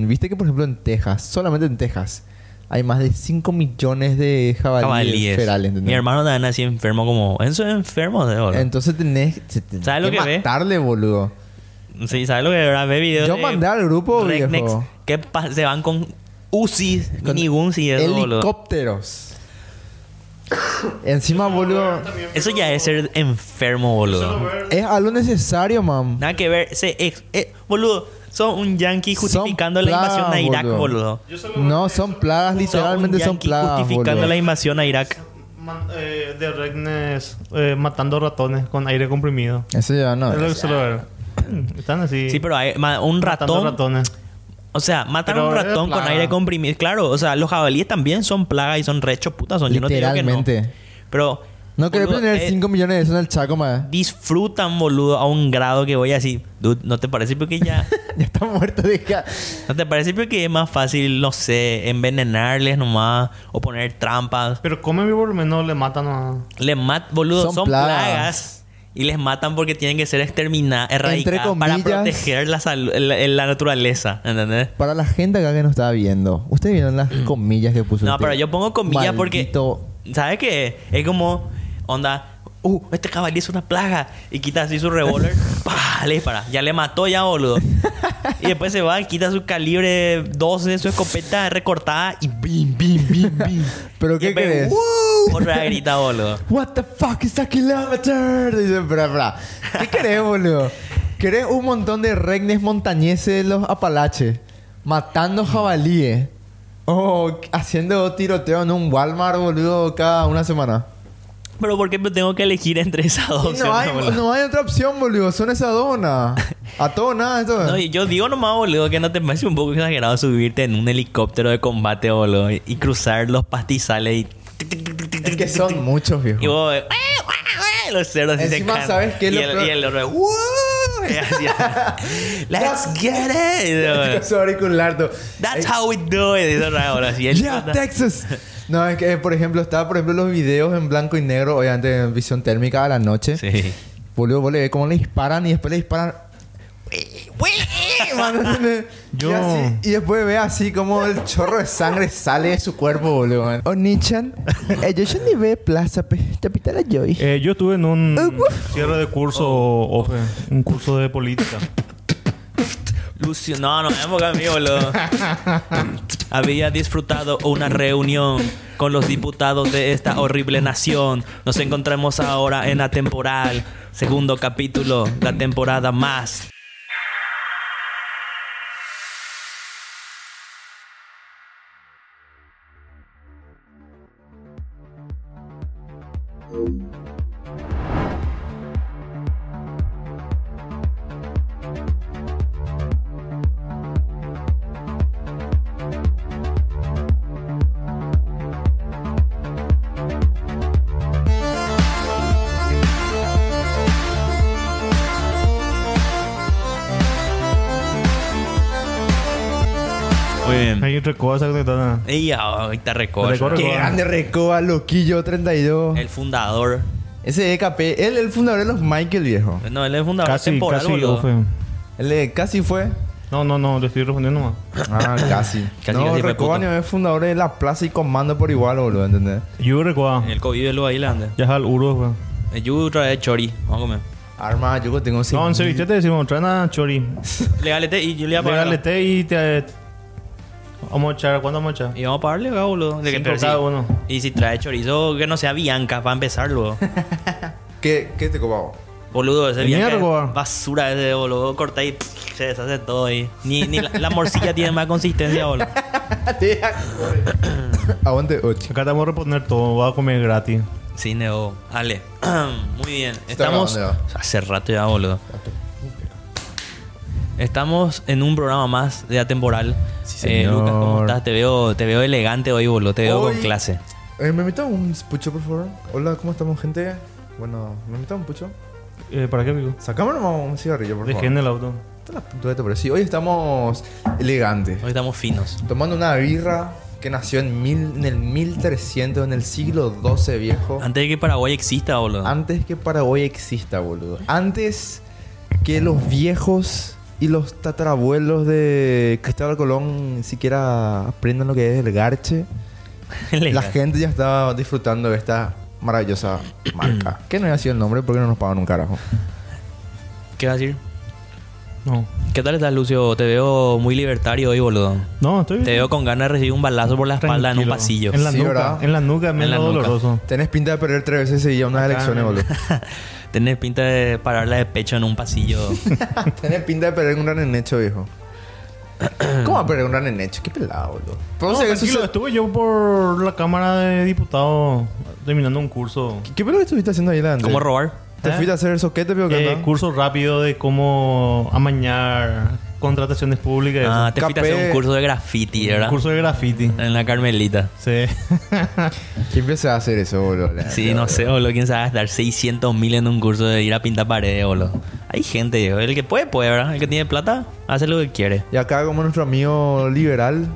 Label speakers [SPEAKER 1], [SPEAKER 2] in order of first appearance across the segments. [SPEAKER 1] Viste que, por ejemplo, en Texas, solamente en Texas, hay más de 5 millones de jabalíes,
[SPEAKER 2] Cabalíes.
[SPEAKER 1] ferales, ¿entendés?
[SPEAKER 2] Mi hermano también así enfermo como... Enzo es enfermo, de boludo.
[SPEAKER 1] Entonces tenés, se- tenés
[SPEAKER 2] ¿Sabes lo
[SPEAKER 1] que
[SPEAKER 2] que ve?
[SPEAKER 1] matarle, boludo.
[SPEAKER 2] Sí, ¿sabes lo que de verdad? Ve videos
[SPEAKER 1] Yo
[SPEAKER 2] de
[SPEAKER 1] mandé al grupo,
[SPEAKER 2] rednecks
[SPEAKER 1] viejo.
[SPEAKER 2] Que pa- se van con Uzi,
[SPEAKER 1] Con
[SPEAKER 2] ni y eso, boludo.
[SPEAKER 1] Helicópteros. Encima, boludo,
[SPEAKER 2] Eso ya es ser enfermo, boludo.
[SPEAKER 1] es algo necesario, mam.
[SPEAKER 2] Nada que ver. Se ex- eh, boludo, son un yankee
[SPEAKER 1] Son
[SPEAKER 2] justificando la
[SPEAKER 1] plagas,
[SPEAKER 2] invasión a Irak,
[SPEAKER 1] boludo.
[SPEAKER 2] boludo.
[SPEAKER 1] No, son plagas,
[SPEAKER 2] Son
[SPEAKER 1] literalmente
[SPEAKER 2] un
[SPEAKER 1] son
[SPEAKER 2] yankee
[SPEAKER 1] plagas,
[SPEAKER 2] justificando
[SPEAKER 1] boludo.
[SPEAKER 2] la invasión a Irak.
[SPEAKER 3] Man- eh, de Regnes eh, matando ratones con aire comprimido.
[SPEAKER 1] Eso ya no.
[SPEAKER 3] es lo que
[SPEAKER 1] es-
[SPEAKER 3] suelo ver. Están así.
[SPEAKER 2] Sí, pero hay ma- un
[SPEAKER 3] matando
[SPEAKER 2] ratón.
[SPEAKER 3] ratones.
[SPEAKER 2] O sea, matan a
[SPEAKER 3] Pero
[SPEAKER 2] un
[SPEAKER 3] es
[SPEAKER 2] ratón con
[SPEAKER 3] plaga.
[SPEAKER 2] aire comprimido. Claro, o sea, los jabalíes también son plagas y son rechos putas. Son, yo no te digo que no.
[SPEAKER 1] Literalmente.
[SPEAKER 2] Pero.
[SPEAKER 1] No querés
[SPEAKER 2] boludo,
[SPEAKER 1] tener
[SPEAKER 2] eh,
[SPEAKER 1] 5 millones de eso en el Chaco, ma.
[SPEAKER 2] Disfrutan, boludo, a un grado que voy así. Dude, ¿no te parece? Porque ya.
[SPEAKER 1] Ya está muerto de ca-
[SPEAKER 2] ¿No te parece? Porque es más fácil, no sé, envenenarles nomás o poner trampas.
[SPEAKER 3] Pero comen mi volumen, no le matan a.
[SPEAKER 2] Les mat, boludo,
[SPEAKER 1] Son
[SPEAKER 2] son,
[SPEAKER 1] plagas.
[SPEAKER 2] plagas. y les matan porque tienen que ser exterminadas, erradicadas
[SPEAKER 1] Entre comillas.
[SPEAKER 2] para proteger la, salud- la, la naturaleza, ¿entendés?
[SPEAKER 1] Para la gente acá que nos estaba viendo, ¿ustedes vieron las comillas que puso
[SPEAKER 2] Mm. No,
[SPEAKER 1] usted?
[SPEAKER 2] pero yo pongo
[SPEAKER 1] Maldito-
[SPEAKER 2] comillas porque ¿sabes qué? Es como onda, uh, este cabalí es una plaga y quita así su revólver, pa, le dispara, ya le mató ya, boludo. Y después se va, quita su calibre 12, su escopeta recortada y bim bim bim bim.
[SPEAKER 1] ¿Pero
[SPEAKER 2] Y
[SPEAKER 1] qué
[SPEAKER 2] después,
[SPEAKER 1] crees?
[SPEAKER 2] "Woo", Otra grita, boludo.
[SPEAKER 1] What the fuck is a kilometer? Dice, espera, espera. ¿Qué querés, boludo? ¿Querés un montón de regnes montañeses de los Apalaches matando jabalíes? O haciendo tiroteo en un Walmart, boludo, cada una semana.
[SPEAKER 2] Pero ¿por qué tengo que elegir entre esas dos?
[SPEAKER 1] Y no,
[SPEAKER 2] opciones,
[SPEAKER 1] hay,
[SPEAKER 2] boludo?
[SPEAKER 1] no hay otra opción, boludo. Son esas donas. A todo nada, esto.
[SPEAKER 2] No, y yo digo nomás, boludo, que no te parece un poco exagerado subirte en un helicóptero de combate, boludo, y y cruzar los pastizales y... tic, tic, tic, tic, tic,
[SPEAKER 1] Es que
[SPEAKER 2] tic,
[SPEAKER 1] son
[SPEAKER 2] tic.
[SPEAKER 1] muchos, viejo.
[SPEAKER 2] Y vos... eh, eh, Los cerdos así
[SPEAKER 1] Encima,
[SPEAKER 2] se caen.
[SPEAKER 1] ¿sabes qué?
[SPEAKER 2] Y,
[SPEAKER 1] Lo
[SPEAKER 2] el,
[SPEAKER 1] peor-
[SPEAKER 2] y el otro... "Woo", y así, ah, Let's get it.
[SPEAKER 1] Su auricular, tú.
[SPEAKER 2] That's how we do it. Y otro, ahora sí, el
[SPEAKER 1] Yeah,
[SPEAKER 2] chota.
[SPEAKER 1] Texas. No, es que, eh, por ejemplo, estaba, por ejemplo, los videos en blanco y negro, obviamente en visión térmica a la noche.
[SPEAKER 2] Sí.
[SPEAKER 1] Boludo, vos le ves cómo le disparan y después le disparan.
[SPEAKER 2] Ah,
[SPEAKER 1] Mano, ¿entendés?
[SPEAKER 3] Yo-
[SPEAKER 1] Y, así- y después ve así como el chorro de sangre sale de su cuerpo, boludo. man. Onichan, Oh, eh, yo ya ni ve plaza, pues, pe. Capitala Joy.
[SPEAKER 3] Eh, yo estuve en un cierre de curso,
[SPEAKER 2] Oh.
[SPEAKER 3] ofe, un curso de política.
[SPEAKER 2] Lucio, no, no, hemos cambiado. Había disfrutado una reunión con los diputados de esta horrible nación. Nos encontramos ahora en la temporal, segundo capítulo, la temporada más. Muy bien.
[SPEAKER 3] Hay otra cosa que te dan.
[SPEAKER 2] Y ahorita
[SPEAKER 3] Recorre,
[SPEAKER 2] recorre.
[SPEAKER 1] Qué grande recoba, loquillo 32.
[SPEAKER 2] El fundador.
[SPEAKER 1] Ese EKP, él el fundador de los Michael, viejo.
[SPEAKER 2] No, él es fundador
[SPEAKER 3] Casi,
[SPEAKER 2] temporal,
[SPEAKER 3] casi,
[SPEAKER 2] boludo.
[SPEAKER 3] ofe.
[SPEAKER 1] Él eh, casi fue.
[SPEAKER 3] No, no, no, le estoy respondiendo más.
[SPEAKER 1] Ah, casi.
[SPEAKER 2] Casi,
[SPEAKER 1] no,
[SPEAKER 2] casi fue
[SPEAKER 1] Recoba
[SPEAKER 2] puto.
[SPEAKER 1] ni es fundador de la plaza y comando por igual, boludo, ¿entendés?
[SPEAKER 3] Yo recuerdo.
[SPEAKER 2] El COVID de los islandes.
[SPEAKER 3] Ya es al uro, ofe.
[SPEAKER 2] Yo trae chori. Vamos a comer.
[SPEAKER 1] Arma, yo tengo
[SPEAKER 3] No, en
[SPEAKER 1] mil-
[SPEAKER 3] serio, te decimos, traen a Chori.
[SPEAKER 2] Legalete y yo le voy a pagar.
[SPEAKER 3] Pégale té y te. Vamos a echar, ¿cuánto vamos a echar?
[SPEAKER 2] Y vamos a pagarle acá, boludo. De que-
[SPEAKER 3] Cinco
[SPEAKER 2] pero sí.
[SPEAKER 3] cada uno.
[SPEAKER 2] Y si trae chorizo, que no sea Bianca, para empezar, luego.
[SPEAKER 1] ¿Qué, qué te copaba?
[SPEAKER 2] Boludo, ese
[SPEAKER 3] El
[SPEAKER 2] Bianca es
[SPEAKER 3] mierda.
[SPEAKER 2] basura ese, boludo. Corta y pff, se deshace todo y Ni, ni la, la morcilla tiene más consistencia, boludo.
[SPEAKER 1] Aguante 8.
[SPEAKER 3] Acá te vamos a reponer todo, vas a comer gratis.
[SPEAKER 2] Sí, Neo. Ale. Muy bien. Estamos...
[SPEAKER 1] grabando
[SPEAKER 2] Hace rato ya, boludo. Estamos en un programa más de atemporal. Eh,
[SPEAKER 1] señor.
[SPEAKER 2] Lucas, ¿cómo estás? Te veo, te veo elegante hoy, boludo. Te veo
[SPEAKER 1] Hoy-
[SPEAKER 2] con clase.
[SPEAKER 1] Eh, ¿Me invitan un pucho, por favor? Hola, ¿cómo estamos, gente? Bueno, ¿me invitan un pucho?
[SPEAKER 3] Eh, ¿Para qué, pico?
[SPEAKER 1] Sacame nomás un cigarrillo, por
[SPEAKER 3] Dejé
[SPEAKER 1] favor.
[SPEAKER 3] en el auto.
[SPEAKER 1] Está la puta de esto, pero sí, hoy estamos elegantes.
[SPEAKER 2] Hoy estamos finos.
[SPEAKER 1] Tomando una birra que nació en, mil, en el 1300, en el siglo XII, viejo.
[SPEAKER 2] Antes de que Paraguay exista,
[SPEAKER 3] Ah.
[SPEAKER 2] boludo.
[SPEAKER 1] Antes que Paraguay exista, boludo. Antes que los viejos y los tatarabuelos de Cristóbal Colón siquiera aprendan lo que es el garche, la gente ya estaba disfrutando de esta maravillosa marca.
[SPEAKER 3] Mm.
[SPEAKER 1] que no había sido el nombre porque no nos pagan un carajo.
[SPEAKER 2] ¿Qué vas a decir?
[SPEAKER 3] No.
[SPEAKER 2] ¿Qué tal estás, Lucio? Te veo muy libertario hoy, boludo.
[SPEAKER 3] No, estoy bien.
[SPEAKER 2] Te veo con ganas de recibir un balazo por la espalda en un
[SPEAKER 3] Tranquilo.
[SPEAKER 2] pasillo.
[SPEAKER 3] En la
[SPEAKER 1] Sí,
[SPEAKER 3] nuca.
[SPEAKER 1] ¿verdad?
[SPEAKER 3] En la nuca, menos
[SPEAKER 2] la nuca.
[SPEAKER 3] doloroso.
[SPEAKER 1] Tenés pinta de perder tres veces seguidas unas
[SPEAKER 3] Acá,
[SPEAKER 1] elecciones,
[SPEAKER 3] mira.
[SPEAKER 1] boludo.
[SPEAKER 2] Tener pinta de pararla de pecho en un pasillo.
[SPEAKER 1] Tenés pinta de perder un gran ennecho, viejo. ¿Cómo va a perder un gran ennecho? Qué pelado, boludo. Pero
[SPEAKER 3] No,
[SPEAKER 1] sé, eso
[SPEAKER 3] tranquilo,
[SPEAKER 1] se-
[SPEAKER 3] estuve yo por la Cámara de Diputados terminando un curso.
[SPEAKER 1] ¿Qué pelado estuviste haciendo ahí, Dante?
[SPEAKER 2] ¿Cómo robar?
[SPEAKER 1] ¿Te
[SPEAKER 3] ¿Eh?
[SPEAKER 1] fuiste a hacer el soquete, pero
[SPEAKER 3] Eh,
[SPEAKER 1] que
[SPEAKER 3] curso rápido de cómo amañar contrataciones públicas. y eso.
[SPEAKER 2] Ah, te fuiste a hacer
[SPEAKER 1] Escapé.
[SPEAKER 2] un curso de graffiti, ¿verdad? Eh.
[SPEAKER 3] Un curso de graffiti.
[SPEAKER 2] En la Carmelita.
[SPEAKER 3] Sí.
[SPEAKER 1] ¿Quién empezó a hacer eso, boludo?
[SPEAKER 2] Sí, no sé, boludo. ¿Quién sabe gastar 600 mil en un curso de ir a pintar paredes, boludo? Hay gente, viejo. El que puede, puede, ¿verdad? El que tiene plata, hace lo que quiere.
[SPEAKER 1] Y acá, como nuestro amigo liberal,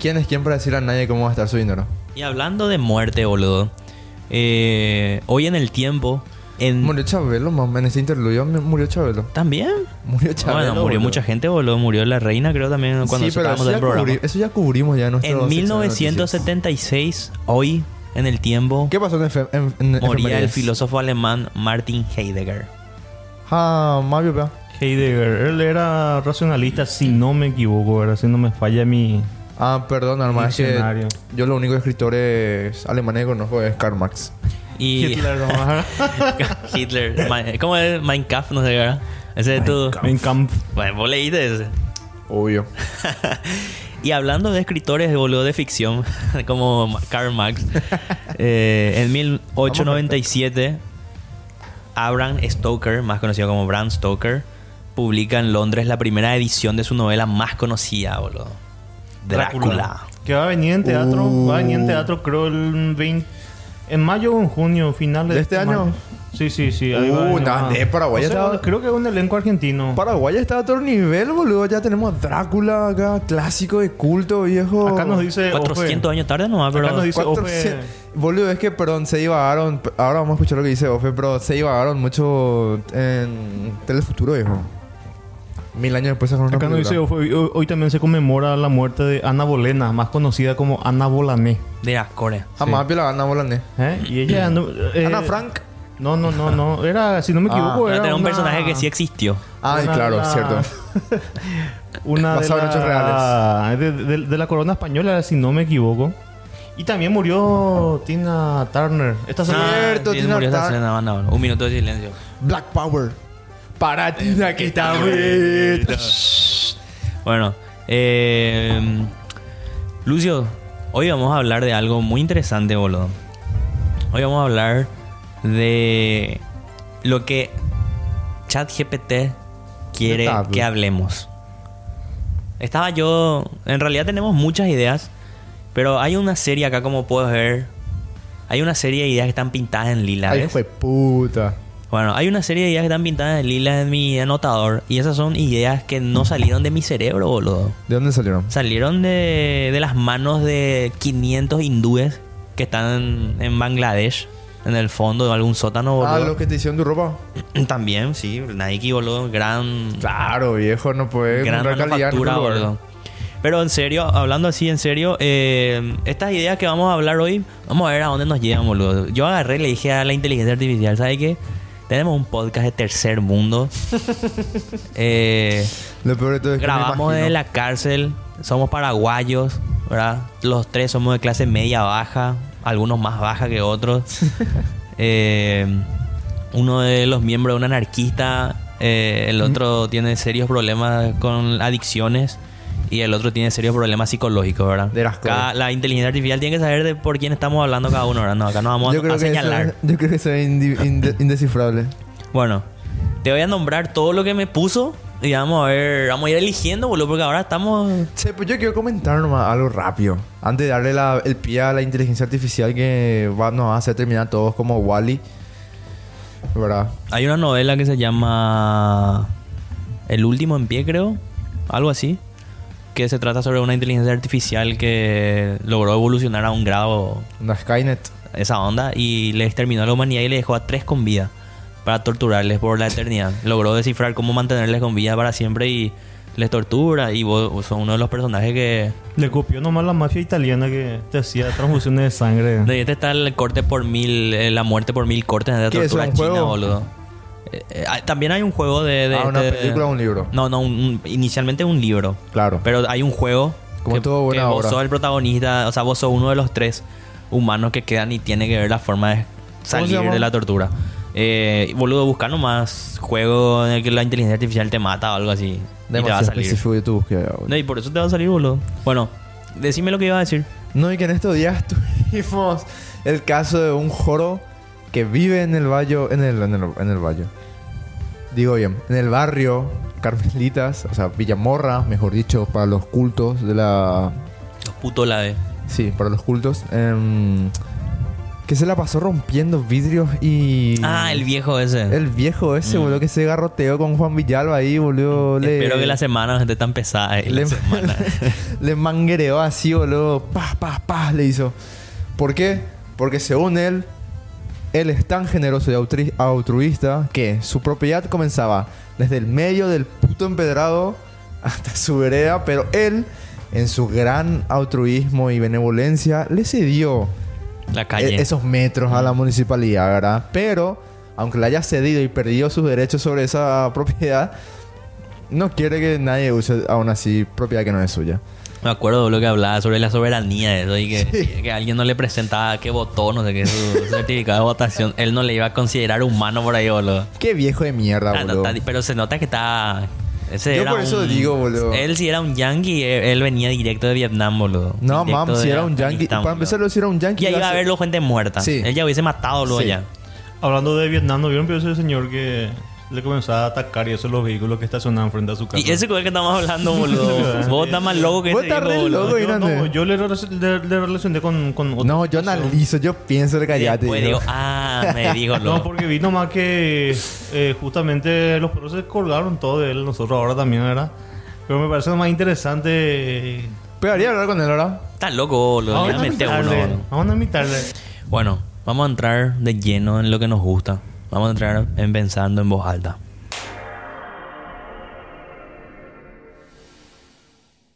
[SPEAKER 1] ¿quién es quién para decirle a nadie cómo va a estar su dinero?
[SPEAKER 2] Y hablando de muerte, boludo. eh, hoy en el tiempo, en...
[SPEAKER 1] Murió Chabelo, mamá. En ese interludio mu- murió Chabelo.
[SPEAKER 2] ¿También?
[SPEAKER 1] Murió Chabelo.
[SPEAKER 2] bueno, murió
[SPEAKER 1] boludo.
[SPEAKER 2] mucha gente, boludo. Murió la reina, creo también, cuando
[SPEAKER 1] sí, pero
[SPEAKER 2] sacábamos
[SPEAKER 1] eso ya,
[SPEAKER 2] el programa.
[SPEAKER 1] cubri- eso ya cubrimos ya en nuestro...
[SPEAKER 2] En
[SPEAKER 1] sección de
[SPEAKER 2] 1976, hoy, en el tiempo,
[SPEAKER 1] noticias. ¿Qué pasó en, enfer- en, en
[SPEAKER 2] moría el
[SPEAKER 1] enfermerías?
[SPEAKER 2] filósofo alemán Martin Heidegger.
[SPEAKER 1] Ah, Mario, vea.
[SPEAKER 3] Heidegger, él era racionalista, si no me equivoco, ¿verdad? Si no me falla mi.
[SPEAKER 1] Ah, perdón, hermano. es que
[SPEAKER 3] Diccionario.
[SPEAKER 1] yo lo único de escritores alemanes que conozco es Karl Marx.
[SPEAKER 2] Y
[SPEAKER 3] Hitler, nomás.
[SPEAKER 2] Hitler. Ma- ¿Cómo es? Mein Kampf, no sé qué era. Ese es tu...
[SPEAKER 3] Mein Kampf.
[SPEAKER 2] Bueno, vos leíste ese.
[SPEAKER 1] Obvio.
[SPEAKER 2] Y hablando de escritores, boludo, de ficción, como Ma- Karl Marx, eh, en 1897, Abraham Stoker, más conocido como Bram Stoker, publica en Londres la primera edición de su novela más conocida, boludo. Drácula.
[SPEAKER 3] Que va a venir en teatro.
[SPEAKER 1] Uh.
[SPEAKER 3] Va a venir en teatro, creo, el 20. En mayo o en junio, finales.
[SPEAKER 1] ¿De este
[SPEAKER 3] mayo.
[SPEAKER 1] año?
[SPEAKER 3] Sí, sí, sí. ahí va a
[SPEAKER 1] Uh,
[SPEAKER 3] venir.
[SPEAKER 1] nah,
[SPEAKER 3] Ah.
[SPEAKER 1] de Paraguay
[SPEAKER 3] O sea,
[SPEAKER 1] estaba-
[SPEAKER 3] Creo que es un elenco argentino.
[SPEAKER 1] Paraguay está a otro nivel, boludo. Ya tenemos a Drácula acá, clásico de culto, viejo.
[SPEAKER 3] Acá nos dice.
[SPEAKER 2] 400
[SPEAKER 3] Ofe.
[SPEAKER 2] años tarde nomás,
[SPEAKER 3] Acá
[SPEAKER 2] pero...
[SPEAKER 3] nos dice Ofe.
[SPEAKER 1] 400. Boludo, es que, perdón, se divagaron. p- Ahora vamos a escuchar lo que dice Ofe, pero se divagaron mucho en Telefuturo, viejo. Mil años después sacaron una
[SPEAKER 3] Acá nos dice
[SPEAKER 1] película.
[SPEAKER 3] Ofe. Hoy, hoy también se conmemora la muerte de Ana Bolena, más conocida como Ana Bolané.
[SPEAKER 2] De Ascore.
[SPEAKER 1] Jamás vi la Ana Bolané.
[SPEAKER 3] ¿Eh? Y ella. no, eh,
[SPEAKER 1] Mm. Ana Frank.
[SPEAKER 3] No, no, no, no. Era, si no me
[SPEAKER 1] Ah.
[SPEAKER 3] equivoco, era.
[SPEAKER 2] Era un
[SPEAKER 3] una-
[SPEAKER 2] personaje que sí existió.
[SPEAKER 1] Ay,
[SPEAKER 3] una de
[SPEAKER 1] claro,
[SPEAKER 3] la-
[SPEAKER 1] cierto.
[SPEAKER 3] Una de
[SPEAKER 1] Basado en hechos
[SPEAKER 3] la, de, de- de la corona española, si no me equivoco. Y también murió Tina Turner. Esta semana-
[SPEAKER 1] Cierto,
[SPEAKER 2] sí,
[SPEAKER 1] tiene
[SPEAKER 2] Ah, murió esa
[SPEAKER 1] altar.
[SPEAKER 2] escena, banda, boludo. Un minuto de silencio.
[SPEAKER 1] Black Power. Para ti, aquí está, güey.
[SPEAKER 2] Bueno, eh, Lucio, hoy vamos a hablar de algo muy interesante, boludo. Hoy vamos a hablar de lo que ChatGPT quiere
[SPEAKER 1] Notable.
[SPEAKER 2] que hablemos. Estaba yo. En realidad tenemos muchas ideas, pero hay una serie acá, como puedes ver. Hay una serie de ideas que están pintadas en lila.
[SPEAKER 1] Ay,
[SPEAKER 2] ¿ves?
[SPEAKER 1] hijo de puta.
[SPEAKER 2] Bueno, hay una serie de ideas que están pintadas en lila en mi anotador. Y esas son ideas que no salieron de mi cerebro, boludo.
[SPEAKER 1] ¿De dónde salieron?
[SPEAKER 2] Salieron de, de las manos de 500 hindúes que están en Bangladesh, en el fondo de algún sótano,
[SPEAKER 1] Ah, los
[SPEAKER 2] boludo.
[SPEAKER 1] que te hicieron tu ropa.
[SPEAKER 2] También, sí, Nike, boludo, gran,
[SPEAKER 1] Claro, viejo, no puedes
[SPEAKER 2] gran
[SPEAKER 1] comprar calidad en
[SPEAKER 2] manufactura,
[SPEAKER 1] otro lugar.
[SPEAKER 2] boludo. Pero en serio, hablando así en serio, eh, estas ideas que vamos a hablar hoy, vamos a ver a dónde nos llevan, boludo. Yo agarré, le dije a la inteligencia artificial, ¿sabes qué? Tenemos un podcast de tercer mundo. eh,
[SPEAKER 1] Lo peor de todo es que me
[SPEAKER 2] Grabamos
[SPEAKER 1] imagino-
[SPEAKER 2] de la cárcel, somos paraguayos, ¿verdad? Los tres somos de clase media baja, algunos más baja que otros. Eh, uno de los miembros es un anarquista, eh, el otro tiene serios problemas con adicciones y el otro tiene serios problemas psicológicos, ¿verdad?
[SPEAKER 1] De las
[SPEAKER 2] Cada-
[SPEAKER 1] cosas.
[SPEAKER 2] la inteligencia artificial tiene que saber de por quién estamos hablando cada uno, ¿verdad? No, acá nos vamos a-
[SPEAKER 1] yo creo
[SPEAKER 2] a
[SPEAKER 1] que
[SPEAKER 2] señalar.
[SPEAKER 1] Eso, yo creo que eso es indi- inde- indescifrable.
[SPEAKER 2] Bueno, te voy a nombrar todo lo que me puso y vamos a ver, vamos a ir eligiendo, boludo, porque ahora estamos
[SPEAKER 1] Che, pues yo quiero comentar nomás algo rápido. Antes de darle la- el pie a la inteligencia artificial que va, nos va a hacer terminar todos como Wally. ¿Verdad?
[SPEAKER 2] Hay una novela que se llama El último en pie, creo, algo así, que se trata sobre una inteligencia artificial que logró evolucionar a un grado
[SPEAKER 1] Una Skynet.
[SPEAKER 2] esa onda y le exterminó a la humanidad y le dejó a tres con vida. para torturarles por la eternidad. Logró descifrar cómo mantenerles con vida para siempre y les tortura. Y vos, vos sos uno de los personajes que...
[SPEAKER 3] Le copió nomás la mafia italiana que te hacía transfusiones de sangre.
[SPEAKER 2] De este está el corte por mil... eh, la muerte por mil cortes de
[SPEAKER 1] ¿Qué es,
[SPEAKER 2] tortura
[SPEAKER 1] un
[SPEAKER 2] china,
[SPEAKER 1] juego?
[SPEAKER 2] boludo. Eh, eh, ah, también hay un juego de... de
[SPEAKER 1] Ah, ¿una
[SPEAKER 2] de-
[SPEAKER 1] película o un libro?
[SPEAKER 2] No, no. un- un- inicialmente un libro.
[SPEAKER 1] Claro.
[SPEAKER 2] Pero hay un juego
[SPEAKER 1] Como
[SPEAKER 2] que,
[SPEAKER 1] todo buena
[SPEAKER 2] que vos
[SPEAKER 1] obra.
[SPEAKER 2] sos el protagonista, o sea, vos sos uno de los tres humanos que quedan y tiene que ver la forma de salir
[SPEAKER 1] llama?
[SPEAKER 2] de la tortura. Eh, boludo, busca nomás juego en el que la inteligencia artificial te mata o algo así. y te va a
[SPEAKER 1] Demasiado
[SPEAKER 2] salir.
[SPEAKER 1] específico de tu búsqueda, boludo.
[SPEAKER 2] No, y por eso te va a salir, boludo. Bueno, decime lo que iba a decir.
[SPEAKER 1] No, y que en estos días tuvimos el caso de un joro que vive en el valle, en el, en el, en el valle. Digo bien, en el barrio Carmelitas, o sea, Villamorra, mejor dicho, para los cultos de la...
[SPEAKER 2] Los putos la de.
[SPEAKER 1] Sí, para los cultos. em, que se la pasó rompiendo vidrios y...
[SPEAKER 2] Ah, el viejo ese.
[SPEAKER 1] El viejo ese, boludo, que se garroteó con Juan Villalba ahí, boludo. le-
[SPEAKER 2] Espero que la semana no esté tan pesada. eh, la
[SPEAKER 1] le,
[SPEAKER 2] semana.
[SPEAKER 1] le manguereó así, boludo. Paz, paz, paz le hizo. ¿Por qué? Porque según él, él es tan generoso y altru- altruista que su propiedad comenzaba desde el medio del puto empedrado hasta su vereda, pero él, en su gran altruismo y benevolencia, le cedió
[SPEAKER 2] la calle. Mm.
[SPEAKER 1] e- esos metros a la municipalidad, ¿verdad? Pero, aunque le haya cedido y perdido sus derechos sobre esa propiedad, no quiere que nadie use aún así propiedad que no es suya.
[SPEAKER 2] Me acuerdo de lo que hablaba sobre la soberanía de eso y que, que alguien no le presentaba que votó, no sé qué, su certificado de votación. Él no le iba a considerar humano por ahí, boludo.
[SPEAKER 1] Qué viejo de mierda,
[SPEAKER 2] Ah, no,
[SPEAKER 1] boludo.
[SPEAKER 2] está- pero se nota que está. Ese
[SPEAKER 1] Yo
[SPEAKER 2] era
[SPEAKER 1] por eso
[SPEAKER 2] un-
[SPEAKER 1] digo, boludo.
[SPEAKER 2] Él sí era un yankee, él, él venía directo de Vietnam, boludo.
[SPEAKER 1] No,
[SPEAKER 2] Directo
[SPEAKER 1] mam, si
[SPEAKER 2] de
[SPEAKER 1] era un yankee.
[SPEAKER 2] Afganistán,
[SPEAKER 1] Para
[SPEAKER 2] boludo.
[SPEAKER 1] empezar, si era un yankee.
[SPEAKER 2] Y ahí
[SPEAKER 1] ya
[SPEAKER 2] iba a
[SPEAKER 1] se-
[SPEAKER 2] verlo gente muerta.
[SPEAKER 1] Sí.
[SPEAKER 2] Él ya hubiese matado luego
[SPEAKER 1] Sí.
[SPEAKER 2] ya.
[SPEAKER 3] Hablando de Vietnam, ¿no vieron pero ese señor que le comenzaba a atacar y esos los vehículos que estacionaban frente a su casa?
[SPEAKER 2] Y ese con el que estamos hablando, boludo. Vos estás más loco que
[SPEAKER 1] Vos
[SPEAKER 2] ese
[SPEAKER 1] estás
[SPEAKER 2] viejo,
[SPEAKER 1] re
[SPEAKER 2] boludo.
[SPEAKER 1] loco,
[SPEAKER 3] yo,
[SPEAKER 1] grande.
[SPEAKER 3] no, yo le, relac- le- le relacioné con, con otro
[SPEAKER 1] No, yo
[SPEAKER 3] caso.
[SPEAKER 1] analizo, yo pienso el
[SPEAKER 2] Y
[SPEAKER 1] callate.
[SPEAKER 2] después
[SPEAKER 1] digo.
[SPEAKER 2] digo, ah, me dijo loco.
[SPEAKER 3] No, porque vi nomás que eh, justamente los perros se colgaron todo de él, nosotros ahora también, ¿verdad? Pero me parece lo más interesante. eh,
[SPEAKER 1] Pero haría hablar con él ahora.
[SPEAKER 2] Estás loco, boludo. Ya
[SPEAKER 3] Vamos a
[SPEAKER 2] mete uno,
[SPEAKER 3] invitarle.
[SPEAKER 2] boludo.
[SPEAKER 3] Vamos a invitarle.
[SPEAKER 2] Bueno, vamos a entrar de lleno en lo que nos gusta. Vamos a entrar en pensando en voz alta.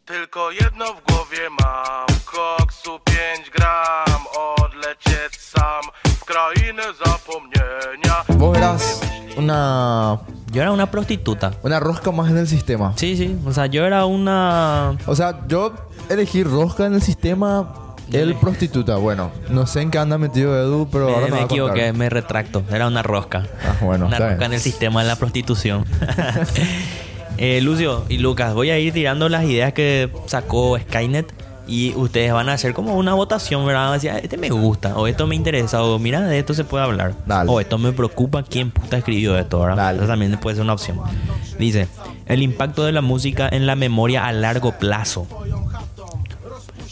[SPEAKER 4] Tylko jedno w głowie mam Koksu 5 gram Odlecieć sam W krainę zapomnienia
[SPEAKER 1] Vos eras una,
[SPEAKER 2] Yo era una prostituta.
[SPEAKER 1] una rosca más en el sistema.
[SPEAKER 2] Sí, sí. O sea, yo era una...
[SPEAKER 1] O sea, yo elegí rosca en el sistema. Él prostituta, bueno. No sé en qué anda metido Edu, pero
[SPEAKER 2] Me,
[SPEAKER 1] ahora me,
[SPEAKER 2] me
[SPEAKER 1] va a contar.
[SPEAKER 2] equivoqué, me retracto. Era una rosca.
[SPEAKER 1] Ah, bueno,
[SPEAKER 2] Una
[SPEAKER 1] está
[SPEAKER 2] rosca
[SPEAKER 1] bien.
[SPEAKER 2] en el sistema de la prostitución. Eh, Lucio y Lucas, voy a ir tirando las ideas que sacó Skynet y ustedes van a hacer como una votación, ¿verdad? Van a decir, "Ah, este me gusta, o esto me interesa, o mira, de esto se puede hablar.
[SPEAKER 1] Dale.
[SPEAKER 2] O esto me preocupa, quién puta escribió esto, ¿verdad?
[SPEAKER 1] Dale.
[SPEAKER 2] Esa también puede ser una opción. Dice, el impacto de la música en la memoria a largo plazo.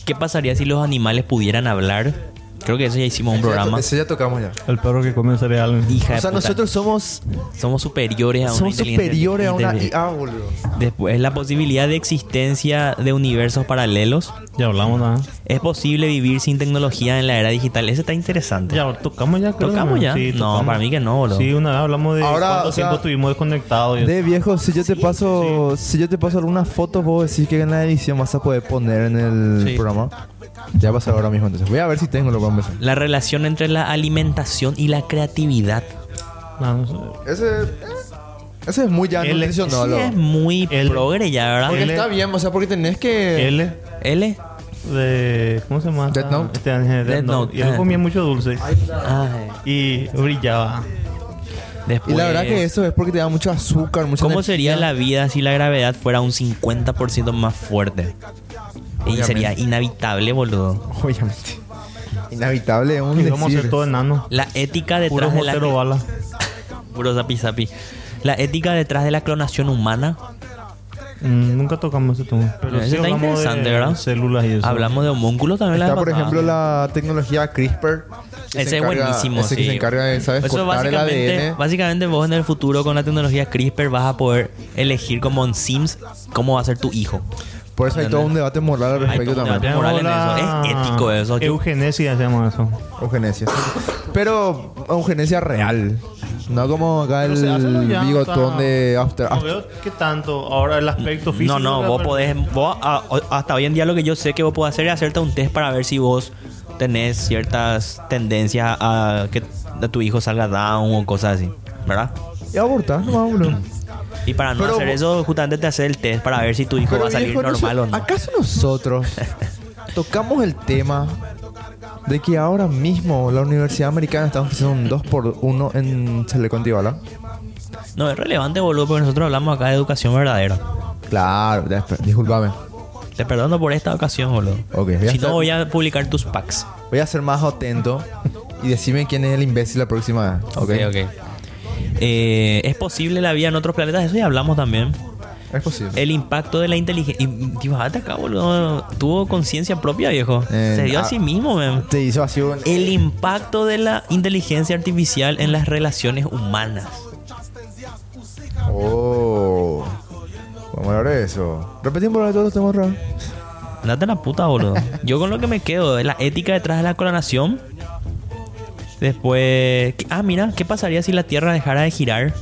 [SPEAKER 2] ¿Qué pasaría si los animales pudieran hablar? Creo que eso ya hicimos un
[SPEAKER 1] Ese ya to-
[SPEAKER 2] programa.
[SPEAKER 1] Ese ya tocamos ya.
[SPEAKER 3] El perro que come cereal.
[SPEAKER 2] Hija
[SPEAKER 1] O
[SPEAKER 2] de
[SPEAKER 1] sea,
[SPEAKER 2] puta.
[SPEAKER 1] nosotros somos,
[SPEAKER 2] somos superiores a una
[SPEAKER 1] somos
[SPEAKER 2] inteligencia
[SPEAKER 1] superiores a una
[SPEAKER 2] artificial.
[SPEAKER 1] IA, boludo.
[SPEAKER 2] Después, la posibilidad de existencia de universos paralelos.
[SPEAKER 3] Ya hablamos, ¿ah? ¿no?
[SPEAKER 2] ¿Es posible vivir sin tecnología en la era digital? Ese está interesante.
[SPEAKER 3] Ya, tocamos ya, creo,
[SPEAKER 2] ¿Tocamos ya? No, para mí que no, boludo.
[SPEAKER 3] Sí, una vez hablamos de
[SPEAKER 1] Ahora,
[SPEAKER 3] cuánto
[SPEAKER 1] o sea,
[SPEAKER 3] tiempo estuvimos desconectados. y-
[SPEAKER 1] De viejo, si yo te paso, si yo te paso algunas fotos, vos decís que en la edición vas a poder poner en el
[SPEAKER 2] Sí.
[SPEAKER 1] programa. Ya va a ser ahora mismo entonces. Voy a ver si tengo lo para empezar.
[SPEAKER 2] La relación entre la alimentación y la creatividad.
[SPEAKER 3] Ah, No, no sé.
[SPEAKER 1] Ese, eh, ese es muy ya
[SPEAKER 3] Él-
[SPEAKER 1] nutricionólogo.
[SPEAKER 2] Sí, es muy
[SPEAKER 3] L.
[SPEAKER 2] progre ya, ¿verdad?
[SPEAKER 1] Porque
[SPEAKER 3] Él-
[SPEAKER 1] está bien, o sea, porque tenés que.
[SPEAKER 3] L
[SPEAKER 2] ¿L?
[SPEAKER 3] de. ¿Cómo se llama?
[SPEAKER 1] Death
[SPEAKER 3] esta-
[SPEAKER 1] Note.
[SPEAKER 3] Este ángel de Death
[SPEAKER 2] Death
[SPEAKER 3] Note.
[SPEAKER 2] Note,
[SPEAKER 3] Y él
[SPEAKER 2] ah.
[SPEAKER 3] comía mucho dulce.
[SPEAKER 2] Ay,
[SPEAKER 3] Y brillaba.
[SPEAKER 1] Y
[SPEAKER 2] después,
[SPEAKER 1] la verdad que eso es porque te da mucho azúcar, mucha
[SPEAKER 2] pues. ¿Cómo
[SPEAKER 1] energía.
[SPEAKER 2] sería la vida si la gravedad fuera un 50% más fuerte? Y
[SPEAKER 1] Obviamente.
[SPEAKER 2] sería inhabitable, boludo.
[SPEAKER 1] Obviamente. Inhabitable es un
[SPEAKER 3] Y vamos a
[SPEAKER 1] decir.
[SPEAKER 3] ser todo enano.
[SPEAKER 2] La ética detrás
[SPEAKER 3] Puro
[SPEAKER 2] de la
[SPEAKER 3] mortero bala.
[SPEAKER 2] Puro zapi, zapi. La ética detrás de la clonación humana.
[SPEAKER 3] Mm, nunca tocamos ese tema. Pero
[SPEAKER 2] Ese
[SPEAKER 3] sí
[SPEAKER 2] está
[SPEAKER 3] hablamos
[SPEAKER 2] interesante,
[SPEAKER 3] de
[SPEAKER 2] ¿verdad?
[SPEAKER 3] células y eso.
[SPEAKER 2] Hablamos de homúnculos también. la
[SPEAKER 1] Está,
[SPEAKER 2] vez
[SPEAKER 1] por
[SPEAKER 2] pasada.
[SPEAKER 1] ejemplo, la tecnología CRISPR. que
[SPEAKER 2] Ese
[SPEAKER 1] se
[SPEAKER 2] es
[SPEAKER 1] encarga-
[SPEAKER 2] buenísimo.
[SPEAKER 1] Ese que
[SPEAKER 2] sí.
[SPEAKER 1] se encarga de, ¿sabes?
[SPEAKER 2] Eso
[SPEAKER 1] cortar el
[SPEAKER 2] básicamente,
[SPEAKER 1] ADN.
[SPEAKER 2] básicamente vos en el futuro con la tecnología CRISPR vas a poder elegir como en Sims cómo va a ser tu hijo.
[SPEAKER 1] Por eso hay todo un debate moral al
[SPEAKER 2] Hay todo
[SPEAKER 1] respecto
[SPEAKER 2] un
[SPEAKER 1] también.
[SPEAKER 2] debate. moral en
[SPEAKER 3] Llamamos
[SPEAKER 2] eso. Es ético eso, yo-
[SPEAKER 3] Eugenesia se llama eso.
[SPEAKER 1] Eugenesia. Pero eugenesia real. No como acá
[SPEAKER 3] Pero
[SPEAKER 1] el
[SPEAKER 3] se hace lo ya,
[SPEAKER 1] bigotón
[SPEAKER 3] o sea,
[SPEAKER 1] de After.
[SPEAKER 3] No veo qué tanto. Ahora el aspecto
[SPEAKER 2] No,
[SPEAKER 3] físico.
[SPEAKER 2] no, vos
[SPEAKER 3] pero-
[SPEAKER 2] podés. Vos, a- o- hasta hoy en día lo que yo sé que vos podés hacer es hacerte un test para ver si vos tenés ciertas tendencias a que a tu hijo salga down o cosas así, ¿verdad?
[SPEAKER 1] Y abortar, no boludo.
[SPEAKER 2] Y para no
[SPEAKER 1] Pero
[SPEAKER 2] hacer
[SPEAKER 1] vos-
[SPEAKER 2] eso, justamente te hace el test para ver si tu hijo va a salir
[SPEAKER 1] viejo, no
[SPEAKER 2] normal
[SPEAKER 1] sé,
[SPEAKER 2] o no.
[SPEAKER 1] ¿Acaso nosotros tocamos el tema de que ahora mismo la Universidad Americana está ofreciendo un 2x1 en Chalecón Tibala?
[SPEAKER 2] No, es relevante, boludo, porque nosotros hablamos acá de educación verdadera.
[SPEAKER 1] Claro, ya, espera, discúlpame.
[SPEAKER 2] Te perdono por esta ocasión, boludo.
[SPEAKER 1] Ok, voy a
[SPEAKER 2] si
[SPEAKER 1] hacer-
[SPEAKER 2] no, voy a publicar tus packs.
[SPEAKER 1] Voy a ser más atento y decime quién es el imbécil la próxima vez.
[SPEAKER 2] Ok, ok. Eh, ¿Es posible la vida en otros planetas? Eso ya hablamos también.
[SPEAKER 1] Es posible.
[SPEAKER 2] El impacto de la inteligencia. Y y bajate acá, boludo. Tuvo conciencia propia, viejo.
[SPEAKER 1] Eh,
[SPEAKER 2] Se dio a
[SPEAKER 1] ah.
[SPEAKER 2] sí mismo, man.
[SPEAKER 1] Te hizo así un... e-
[SPEAKER 2] El impacto de la inteligencia artificial en las relaciones humanas.
[SPEAKER 1] Oh. Vamos a hablar de eso. Repetimos por ahora todos los temas raros.
[SPEAKER 2] Date la puta, boludo. Yo con lo que me quedo es la ética detrás de la clonación. Después. ¿qué- Ah, mira, ¿qué pasaría si la Tierra dejara de girar?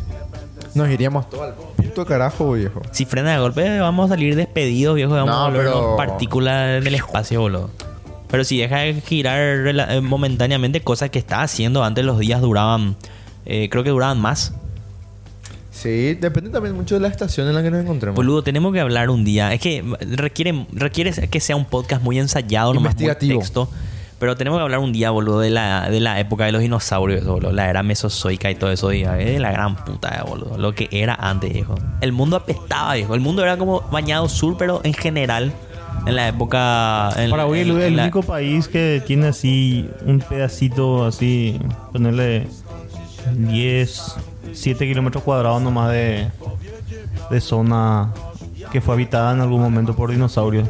[SPEAKER 1] Nos iríamos todo al puto carajo, viejo.
[SPEAKER 2] Si frena de golpe, vamos a salir despedidos, viejo. Vamos
[SPEAKER 1] No,
[SPEAKER 2] a volvernos
[SPEAKER 1] pero-
[SPEAKER 2] partículas del espacio, boludo. Pero si deja de girar rela- eh, momentáneamente, cosa que está haciendo antes los días duraban. eh, creo que duraban más.
[SPEAKER 1] Sí, depende también mucho de la estación en la que nos encontremos.
[SPEAKER 2] Boludo, tenemos que hablar un día. Es que requiere, requiere que sea un podcast muy ensayado, nomás muy
[SPEAKER 1] Investigativo.
[SPEAKER 2] texto. Pero tenemos que hablar un día, boludo, de la, de la época de los dinosaurios, boludo. La era mesozoica y todo eso, diga. eh, la gran puta, boludo. Lo que era antes, viejo. El mundo apestaba, viejo. El mundo era como bañado sur, pero en general, en la época. En,
[SPEAKER 3] Paraguay es
[SPEAKER 2] en-
[SPEAKER 3] el,
[SPEAKER 2] en la-
[SPEAKER 3] único país que tiene así un pedacito así, ponerle 10, 7 kilómetros cuadrados nomás de, de zona que fue habitada en algún momento por dinosaurios.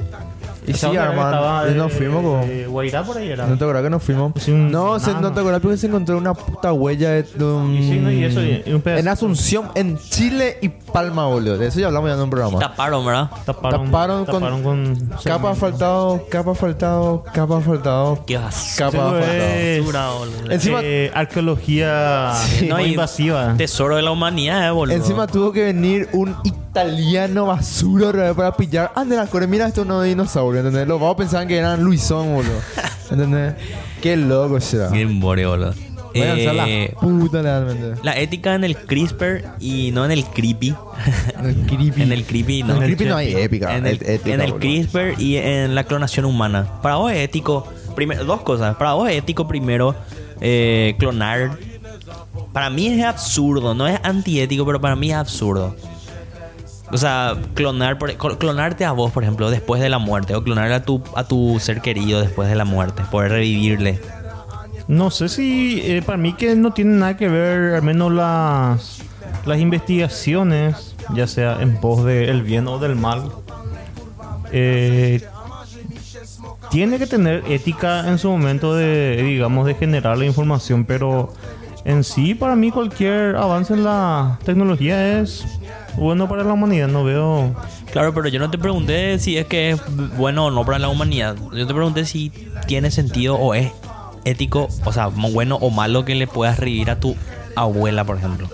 [SPEAKER 1] Y
[SPEAKER 3] Esa
[SPEAKER 1] sí,
[SPEAKER 3] otra vez
[SPEAKER 1] hermano.
[SPEAKER 3] estaba
[SPEAKER 1] Y nos
[SPEAKER 3] de-
[SPEAKER 1] fuimos como...
[SPEAKER 3] de Guairá por ahí era.
[SPEAKER 1] No te acuerdas que nos fuimos.
[SPEAKER 3] Sí, un-
[SPEAKER 1] no, se-
[SPEAKER 3] nah,
[SPEAKER 1] no
[SPEAKER 3] no.
[SPEAKER 1] te acuerdas porque se encontró una puta huella de. de un-
[SPEAKER 3] Y sí, no, y eso, y- y un pedazo.
[SPEAKER 1] en Asunción, en Chile y Palma, boludo. De eso ya hablamos ya en un programa.
[SPEAKER 2] Taparon, ¿verdad?
[SPEAKER 3] taparon,
[SPEAKER 1] taparon con-
[SPEAKER 3] taparon con,
[SPEAKER 1] Capa
[SPEAKER 3] cemento.
[SPEAKER 1] asfaltado, capa asfaltado, capa asfaltado,
[SPEAKER 2] Qué basura,
[SPEAKER 1] capa
[SPEAKER 3] Eso
[SPEAKER 1] asfaltado.
[SPEAKER 3] es,
[SPEAKER 2] boludo.
[SPEAKER 1] Encima-
[SPEAKER 3] eh, arqueología
[SPEAKER 1] Sí.
[SPEAKER 3] no
[SPEAKER 2] y-
[SPEAKER 3] invasiva.
[SPEAKER 2] Tesoro de la humanidad, eh, boludo.
[SPEAKER 1] Encima tuvo que venir un italiano basura otra vez para pillar. Ande la corre, mira esto no es dinosaurio, ¿entendés? Los vagos pensaban que eran Luisón, boludo. ¿Entendés? Qué loco será.
[SPEAKER 2] Qué embole, boludo.
[SPEAKER 1] Voy a lanzar
[SPEAKER 2] Eh,
[SPEAKER 1] la puta realmente.
[SPEAKER 2] La ética en el CRISPR y no en el creepy.
[SPEAKER 1] En el creepy.
[SPEAKER 2] en el creepy, no.
[SPEAKER 1] En el creepy no hay épica.
[SPEAKER 2] En el,
[SPEAKER 1] et- ética,
[SPEAKER 2] en el
[SPEAKER 1] boludo.
[SPEAKER 2] CRISPR y en la clonación humana. Para vos es ético. Primero, dos cosas. Para vos es ético primero eh, clonar. Para mí es absurdo. No es antiético, pero para mí es absurdo. O sea, clonar por- cl- clonarte a vos, por ejemplo, después de la muerte. O clonar a tu, a tu ser querido después de la muerte. Poder revivirle.
[SPEAKER 3] No sé si eh, para mí que no tiene nada que ver, al menos las, las investigaciones, ya sea en pos del bien o del mal, eh, tiene que tener ética en su momento de, digamos, de generar la información, pero en sí para mí cualquier avance en la tecnología es bueno para la humanidad, no veo...
[SPEAKER 2] Claro, pero yo no te pregunté si es que es bueno o no para la humanidad. Yo te pregunté si tiene sentido o es ético, o sea, mo- bueno o malo que le puedas reír a tu abuela, por ejemplo.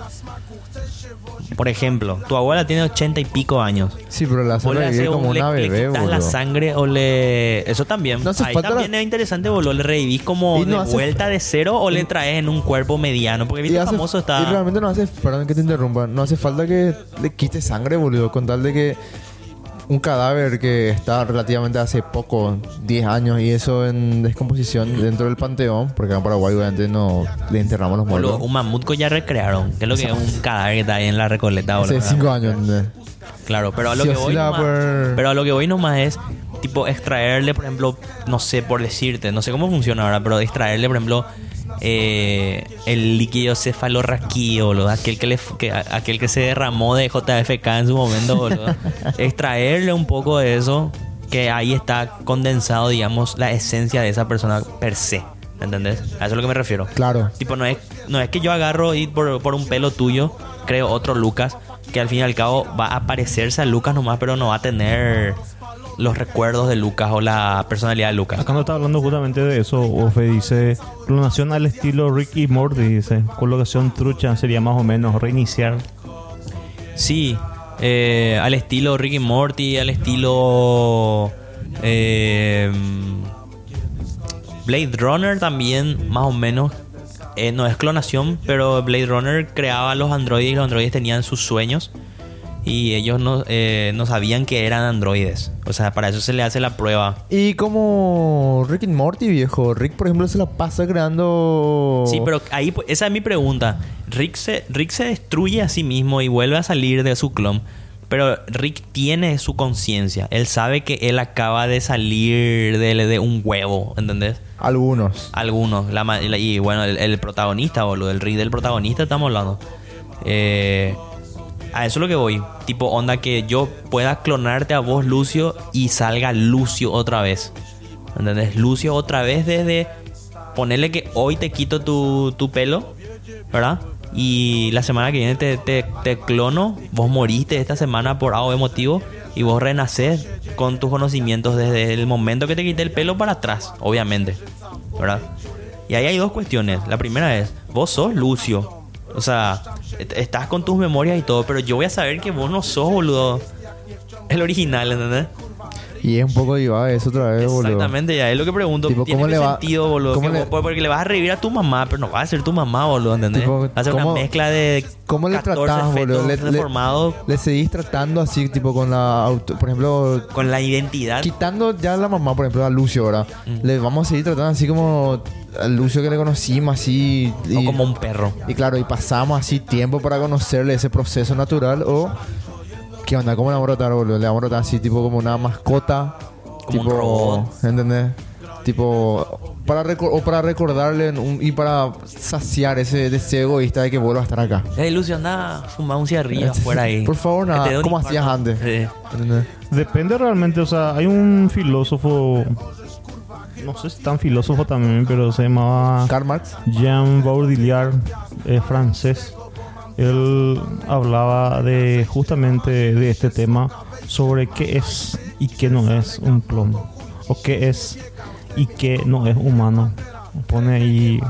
[SPEAKER 2] Por ejemplo, tu abuela tiene ochenta y pico años.
[SPEAKER 1] Sí, pero la
[SPEAKER 2] Vos
[SPEAKER 1] hace
[SPEAKER 2] le haces
[SPEAKER 1] vivir
[SPEAKER 2] un-
[SPEAKER 1] como
[SPEAKER 2] le-
[SPEAKER 1] una
[SPEAKER 2] le
[SPEAKER 1] bebé,
[SPEAKER 2] quitas la
[SPEAKER 1] boludo.
[SPEAKER 2] sangre o le... Eso también.
[SPEAKER 1] No hace
[SPEAKER 2] Ahí
[SPEAKER 1] falta la-
[SPEAKER 2] también es interesante, boludo. Le revivís como
[SPEAKER 1] Y no
[SPEAKER 2] de
[SPEAKER 1] hace-
[SPEAKER 2] vuelta de cero o le traes en un cuerpo mediano. Porque viste,
[SPEAKER 1] hace-
[SPEAKER 2] famoso está...
[SPEAKER 1] y realmente no hace, perdón que te interrumpa, no hace falta que le quite sangre, boludo, con tal de que un cadáver que está relativamente hace poco, 10 años y eso en descomposición dentro del panteón, porque acá en Paraguay obviamente no le enterramos los
[SPEAKER 2] Boludo,
[SPEAKER 1] muertos.
[SPEAKER 2] un mamut que ya recrearon. Que es lo que es un cadáver que está ahí en la recoleta, boludo.
[SPEAKER 1] Hace 5 años. ¿entendés?
[SPEAKER 2] Claro, pero a lo
[SPEAKER 1] Sí
[SPEAKER 2] que
[SPEAKER 1] o sí
[SPEAKER 2] voy
[SPEAKER 1] la va a
[SPEAKER 2] nomás,
[SPEAKER 1] poder-
[SPEAKER 2] pero a lo que voy nomás es tipo extraerle, por ejemplo, no sé por decirte, no sé cómo funciona ahora, pero extraerle, por ejemplo, eh, el líquido cefalorraquídeo, boludo, aquel que le que- a- aquel que se derramó de JFK en su momento, boludo. extraerle un poco de eso que ahí está condensado, digamos, la esencia de esa persona per se, ¿entendés? A eso es lo que me refiero.
[SPEAKER 1] Claro.
[SPEAKER 2] Tipo, no es, no es que yo agarro y por, por un pelo tuyo creo otro Lucas que al fin y al cabo va a parecerse a Lucas nomás, pero no va a tener los recuerdos de Lucas o la personalidad de Lucas.
[SPEAKER 3] Acá no está hablando justamente de eso. Ofe dice: clonación al estilo Ricky Morty, dice. Colocación trucha sería más o menos reiniciar.
[SPEAKER 2] Sí, eh, al estilo Ricky Morty, al estilo eh, Blade Runner también, más o menos. Eh, no es clonación, pero Blade Runner creaba a los androides y los androides tenían sus sueños. Y ellos no, eh, no sabían que eran androides. O sea, para eso se le hace la prueba.
[SPEAKER 1] Y como Rick and Morty, viejo. Rick, por ejemplo, se la pasa creando.
[SPEAKER 2] Sí, pero ahí pues, esa es mi pregunta. Rick se, Rick se destruye a sí mismo y vuelve a salir de su clon. Pero Rick tiene su conciencia. Él sabe que él acaba de salir de, de un huevo, ¿entendés?
[SPEAKER 1] Algunos.
[SPEAKER 2] Algunos. La, ma- la- y bueno, el, el protagonista, boludo. El Rick del protagonista estamos hablando. Eh, a eso es lo que voy. Tipo, onda que yo pueda clonarte a vos, Lucio, y salga Lucio otra vez. ¿Entendés? Lucio otra vez desde... Ponerle que hoy te quito tu, tu pelo, ¿verdad? Y la semana que viene te, te, te clono. Vos moriste esta semana por algo motivo. Y vos renacés con tus conocimientos desde el momento que te quité el pelo para atrás, obviamente. ¿verdad? Y ahí hay dos cuestiones. La primera es, vos sos Lucio. O sea, est- estás con tus memorias y todo, pero yo voy a saber que vos no sos, boludo. El original, ¿entendés?
[SPEAKER 1] Y es un poco divave eso otra vez, Eh, boludo.
[SPEAKER 2] Exactamente, ya es lo que pregunto.
[SPEAKER 1] Tipo,
[SPEAKER 2] ¿Tiene
[SPEAKER 1] ¿cómo
[SPEAKER 2] qué
[SPEAKER 1] le va-
[SPEAKER 2] sentido, boludo?
[SPEAKER 1] cómo
[SPEAKER 2] que
[SPEAKER 1] le-
[SPEAKER 2] vos- pues, porque le vas a revivir a tu mamá, pero no va a ser tu mamá, boludo, ¿entendés?
[SPEAKER 1] Tipo,
[SPEAKER 2] va a ser
[SPEAKER 1] ¿cómo-
[SPEAKER 2] una mezcla de
[SPEAKER 1] ¿Cómo le
[SPEAKER 2] 14
[SPEAKER 1] tratás, boludo?
[SPEAKER 2] fetos
[SPEAKER 1] Le, le-
[SPEAKER 2] deformados
[SPEAKER 1] le seguís tratando así, tipo con la. auto- por ejemplo,
[SPEAKER 2] con la identidad.
[SPEAKER 1] quitando ya a la mamá, por ejemplo, a Lucio ahora. Le vamos a seguir tratando así como. A Lucio que le conocimos, así.
[SPEAKER 2] o
[SPEAKER 1] y-
[SPEAKER 2] como un perro.
[SPEAKER 1] Y claro, y pasamos así tiempo para conocerle ese proceso natural o... ¿Qué onda? ¿Cómo le vamos a tratar, boludo? Le vamos a tratar así tipo como una mascota.
[SPEAKER 2] Como un
[SPEAKER 1] tipo,
[SPEAKER 2] robot.
[SPEAKER 1] ¿Entendés? Tipo... Para reco- o para recordarle en un- y para saciar ese deseo egoísta de que vuelva a estar acá.
[SPEAKER 2] Eh, Lucio, anda, fuma un cigarrillo afuera ahí.
[SPEAKER 1] Por favor,
[SPEAKER 2] Que te dé
[SPEAKER 1] nada.
[SPEAKER 2] un
[SPEAKER 1] Como
[SPEAKER 2] infarto.
[SPEAKER 1] hacías antes.
[SPEAKER 2] Sí.
[SPEAKER 1] ¿Entendés?
[SPEAKER 3] Depende realmente, o sea, hay un filósofo. No sé si tan filósofo también, pero se llamaba.
[SPEAKER 1] Karl Marx.
[SPEAKER 3] Jean Baudrillard, eh, francés, él hablaba de justamente de este tema sobre qué es y qué no es un clon, o qué es y qué no es humano. Pone y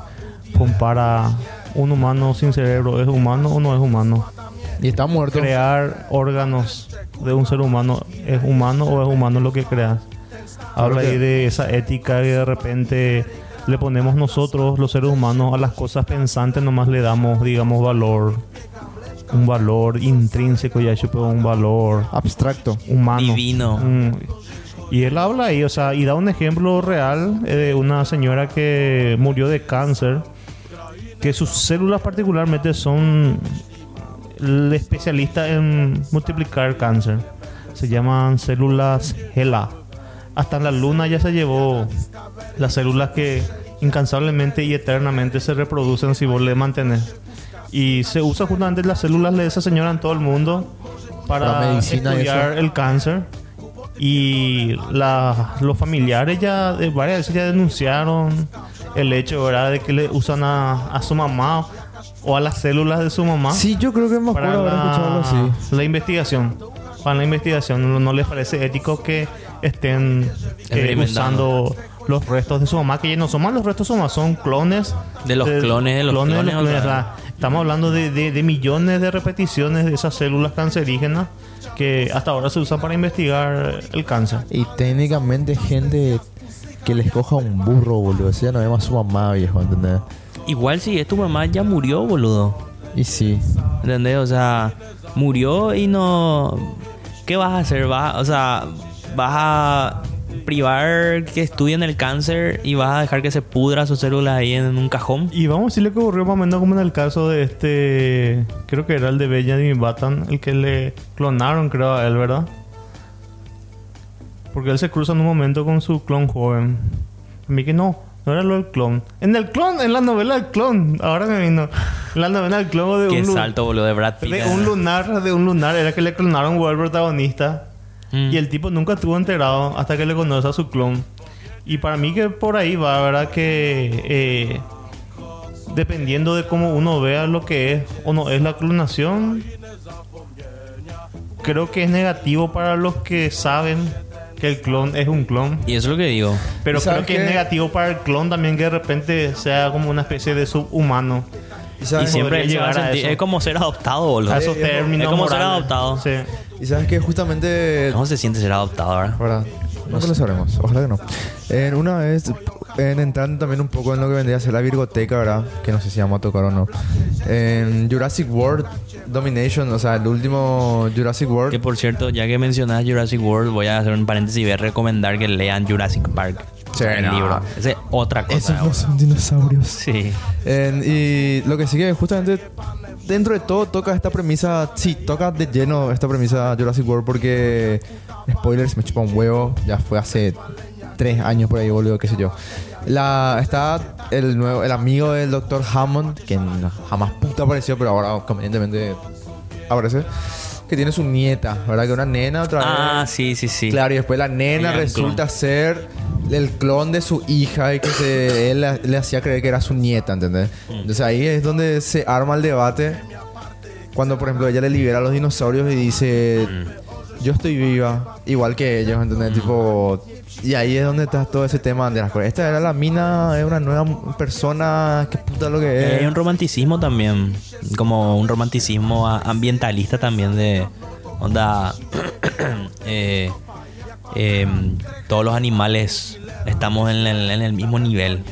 [SPEAKER 3] compara un humano sin cerebro, ¿es humano o no es humano?
[SPEAKER 1] Y está muerto.
[SPEAKER 3] Crear órganos de un ser humano, ¿es humano o es humano lo que creas? Habla ahí de esa ética que de repente le ponemos nosotros, los seres humanos, a las cosas pensantes, nomás le damos, digamos, valor, un valor intrínseco, ya hecho, pero un valor
[SPEAKER 1] Abstracto.
[SPEAKER 3] humano.
[SPEAKER 2] Divino.
[SPEAKER 3] Mm. Y él habla ahí, o sea, y da un ejemplo real eh, de una señora que murió de cáncer, que sus células particularmente son el especialista en multiplicar cáncer. Se llaman células HeLa. Hasta en la luna ya se llevó las células que incansablemente y eternamente se reproducen si vos le mantenés. Y se usa justamente las células de esa señora en todo el mundo para
[SPEAKER 1] Para medicina y
[SPEAKER 3] estudiar el cáncer. Y la- los familiares ya de varias veces ya denunciaron el hecho ¿verdad? de que le usan a, a su mamá o a las células de su mamá
[SPEAKER 1] Sí, yo creo que me
[SPEAKER 3] Ah. para
[SPEAKER 1] acuerdo haber escuchado algo
[SPEAKER 3] la,
[SPEAKER 1] así.
[SPEAKER 3] la investigación. Para la investigación, no, no les parece ético que estén eh,
[SPEAKER 2] Experimentando.
[SPEAKER 3] usando los restos de su mamá, que ya no son más los restos de su mamá, son clones.
[SPEAKER 2] De los clones de los clones, o sea.
[SPEAKER 3] la- Estamos hablando de, de- de millones de repeticiones de esas células cancerígenas que hasta ahora se usan para investigar el cáncer.
[SPEAKER 1] Y técnicamente gente que les coja un burro, boludo. Eso ya no es más su mamá, viejo, ¿entendés?
[SPEAKER 2] Igual si es tu mamá, ya murió, boludo.
[SPEAKER 1] Y sí.
[SPEAKER 2] ¿Entendés? O sea, murió y no. ¿Qué vas a hacer? Vas, a- o sea, vas a privar que estudien el cáncer y vas a dejar que se pudra sus células ahí en un cajón.
[SPEAKER 3] Y vamos a decirle que ocurrió más o menos como en el caso de este. Creo que era el de Benjamin Button, el que le clonaron, creo, a él, ¿verdad? Porque él se cruza en un momento con su clon joven. A mí que no, no era lo del clon. En el clon, en la novela del clon. Ahora me vino. En la novela del clon de
[SPEAKER 2] Qué
[SPEAKER 3] un lu-
[SPEAKER 2] salto, boludo, de Brad Pitt.
[SPEAKER 3] de un lunar, de un lunar, era que le clonaron o el protagonista.
[SPEAKER 2] Mm.
[SPEAKER 3] Y el tipo nunca estuvo enterado hasta que le conoce a su clon. Y para mí que por ahí va, ¿verdad? Que eh, dependiendo de cómo uno vea lo que es o no es la clonación, creo que es negativo para los que saben que el clon es un clon.
[SPEAKER 2] Y eso es lo que digo.
[SPEAKER 3] Pero
[SPEAKER 1] ¿Y sabes
[SPEAKER 3] creo que es
[SPEAKER 1] qué?
[SPEAKER 3] negativo para el clon también que de repente sea como una especie de subhumano.
[SPEAKER 1] Y
[SPEAKER 2] Y
[SPEAKER 1] sabes,
[SPEAKER 2] siempre
[SPEAKER 3] podría llegar
[SPEAKER 2] llegar
[SPEAKER 3] a
[SPEAKER 2] a
[SPEAKER 3] eso.
[SPEAKER 2] Es como ser adoptado, boludo.
[SPEAKER 3] A esos
[SPEAKER 1] es como-
[SPEAKER 3] términos.
[SPEAKER 2] es como ser
[SPEAKER 3] morales.
[SPEAKER 2] adoptado.
[SPEAKER 3] Sí.
[SPEAKER 1] y sabes que justamente
[SPEAKER 2] ¿Cómo se siente ser adoptado ahora?
[SPEAKER 1] ¿verdad? Nunca lo sabremos, ojalá que no. En una vez, en entrando también un poco en lo que vendría a ser la Virgoteca, ¿verdad? Que no sé si vamos a tocar o no. En Jurassic World Domination, o sea, el último Jurassic
[SPEAKER 2] Que
[SPEAKER 1] World.
[SPEAKER 2] por cierto, ya que mencionas Jurassic World, voy a hacer un paréntesis y voy a recomendar que lean Jurassic Park.
[SPEAKER 1] Sí,
[SPEAKER 2] el
[SPEAKER 1] no.
[SPEAKER 2] libro. Esa es otra cosa.
[SPEAKER 1] Esos no son dinosaurios.
[SPEAKER 2] Sí.
[SPEAKER 1] En- y lo que sigue justamente dentro de todo toca esta premisa, sí, toca de lleno esta premisa Jurassic World porque spoilers me chupa un huevo, ya fue hace tres años por ahí boludo, qué sé yo. La, está el nuevo, el amigo del Dr. Hammond, que no- jamás puta apareció, pero ahora convenientemente aparece, que tiene su nieta, ¿verdad? Que una nena otra vez.
[SPEAKER 2] Ah, sí, sí, sí.
[SPEAKER 1] Claro, y después la nena
[SPEAKER 2] Ella era un
[SPEAKER 1] resulta ser el clon de su hija y que se- él la- le hacía creer que era su nieta, ¿entendés?
[SPEAKER 2] Mm.
[SPEAKER 1] Entonces ahí es donde se arma el debate. Cuando, por ejemplo, ella le libera a los dinosaurios y dice,
[SPEAKER 2] Mm.
[SPEAKER 1] yo estoy viva, igual que ellos, ¿entendés? Tipo, y ahí es donde está todo ese tema de las cosas. Esta era la mina, es una nueva persona, qué puta lo que es.
[SPEAKER 2] Eh, Hay un romanticismo también, como un romanticismo a- ambientalista también de onda. eh, em, todos los animales estamos en el, en el mismo nivel.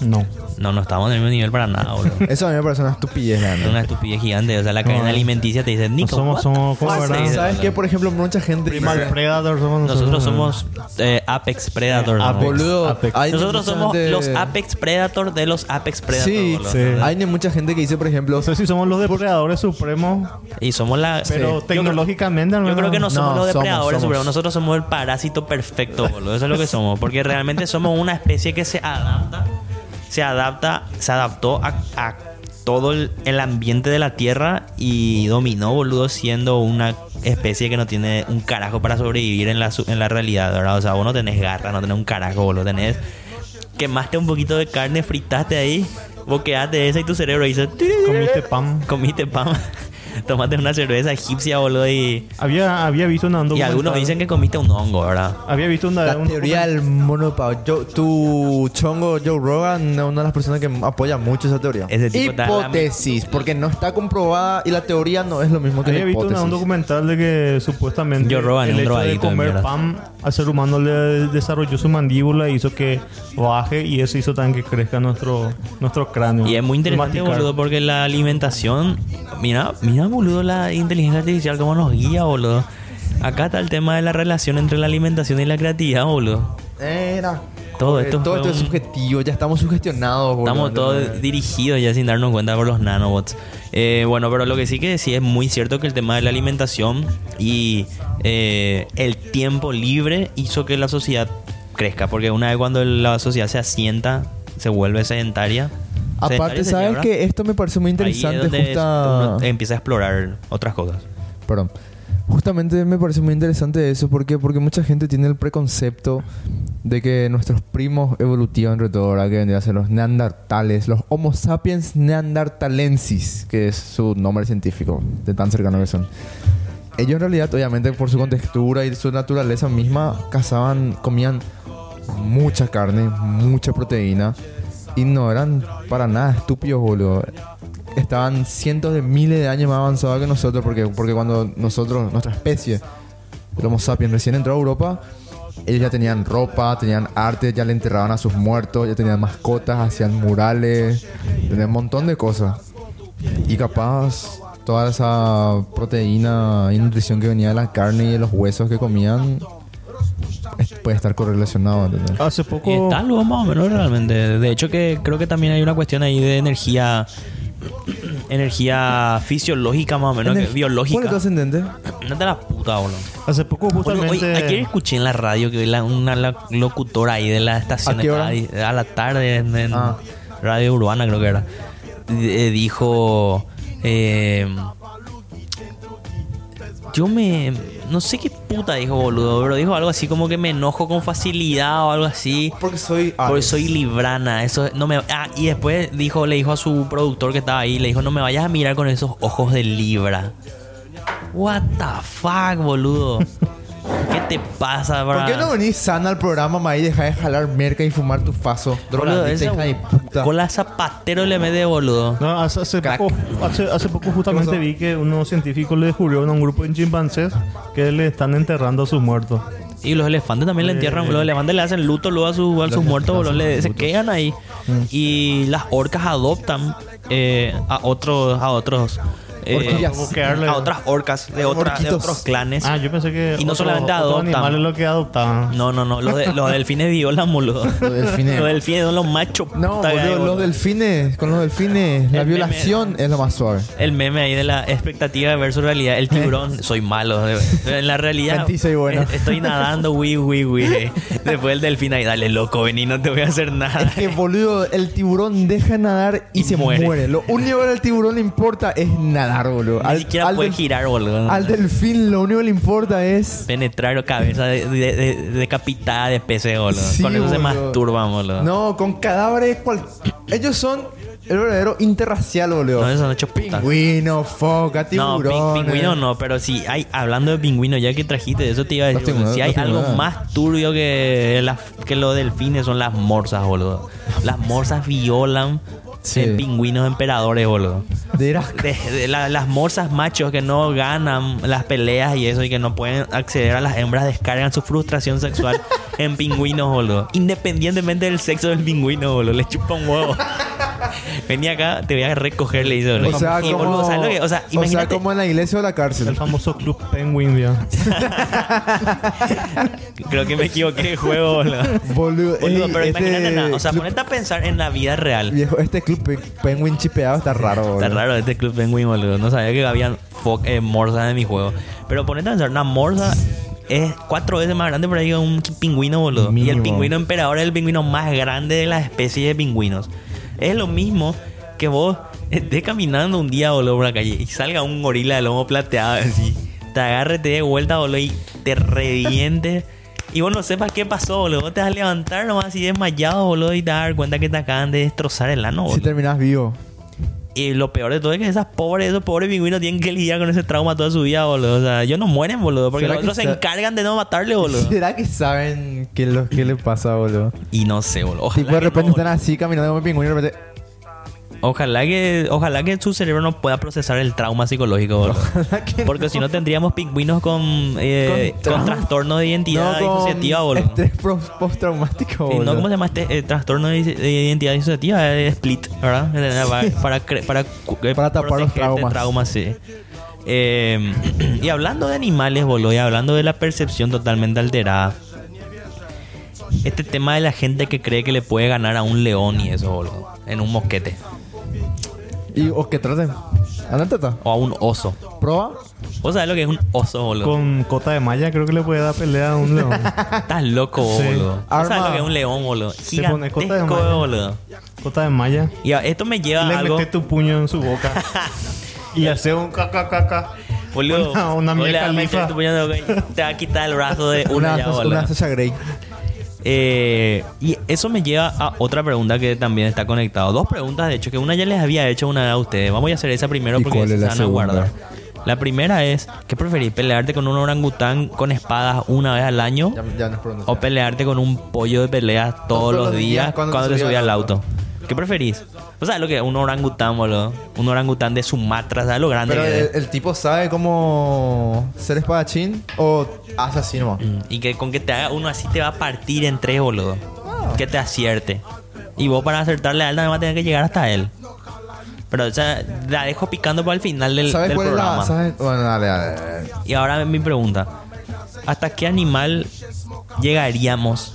[SPEAKER 3] No.
[SPEAKER 2] No, no estamos en el mismo nivel para nada, boludo.
[SPEAKER 1] Eso a mí me parece una estupidez, la
[SPEAKER 2] Es
[SPEAKER 1] neta.
[SPEAKER 2] una estupidez gigante. O sea, la cadena
[SPEAKER 3] No.
[SPEAKER 2] alimenticia te dice, Nico,
[SPEAKER 3] somos-
[SPEAKER 2] what
[SPEAKER 3] somos-
[SPEAKER 2] the fuck?"
[SPEAKER 3] ¿cómo
[SPEAKER 2] Sí,
[SPEAKER 3] verdad?
[SPEAKER 2] dice,
[SPEAKER 1] ¿Sabes qué? Por ejemplo, mucha gente... dice-
[SPEAKER 3] Primal Predator somos
[SPEAKER 2] Nosotros
[SPEAKER 3] ¿no?
[SPEAKER 2] somos eh, Apex Predator.
[SPEAKER 3] Ah,
[SPEAKER 2] ¿no?
[SPEAKER 1] Boludo,
[SPEAKER 3] Apex.
[SPEAKER 1] hay
[SPEAKER 2] Nosotros
[SPEAKER 1] mucha
[SPEAKER 2] somos
[SPEAKER 1] gente-
[SPEAKER 2] los Apex Predator de los Apex Predator.
[SPEAKER 1] Sí,
[SPEAKER 2] boludo.
[SPEAKER 3] sí.
[SPEAKER 1] hay ne- mucha gente que dice, por ejemplo,
[SPEAKER 3] No sé si somos los depredadores supremos,
[SPEAKER 2] Y somos la.
[SPEAKER 3] pero
[SPEAKER 2] Yo creo-
[SPEAKER 3] tecnológicamente al
[SPEAKER 2] Yo creo
[SPEAKER 3] menos-
[SPEAKER 2] que no
[SPEAKER 1] No,
[SPEAKER 2] somos los depredadores,
[SPEAKER 1] somos, somos.
[SPEAKER 2] pero nosotros somos el parásito perfecto, boludo. Eso es lo que somos. Porque realmente somos una especie que se adapta, se adapta, se adaptó a, a todo el, el ambiente de la Tierra y dominó, boludo, siendo una especie que no tiene un carajo para sobrevivir en la, su- en la realidad, ¿verdad? O sea, vos no tenés garra, no tenés un carajo, boludo. Tenés. Quemaste un poquito de carne, fritaste ahí, boqueaste esa y tu cerebro hizo.
[SPEAKER 3] Comiste pan.
[SPEAKER 2] Comiste pan. Tomaste una cerveza egipcia, boludo, y.
[SPEAKER 3] Había, había visto una
[SPEAKER 2] Y algunos dicen que comiste un hongo, ¿verdad?
[SPEAKER 3] Había visto una...
[SPEAKER 1] la
[SPEAKER 3] un-
[SPEAKER 1] teoría del mono Pau. Yo- tu chongo Joe Rogan es una de las personas que apoya mucho esa teoría.
[SPEAKER 2] Ese tipo está-
[SPEAKER 1] hipótesis, porque no está comprobada y la teoría no es lo mismo que
[SPEAKER 3] Había
[SPEAKER 1] la
[SPEAKER 3] visto una- un
[SPEAKER 1] hipótesis.
[SPEAKER 3] documental de que supuestamente
[SPEAKER 2] Yo roban, un
[SPEAKER 3] el hecho de
[SPEAKER 2] drogadicto de
[SPEAKER 3] comer
[SPEAKER 2] mierda.
[SPEAKER 3] pan al ser humano le desarrolló su mandíbula e hizo que baje y eso hizo también que crezca nuestro, nuestro cráneo.
[SPEAKER 2] Y es muy interesante,
[SPEAKER 3] Masticar.
[SPEAKER 2] boludo, porque la alimentación. Mira, mira, boludo, la inteligencia artificial, cómo nos guía, boludo. Acá está el tema de la relación entre la alimentación y la creatividad, boludo.
[SPEAKER 1] Era.
[SPEAKER 2] Todo esto
[SPEAKER 1] Todo
[SPEAKER 2] fue
[SPEAKER 1] esto es
[SPEAKER 2] un-
[SPEAKER 1] subjetivo, ya estamos sugestionados. boludo.
[SPEAKER 2] Estamos todos dirigidos ya sin darnos cuenta por los nanobots. Eh, bueno, pero lo que sí que sí es muy cierto que el tema de la alimentación y eh, el tiempo libre hizo que la sociedad crezca, porque una vez cuando la sociedad se asienta, se vuelve sedentaria.
[SPEAKER 1] Aparte,
[SPEAKER 2] Sedentaria se
[SPEAKER 1] ¿sabes
[SPEAKER 2] llama.
[SPEAKER 1] que Esto me pareció muy
[SPEAKER 2] Ahí es
[SPEAKER 1] interesante.
[SPEAKER 2] donde
[SPEAKER 1] justa-
[SPEAKER 2] uno empieza a explorar otras cosas.
[SPEAKER 1] Perdón. Justamente me parece muy interesante eso porque porque mucha gente tiene el preconcepto de que nuestros primos evolutivos entre todo, ¿verdad? que vendrían a ser los neandertales, los Homo sapiens neandertalensis, que es su nombre científico, de tan cercano que son. Ellos en realidad, obviamente por su contextura y su naturaleza misma, cazaban, comían mucha carne, mucha proteína y no eran para nada estúpidos, boludo. Estaban cientos de miles de años más avanzados que nosotros porque, porque cuando nosotros, nuestra especie, el Homo sapiens, recién entró a Europa, ellos ya tenían ropa, tenían arte, ya le enterraban a sus muertos, ya tenían mascotas, hacían murales, tenían un montón de cosas. Y capaz toda esa proteína y nutrición que venía de la carne y de los huesos que comían es- puede estar correlacionado.
[SPEAKER 2] Ah,
[SPEAKER 1] ¿entendés?
[SPEAKER 3] Hace
[SPEAKER 2] Y
[SPEAKER 3] poco...
[SPEAKER 2] está algo más o menos realmente. De hecho que creo que también hay una cuestión ahí de energía energía fisiológica más o menos, que-
[SPEAKER 1] Ener- ¿Cuál es
[SPEAKER 2] biológica.
[SPEAKER 1] tu ascendente?
[SPEAKER 2] No te la puta, boludo.
[SPEAKER 3] Hace poco
[SPEAKER 1] pues,
[SPEAKER 2] Bueno,
[SPEAKER 3] justamente...
[SPEAKER 2] hoy- ayer escuché en la radio que la- una la- locutora ahí de la estación
[SPEAKER 1] ¿A qué hora?
[SPEAKER 2] estaba di- a la tarde en, en
[SPEAKER 1] Ah.
[SPEAKER 2] Radio Urbana creo que era. D- eh, dijo eh, yo me no sé qué puta dijo boludo, pero dijo algo así como que me enojo con facilidad o algo así.
[SPEAKER 1] Porque soy...
[SPEAKER 2] Porque soy librana, eso no me ah, y después dijo, le dijo a su productor que estaba ahí, le dijo, "No me vayas a mirar con esos ojos de libra." What the fuck, boludo. ¿Qué te pasa, bro?
[SPEAKER 1] ¿Por qué no venís sana al programa, Maí? Deja de jalar merca y fumar tu faso.
[SPEAKER 2] Boludo,
[SPEAKER 1] Drogadicta,
[SPEAKER 2] esa
[SPEAKER 1] hija de puta.
[SPEAKER 2] cola zapatero le mete, boludo.
[SPEAKER 3] No, hace, hace
[SPEAKER 1] Crack.
[SPEAKER 3] poco, hace, hace poco justamente vi que unos científicos le descubrieron a un grupo de chimpancés que le están enterrando a sus muertos.
[SPEAKER 2] Y los elefantes también le
[SPEAKER 3] eh.
[SPEAKER 2] entierran, los elefantes le hacen luto luego a, su- a sus muertos, boludo, le- se quedan ahí. Y las orcas adoptan eh, a otros, a otros. eh,
[SPEAKER 1] Orquillas.
[SPEAKER 3] Como quedarle-
[SPEAKER 2] a otras orcas de, otra- de
[SPEAKER 1] Orquitos.
[SPEAKER 2] otros clanes.
[SPEAKER 3] Ah, yo pensé que
[SPEAKER 2] Y no solamente
[SPEAKER 3] otros
[SPEAKER 2] adoptan.
[SPEAKER 3] animales lo que adoptaban.
[SPEAKER 2] No, no, no. Los, de- los delfines violan, boludo.
[SPEAKER 1] Los delfines.
[SPEAKER 2] Los delfines son los machos.
[SPEAKER 1] No,
[SPEAKER 2] puta que hay,
[SPEAKER 1] boludo, los
[SPEAKER 2] boludo.
[SPEAKER 1] delfines, con los delfines, la
[SPEAKER 2] El
[SPEAKER 1] violación es lo más suave.
[SPEAKER 2] El meme ahí de la expectativa versus realidad. El tiburón, soy malo. de- En la realidad,
[SPEAKER 1] Mentí, soy bueno.
[SPEAKER 2] es- estoy nadando, wii, wii, wii. eh. Después el delfín ahí, dale, loco, vení, no te voy a hacer nada.
[SPEAKER 1] Es que, Eh, boludo, el tiburón deja nadar y,
[SPEAKER 2] Y
[SPEAKER 1] se
[SPEAKER 2] muere.
[SPEAKER 1] muere. Lo único que al tiburón le importa es nadar, boludo.
[SPEAKER 2] Ni siquiera puede
[SPEAKER 1] del-
[SPEAKER 2] girar, boludo.
[SPEAKER 1] al delfín lo único que le importa es...
[SPEAKER 2] Penetrar o cabeza de- de- de- decapitada de peces, boludo.
[SPEAKER 1] Sí,
[SPEAKER 2] Con eso se
[SPEAKER 1] boludo.
[SPEAKER 2] masturban, boludo.
[SPEAKER 1] No, con cadáveres cual... Ellos son el verdadero interracial, boludo.
[SPEAKER 2] No, esos son hechos putas.
[SPEAKER 1] Pingüino, foca,
[SPEAKER 2] No,
[SPEAKER 1] tiburón.
[SPEAKER 2] pin- pingüino no, pero si hay, hablando de pingüino, ya que trajiste, eso te iba a decir,
[SPEAKER 1] Los pingüinos,
[SPEAKER 2] si hay
[SPEAKER 1] los pingüinos.
[SPEAKER 2] algo más turbio que, las que los delfines son las morsas, boludo. Las morsas violan
[SPEAKER 1] Sí.
[SPEAKER 2] eh, pingüinos emperadores, boludo.
[SPEAKER 1] De veras,
[SPEAKER 2] De- de la- las morsas machos que no ganan las peleas y eso y que no pueden acceder a las hembras descargan su frustración sexual en pingüinos, boludo. Independientemente del sexo del pingüino, boludo. Le chupa un huevo. Vení acá, te voy a recoger, le dice, boludo.
[SPEAKER 1] O sea,
[SPEAKER 2] Y,
[SPEAKER 1] como,
[SPEAKER 2] boludo, ¿sabes lo que? O sea,
[SPEAKER 1] o sea,
[SPEAKER 2] imagínate.
[SPEAKER 1] como en la iglesia o la
[SPEAKER 3] El
[SPEAKER 1] cárcel.
[SPEAKER 3] famoso Club Penguin, ya.
[SPEAKER 2] Creo que me equivoqué de juego, boludo.
[SPEAKER 1] Boludo,
[SPEAKER 2] Boludo,
[SPEAKER 1] ey,
[SPEAKER 2] pero
[SPEAKER 1] este
[SPEAKER 2] imagínate nada. O sea,
[SPEAKER 1] club-
[SPEAKER 2] ponete a pensar en la vida real.
[SPEAKER 1] Viejo, este club pe- Penguin chipeado está raro, boludo.
[SPEAKER 2] Está raro este Club Penguin, boludo. No sabía que había fo- eh, morsas en mi juego. Pero ponete a pensar, una morsa es cuatro veces más grande por ahí que un chi- pingüino, boludo. Y el
[SPEAKER 1] Mínimo.
[SPEAKER 2] pingüino emperador es el pingüino más grande de las especies de pingüinos. Es lo mismo que vos estés caminando un día, boludo, por la calle y salga un gorila de lomo plateado así. Te agarre, te dé vuelta, boludo, y te reviente. Y vos no sepas qué pasó, boludo. Vos te vas a levantar nomás así desmayado, boludo, y te vas a dar cuenta que te acaban de destrozar el ano, boludo.
[SPEAKER 1] Si terminas vivo.
[SPEAKER 2] Y lo peor de todo es que esas pobres, esos pobres pingüinos tienen que lidiar con ese trauma toda su vida, boludo. O sea, ellos no mueren, boludo, porque
[SPEAKER 1] ¿Será
[SPEAKER 2] los
[SPEAKER 1] que
[SPEAKER 2] otros se
[SPEAKER 1] está-
[SPEAKER 2] encargan de no matarle, boludo.
[SPEAKER 1] ¿Será que saben qué, lo, qué le pasa, boludo?
[SPEAKER 2] Y no sé, boludo. Ojalá,
[SPEAKER 1] Tipo, de
[SPEAKER 2] que, no,
[SPEAKER 1] repente están así caminando como pingüino y de repente...
[SPEAKER 2] boludo. ojalá que ojalá que su cerebro no pueda procesar el trauma psicológico, boludo.
[SPEAKER 1] que
[SPEAKER 2] Porque si no tendríamos pingüinos con, eh,
[SPEAKER 1] Con
[SPEAKER 2] con,
[SPEAKER 1] trauma.
[SPEAKER 2] trastorno de
[SPEAKER 1] con
[SPEAKER 2] identidad
[SPEAKER 1] este,
[SPEAKER 2] disociativa, boludo.
[SPEAKER 1] Estrés pro- postraumático,
[SPEAKER 2] Y
[SPEAKER 1] boludo.
[SPEAKER 2] no, ¿cómo se llama este eh, trastorno de de identidad disociativa? Eh, split, ¿verdad? Eh, Para, cre- para, cu- eh,
[SPEAKER 1] Para tapar los
[SPEAKER 2] protegerte
[SPEAKER 1] traumas.
[SPEAKER 2] traumas, sí. Eh, y hablando de animales, boludo, y hablando de la percepción totalmente alterada. Este tema de la gente que cree que le puede ganar a un león y eso, boludo. En un mosquete.
[SPEAKER 1] Y, o que traten. Andate, tata.
[SPEAKER 2] O a un oso.
[SPEAKER 1] Proba.
[SPEAKER 2] ¿Vos sabés lo que es un oso, boludo?
[SPEAKER 3] Con cota de malla creo que le puede dar pelea a un león.
[SPEAKER 2] Estás loco, vos,
[SPEAKER 3] Sí.
[SPEAKER 2] boludo. ¿Vos sabés
[SPEAKER 1] Arma.
[SPEAKER 2] lo que es un león, boludo?
[SPEAKER 3] Se pone
[SPEAKER 2] Gigantesco,
[SPEAKER 3] cota de malla.
[SPEAKER 2] boludo.
[SPEAKER 3] Cota de malla.
[SPEAKER 2] Y a- esto me lleva
[SPEAKER 3] Le
[SPEAKER 2] a algo...
[SPEAKER 1] este
[SPEAKER 3] metes tu puño en su boca. y hace un caca caca.
[SPEAKER 2] Boludo,
[SPEAKER 3] Una, una
[SPEAKER 2] vos
[SPEAKER 3] Mia
[SPEAKER 2] le vas a meter
[SPEAKER 3] Khalifa.
[SPEAKER 2] tu puño en la boca y te va a quitar el brazo de una, ya, boludo.
[SPEAKER 1] una Sasha Grey.
[SPEAKER 2] Eh, y eso me lleva a otra pregunta que también está conectado. Dos preguntas, de hecho, que una ya les había hecho una a ustedes. Vamos a hacer esa primero
[SPEAKER 1] ¿Y
[SPEAKER 2] porque
[SPEAKER 1] cuál
[SPEAKER 2] se
[SPEAKER 1] es la
[SPEAKER 2] van a
[SPEAKER 1] segunda?
[SPEAKER 2] guardar. La primera es, ¿qué preferís? ¿Pelearte con un orangután con espadas una vez al año?
[SPEAKER 1] Ya, ya nos preguntaste.
[SPEAKER 2] ¿O pelearte con un pollo de peleas todos, los días, cuando, te subías al auto? ¿Qué preferís? O sea, lo que un orangután, boludo. Un orangután de Sumatra, ¿sabes lo grande
[SPEAKER 1] Pero
[SPEAKER 2] que es?
[SPEAKER 1] el, el tipo sabe cómo ser espadachín o asesino.
[SPEAKER 2] Y que con que te haga uno así te va a partir en tres, boludo.
[SPEAKER 1] Ah.
[SPEAKER 2] Que te acierte. Y vos para acertarle a él nada más tenés que llegar hasta él. Pero o sea, la dejo picando para el final del,
[SPEAKER 1] ¿Sabes
[SPEAKER 2] del
[SPEAKER 1] cuál es
[SPEAKER 2] programa.
[SPEAKER 1] la...? ¿sabes? Bueno, dale, dale, dale.
[SPEAKER 2] Y ahora mi pregunta. ¿Hasta qué animal llegaríamos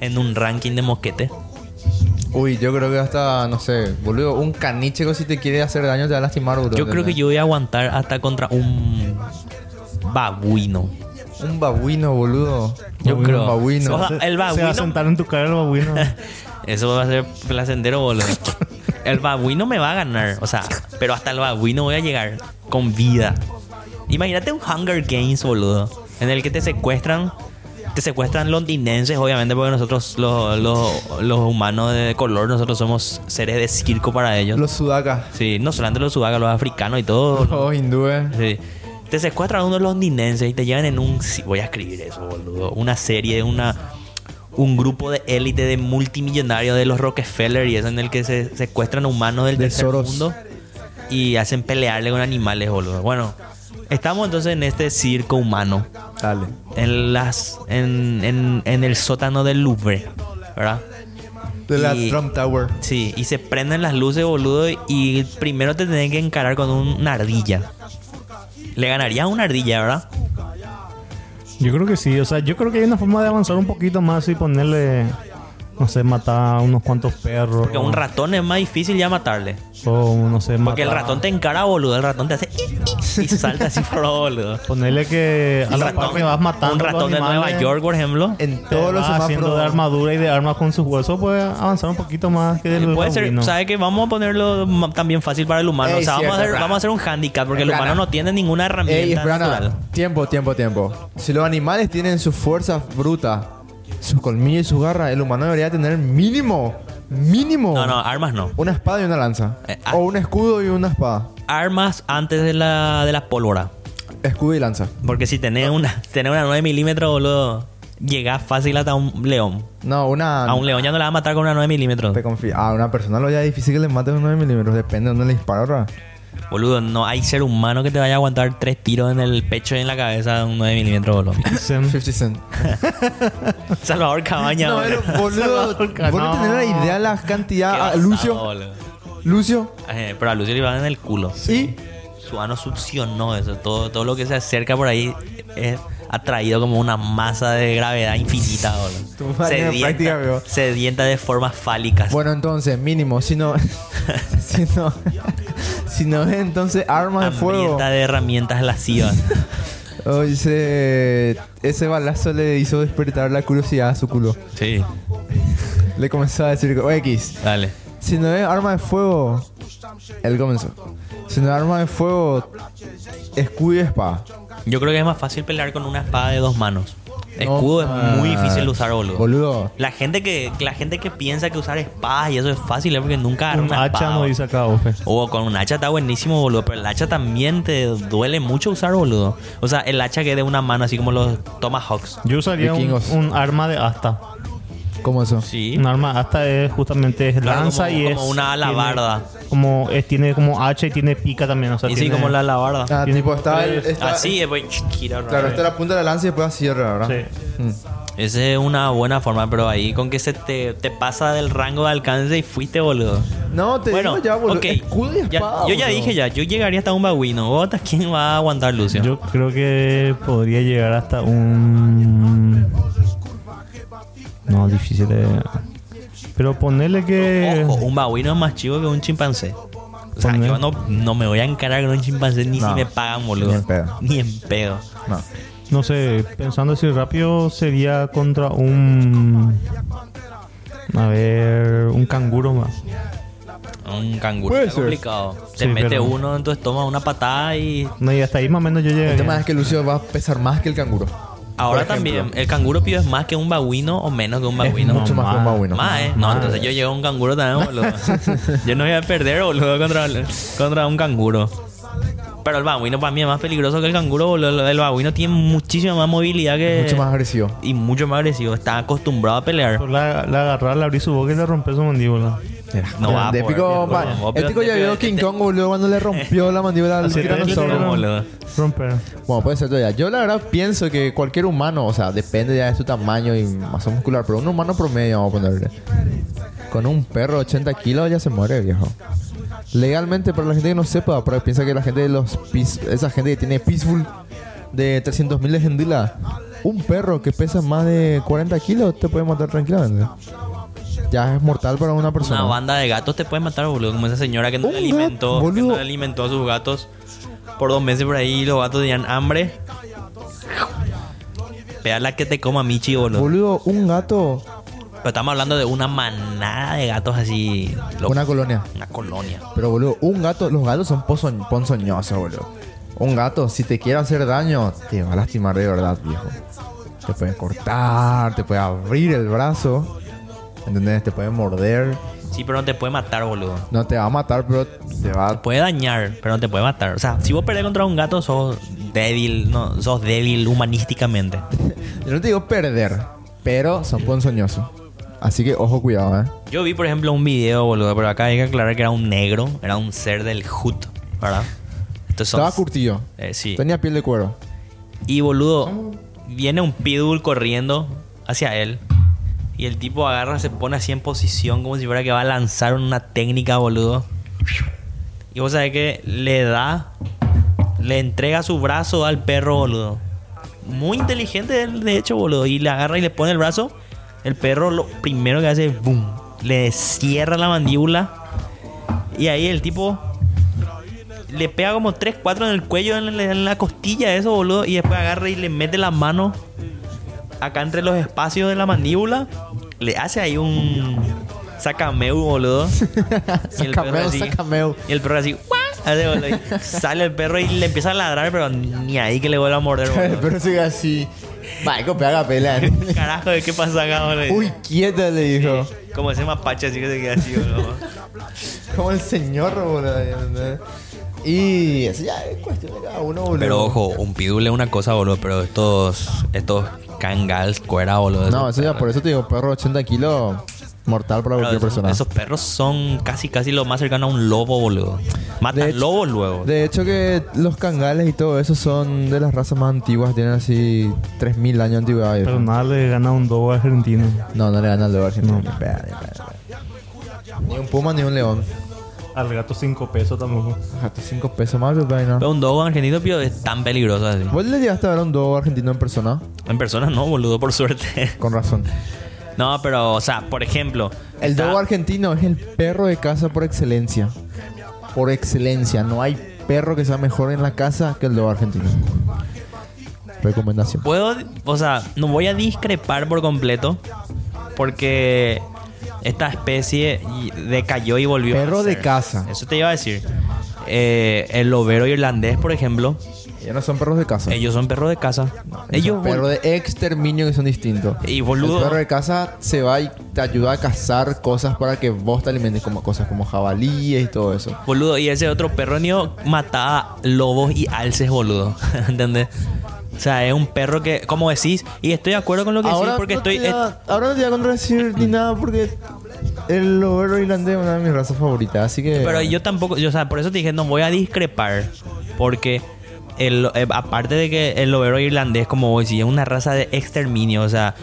[SPEAKER 2] en un ranking de mosquete?
[SPEAKER 1] Uy, yo creo que hasta, no sé, boludo, un caniche que si te quiere hacer daño te va a lastimar, boludo.
[SPEAKER 2] Yo creo que yo voy a aguantar hasta contra un babuino.
[SPEAKER 1] Un babuino, boludo.
[SPEAKER 2] Yo
[SPEAKER 1] Un
[SPEAKER 2] creo.
[SPEAKER 1] babuino.
[SPEAKER 2] O sea, el
[SPEAKER 3] Se va a
[SPEAKER 2] babuino-
[SPEAKER 3] sentar en tu cara el babuino.
[SPEAKER 2] Eso va a ser placentero, boludo. El babuino me va a ganar. O sea, pero hasta el babuino voy a llegar con vida. Imagínate un Hunger Games, boludo. En el que te secuestran. Te secuestran londinenses, obviamente, porque nosotros, los, los- los humanos de color, nosotros somos seres de circo para ellos.
[SPEAKER 1] Los sudacas.
[SPEAKER 2] Sí, no solamente los sudagas, los africanos y todo.
[SPEAKER 1] Los hindúes.
[SPEAKER 2] Sí. Te secuestran a uno de los londinenses y te llevan en un. sí, Voy a escribir eso, boludo. Una serie, una. Un grupo de élite de multimillonarios de los Rockefeller y eso en el que se secuestran a humanos del
[SPEAKER 1] De
[SPEAKER 2] tercer
[SPEAKER 1] Soros.
[SPEAKER 2] mundo y hacen pelearle con animales, boludo. Bueno, estamos entonces en este circo humano
[SPEAKER 1] Dale.
[SPEAKER 2] en las en, en, en el sótano del Louvre, ¿verdad?
[SPEAKER 1] De la
[SPEAKER 2] Y-
[SPEAKER 1] Trump Tower.
[SPEAKER 2] Sí, y se prenden las luces, boludo, y primero te tienen que encarar con un- una ardilla. Le ganarías a una ardilla, ¿verdad?
[SPEAKER 3] Yo creo que sí, o sea, yo creo que hay una forma de avanzar un poquito más y ponerle, no sé, matar unos cuantos perros.
[SPEAKER 2] Porque un ratón es más difícil ya matarle.
[SPEAKER 3] O, no sé, matar.
[SPEAKER 2] Porque el ratón te encara, boludo, el ratón te hace y, y salta así por abajo, boludo.
[SPEAKER 3] Ponerle que a
[SPEAKER 2] Un
[SPEAKER 3] la par que vas matando.
[SPEAKER 2] un
[SPEAKER 3] los
[SPEAKER 2] ratón de Nueva
[SPEAKER 3] animales,
[SPEAKER 2] York, por ejemplo.
[SPEAKER 1] En
[SPEAKER 3] Te
[SPEAKER 1] todos los
[SPEAKER 3] vas haciendo
[SPEAKER 1] semáforos.
[SPEAKER 3] de armadura y de armas con sus huesos, puede avanzar un poquito más que del
[SPEAKER 2] Puede ser,
[SPEAKER 3] babuino.
[SPEAKER 2] ¿sabes qué? Vamos a ponerlo ma- también fácil para el humano.
[SPEAKER 1] Ey,
[SPEAKER 2] o sea, vamos,
[SPEAKER 1] cierto,
[SPEAKER 2] a hacer,
[SPEAKER 1] Fran.
[SPEAKER 2] vamos a hacer un handicap porque el
[SPEAKER 1] Fran,
[SPEAKER 2] humano no tiene ninguna herramienta.
[SPEAKER 1] Ey, espera,
[SPEAKER 2] natural.
[SPEAKER 1] nada. tiempo, tiempo, tiempo. Si los animales tienen sus fuerzas brutas, sus colmillos y sus garras, el humano debería tener mínimo, mínimo,
[SPEAKER 2] No, no, armas no.
[SPEAKER 1] una espada y una lanza.
[SPEAKER 2] Eh, ah.
[SPEAKER 1] o un escudo y una espada.
[SPEAKER 2] Armas antes de la, de la pólvora.
[SPEAKER 1] Escudo y lanza.
[SPEAKER 2] Porque si tenés una, tenés una 9 milímetros, boludo, llegás fácil hasta un león.
[SPEAKER 1] No, una...
[SPEAKER 2] A un león ya no le vas a matar con una 9 milímetros.
[SPEAKER 1] Te confía. A una persona lo ya es difícil que le mates 9 milímetros. Depende de dónde le dispara.
[SPEAKER 2] Boludo, no hay ser humano que te vaya a aguantar tres tiros en el pecho y en la cabeza de un 9 milímetros, boludo.
[SPEAKER 3] Dicen,
[SPEAKER 1] 50 Cent.
[SPEAKER 2] Salvador Cabaña,
[SPEAKER 1] No,
[SPEAKER 2] boludo.
[SPEAKER 1] pero boludo. Vos
[SPEAKER 3] Salvador
[SPEAKER 1] no tenés la idea la cantidad.
[SPEAKER 2] Qué
[SPEAKER 1] Ah,
[SPEAKER 2] basado,
[SPEAKER 1] Lucio.
[SPEAKER 2] boludo.
[SPEAKER 1] Lucio.
[SPEAKER 2] Eh, pero a Lucio le iban en el culo.
[SPEAKER 1] Sí.
[SPEAKER 2] Su ano succionó eso. Todo, todo lo que se acerca por ahí es atraído como una masa de gravedad infinita,
[SPEAKER 1] Tu
[SPEAKER 2] boludo.
[SPEAKER 1] madre de práctica,
[SPEAKER 2] Sedienta,
[SPEAKER 1] amigo.
[SPEAKER 2] sedienta de formas fálicas.
[SPEAKER 1] Bueno, entonces, mínimo. Si no. si no. Si no es entonces armas de fuego.
[SPEAKER 2] Hambrienta de herramientas lascivas.
[SPEAKER 1] Oh, dice. Ese balazo le hizo despertar la curiosidad a su culo.
[SPEAKER 2] sí,
[SPEAKER 1] Le comenzó a decir. "Oh, X.
[SPEAKER 2] dale.
[SPEAKER 1] Si no es arma de fuego. Él comenzó. Si no es arma de fuego. Escudo y espada.
[SPEAKER 2] Yo creo que es más fácil pelear con una espada de dos manos. Escudo es muy difícil de usar, boludo.
[SPEAKER 1] Boludo.
[SPEAKER 2] La gente que la gente que piensa que usar espadas y eso es fácil es porque nunca agarró
[SPEAKER 3] un
[SPEAKER 2] una
[SPEAKER 3] hacha
[SPEAKER 2] espada.
[SPEAKER 3] no dice acá, Ofe.
[SPEAKER 2] O con un hacha está buenísimo, boludo. Pero el hacha también te duele mucho usar, boludo. O sea, el hacha que de una mano, así como los Tomahawks.
[SPEAKER 3] Yo usaría un,
[SPEAKER 1] Vikingos.
[SPEAKER 3] un arma de asta.
[SPEAKER 1] ¿Cómo eso?
[SPEAKER 2] Sí.
[SPEAKER 3] Un arma de asta es justamente es
[SPEAKER 2] Claro,
[SPEAKER 3] lanza
[SPEAKER 2] como-
[SPEAKER 3] y es.
[SPEAKER 2] como una alabarda.
[SPEAKER 3] tiene- como es, tiene como hacha y tiene pica también. O sea,
[SPEAKER 2] Y sí,
[SPEAKER 3] tiene-
[SPEAKER 2] como la alabarda.
[SPEAKER 1] Ah,
[SPEAKER 3] Tiene
[SPEAKER 1] tipo, está el.
[SPEAKER 3] tres.
[SPEAKER 1] está-
[SPEAKER 2] Así es, pues, gira, ¿no?
[SPEAKER 1] Claro, está la punta de la lanza y después así, ¿verdad?
[SPEAKER 3] Sí.
[SPEAKER 1] Mm.
[SPEAKER 2] Esa es una buena forma, pero ahí con que se te, te pasa del rango de alcance y fuiste, boludo.
[SPEAKER 1] No, te
[SPEAKER 2] bueno,
[SPEAKER 1] digo ya, boludo.
[SPEAKER 2] ok.
[SPEAKER 1] Escudo y
[SPEAKER 2] Ya-
[SPEAKER 1] espada.
[SPEAKER 2] yo ya
[SPEAKER 1] boludo.
[SPEAKER 2] dije ya, yo llegaría hasta un babuino. ¿Vos hasta quién va a aguantar, Lucio?
[SPEAKER 3] Yo creo que podría llegar hasta un. No, difícil. de- Pero ponerle que.
[SPEAKER 2] Ojo, un babuino es más chivo que un chimpancé. O sea,
[SPEAKER 3] Ponle.
[SPEAKER 2] yo no, no me voy a encarar con un chimpancé ni si
[SPEAKER 1] No.
[SPEAKER 2] me pagan, boludo.
[SPEAKER 1] Ni en pedo.
[SPEAKER 2] Ni en pedo.
[SPEAKER 1] No.
[SPEAKER 3] No sé, pensando así rápido, sería contra un. A ver, un canguro más.
[SPEAKER 2] Un canguro
[SPEAKER 1] Puede
[SPEAKER 2] está
[SPEAKER 1] ser.
[SPEAKER 2] complicado. Se
[SPEAKER 3] Sí,
[SPEAKER 2] mete
[SPEAKER 3] pero-
[SPEAKER 2] uno, entonces toma una patada y.
[SPEAKER 3] No, y hasta ahí más o menos yo
[SPEAKER 1] El tema es
[SPEAKER 3] llegué.
[SPEAKER 1] que Lucio va a pesar más que el canguro.
[SPEAKER 2] Ahora
[SPEAKER 1] Por ejemplo.
[SPEAKER 2] también, el canguro pibe es más que un babuino o menos que un babuino.
[SPEAKER 1] Mucho más que un
[SPEAKER 3] más.
[SPEAKER 1] babuino.
[SPEAKER 2] Más, ¿eh? No, entonces yo llego a un canguro también, boludo. yo no voy a perder, boludo, contra, contra un canguro. Pero el babuino para mí es más peligroso que el canguro, boludo. El babuino tiene muchísima más movilidad que...
[SPEAKER 1] Mucho más agresivo.
[SPEAKER 2] Y mucho más agresivo. Está acostumbrado a pelear.
[SPEAKER 3] La, la agarrar, la abrí su boca y le rompí su mandíbula.
[SPEAKER 2] No va a
[SPEAKER 1] de
[SPEAKER 2] poder,
[SPEAKER 1] pico,
[SPEAKER 2] boludo.
[SPEAKER 1] pa-
[SPEAKER 2] Vos,
[SPEAKER 1] el
[SPEAKER 2] pero
[SPEAKER 1] pico ya
[SPEAKER 2] te-
[SPEAKER 1] vio
[SPEAKER 2] te-
[SPEAKER 1] King
[SPEAKER 2] te-
[SPEAKER 1] Kong, boludo, cuando le rompió la mandíbula al
[SPEAKER 3] Así es,
[SPEAKER 1] tiranosaurio.
[SPEAKER 2] no, boludo.
[SPEAKER 3] Romper.
[SPEAKER 1] Bueno, puede ser todavía. Yo la verdad pienso que cualquier humano, o sea, depende ya de su tamaño y masa muscular, pero un humano promedio, vamos a ponerle. Con un perro de 80 kilos ya se muere, viejo. Legalmente, para la gente que no sepa, pero piensa que la gente de los... peace- esa gente que tiene Peaceful de 300.000 de Gendila, un perro que pesa más de 40 kilos te puede matar tranquilamente. Ya es mortal para una
[SPEAKER 2] Una
[SPEAKER 1] persona.
[SPEAKER 2] banda de gatos te puede matar, boludo. Como esa señora que no
[SPEAKER 1] Un
[SPEAKER 2] le
[SPEAKER 1] gato,
[SPEAKER 2] alimentó, que no
[SPEAKER 1] boludo.
[SPEAKER 2] le alimentó a sus gatos por dos meses por ahí y los gatos tenían hambre. Pea la que te coma Michi, boludo.
[SPEAKER 1] Boludo, un gato,
[SPEAKER 2] Pero estamos hablando de una manada de gatos así. loco.
[SPEAKER 1] una colonia.
[SPEAKER 2] Una colonia.
[SPEAKER 1] Pero boludo, un gato, los gatos son pozo- ponzoñosos, boludo. Un gato, si te quiere hacer daño, te va a lastimar de verdad, viejo. Te puede cortar, te puede abrir el brazo. ¿Entendés? Te puede morder.
[SPEAKER 2] Sí, pero no te puede matar, boludo.
[SPEAKER 1] No te va a matar, pero te va
[SPEAKER 2] Puede dañar, pero no te puede matar. O sea, si vos perdés contra un gato, sos débil, no, sos débil humanísticamente.
[SPEAKER 1] Yo no te digo perder, pero son ponzoñosos. Así que ojo, cuidado, ¿eh?
[SPEAKER 2] Yo vi, por ejemplo, un video, boludo, pero acá hay que aclarar que era un negro, era un ser del HUT, ¿verdad? Estos son-
[SPEAKER 1] Estaba curtido.
[SPEAKER 2] Eh, sí.
[SPEAKER 1] Tenía piel de cuero.
[SPEAKER 2] Y boludo, viene un pitbull corriendo hacia él. Y el tipo agarra, se pone así en posición como si fuera que va a lanzar una técnica, boludo. Y vos sabés que le da, le entrega su brazo al perro, boludo. Muy inteligente él, de hecho, boludo. Y le agarra y le pone el brazo. El perro lo primero que hace es boom. Le cierra la mandíbula. Y ahí el tipo le pega como 3, 4 en el cuello, en la, en la costilla, eso, boludo. Y después agarra y le mete la mano acá entre los espacios de la mandíbula. Le hace ahí un sacameu, boludo. Y el perro
[SPEAKER 1] Sacameu,
[SPEAKER 2] así-
[SPEAKER 1] sacameu.
[SPEAKER 2] Y el perro así, "Guau", hace, boludo, y sale el perro y le empieza a ladrar, pero ni ahí que le vuelve a morder,
[SPEAKER 1] El
[SPEAKER 2] boludo.
[SPEAKER 1] perro sigue así. Maico, pega pela.
[SPEAKER 2] Carajo, ¿de ¿qué pasa acá, boludo?
[SPEAKER 1] Uy, quieta, le dijo.
[SPEAKER 2] Como ese mapache así que se queda así, boludo.
[SPEAKER 1] Como el señor, boludo. ¿entendés? Y eso ya es cuestión de cada uno, boludo.
[SPEAKER 2] Pero ojo, un pidule es una cosa, boludo, pero estos, estos cangals, cuera, boludo.
[SPEAKER 1] No, eso ya por eso te digo, perro 80 kilos, mortal para
[SPEAKER 2] Claro,
[SPEAKER 1] cualquier
[SPEAKER 2] esos,
[SPEAKER 1] persona.
[SPEAKER 2] esos perros son casi casi lo más cercano a un lobo, boludo.
[SPEAKER 1] De
[SPEAKER 2] Matan
[SPEAKER 1] hecho-
[SPEAKER 2] lobos luego.
[SPEAKER 1] De hecho que los cangales y todo eso son de las razas más antiguas, tienen así 3000 años de antigüedad.
[SPEAKER 3] Pero nada le gana un dogo argentino.
[SPEAKER 1] No, no le gana al de Argentina. Ni, pedo, ni pedo, ni pedo. Ni un puma ni un león.
[SPEAKER 3] Al gato 5 pesos tampoco.
[SPEAKER 1] Hasta 5 pesos más, pero ahí no.
[SPEAKER 2] Pero un dogo argentino pío, es tan peligroso así.
[SPEAKER 1] ¿Vos le llegaste a ver a un dogo argentino en persona?
[SPEAKER 2] En persona no, boludo, por suerte.
[SPEAKER 1] Con razón.
[SPEAKER 2] no, pero, o sea, por ejemplo.
[SPEAKER 1] El
[SPEAKER 2] está-
[SPEAKER 1] dogo argentino es el perro de casa por excelencia. Por excelencia. No hay perro que sea mejor en la casa que el dogo argentino. Recomendación.
[SPEAKER 2] Puedo, o sea, no voy a discrepar por completo porque esta especie y- decayó y volvió. a
[SPEAKER 1] Perro de
[SPEAKER 2] nacer.
[SPEAKER 1] casa.
[SPEAKER 2] Eso te iba a decir. Eh, el lobero irlandés, por ejemplo,
[SPEAKER 1] Ellos no son perros de casa.
[SPEAKER 2] ellos son perros de casa. Ellos,
[SPEAKER 1] Son perros
[SPEAKER 2] vol-
[SPEAKER 1] de exterminio que son distintos.
[SPEAKER 2] Y boludo.
[SPEAKER 1] El perro de casa se va y te ayuda a cazar cosas para que vos te alimentes como cosas como jabalíes y todo eso.
[SPEAKER 2] boludo, y ese otro perro niño mataba lobos y alces, boludo. ¿Entendés? O sea, es un perro que, como decís, y estoy de acuerdo con lo que decís porque
[SPEAKER 1] no
[SPEAKER 2] estoy.
[SPEAKER 1] te voy a- ahora no te voy a contradecir ni nada porque el lobero irlandés es una de mis razas favoritas, así que...
[SPEAKER 2] Pero yo tampoco, yo, o sea, por eso te dije, no voy a discrepar. Porque el, eh, aparte de que el lobero irlandés, como vos decís, es una raza de exterminio, o sea,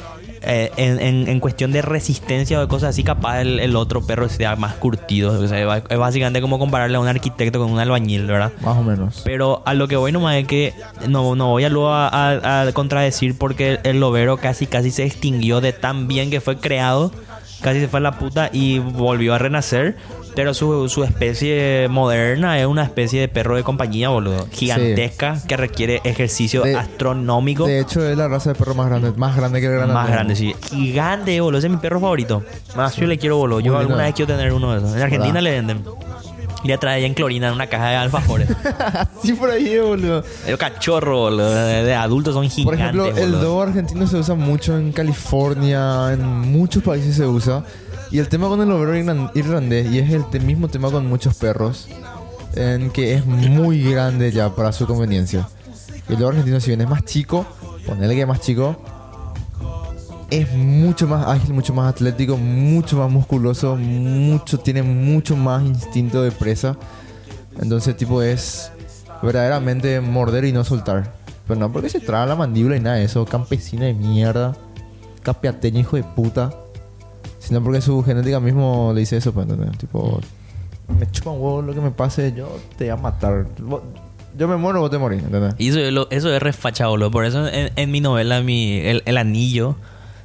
[SPEAKER 2] eh, en, en- en cuestión de resistencia o de cosas así, capaz el, el otro perro sea más curtido. O sea, es ba- es básicamente como compararle a un arquitecto con un albañil, ¿verdad?
[SPEAKER 1] Más o menos.
[SPEAKER 2] Pero a lo que voy nomás es que no, no voy a luego a, a- a contradecir porque el lobero casi casi se extinguió de tan bien que fue creado. Casi se fue a la puta y volvió a renacer. Pero su, su especie moderna es una especie de perro de compañía, boludo. Gigantesca que requiere ejercicio
[SPEAKER 1] De-
[SPEAKER 2] astronómico.
[SPEAKER 1] De hecho es la raza de perro más grande, más grande que el granadero.
[SPEAKER 2] más grande, sí. Gigante, boludo. Ese es mi perro favorito. Más yo le quiero, boludo. Yo
[SPEAKER 1] Muy lindo.
[SPEAKER 2] alguna vez quiero tener uno de esos. En Argentina
[SPEAKER 1] ¿Verdad?
[SPEAKER 2] le venden. Y le traía en clorina en una caja de alfajores.
[SPEAKER 1] sí, por ahí, eh, boludo.
[SPEAKER 2] Yo cachorro, boludo. De, de adultos son gigantes.
[SPEAKER 1] Por ejemplo, el
[SPEAKER 2] boludo.
[SPEAKER 1] dogo argentino se usa mucho en California, en muchos países se usa. Y el tema con el obrero irlan- irlandés, y es el te- mismo tema con muchos perros, en que es muy grande ya para su conveniencia. Y el dogo argentino, si bien es más chico, ponele que es más chico, es mucho más ágil, mucho más atlético, mucho más musculoso, mucho, tiene mucho más instinto de presa. Entonces, tipo, es verdaderamente morder y no soltar. Pero no porque se traga la mandíbula y nada de eso, campesina de mierda, capiateño hijo de puta. Sino porque su genética mismo le dice eso, pues, ¿entendés? Tipo, me chupa un huevo lo que me pase, yo te voy a matar. Vos- Yo me muero, vos te morís, ¿entendés?
[SPEAKER 2] Y eso, es lo- eso es refachado, boludo. Por eso en, en mi novela, mi, el, el anillo,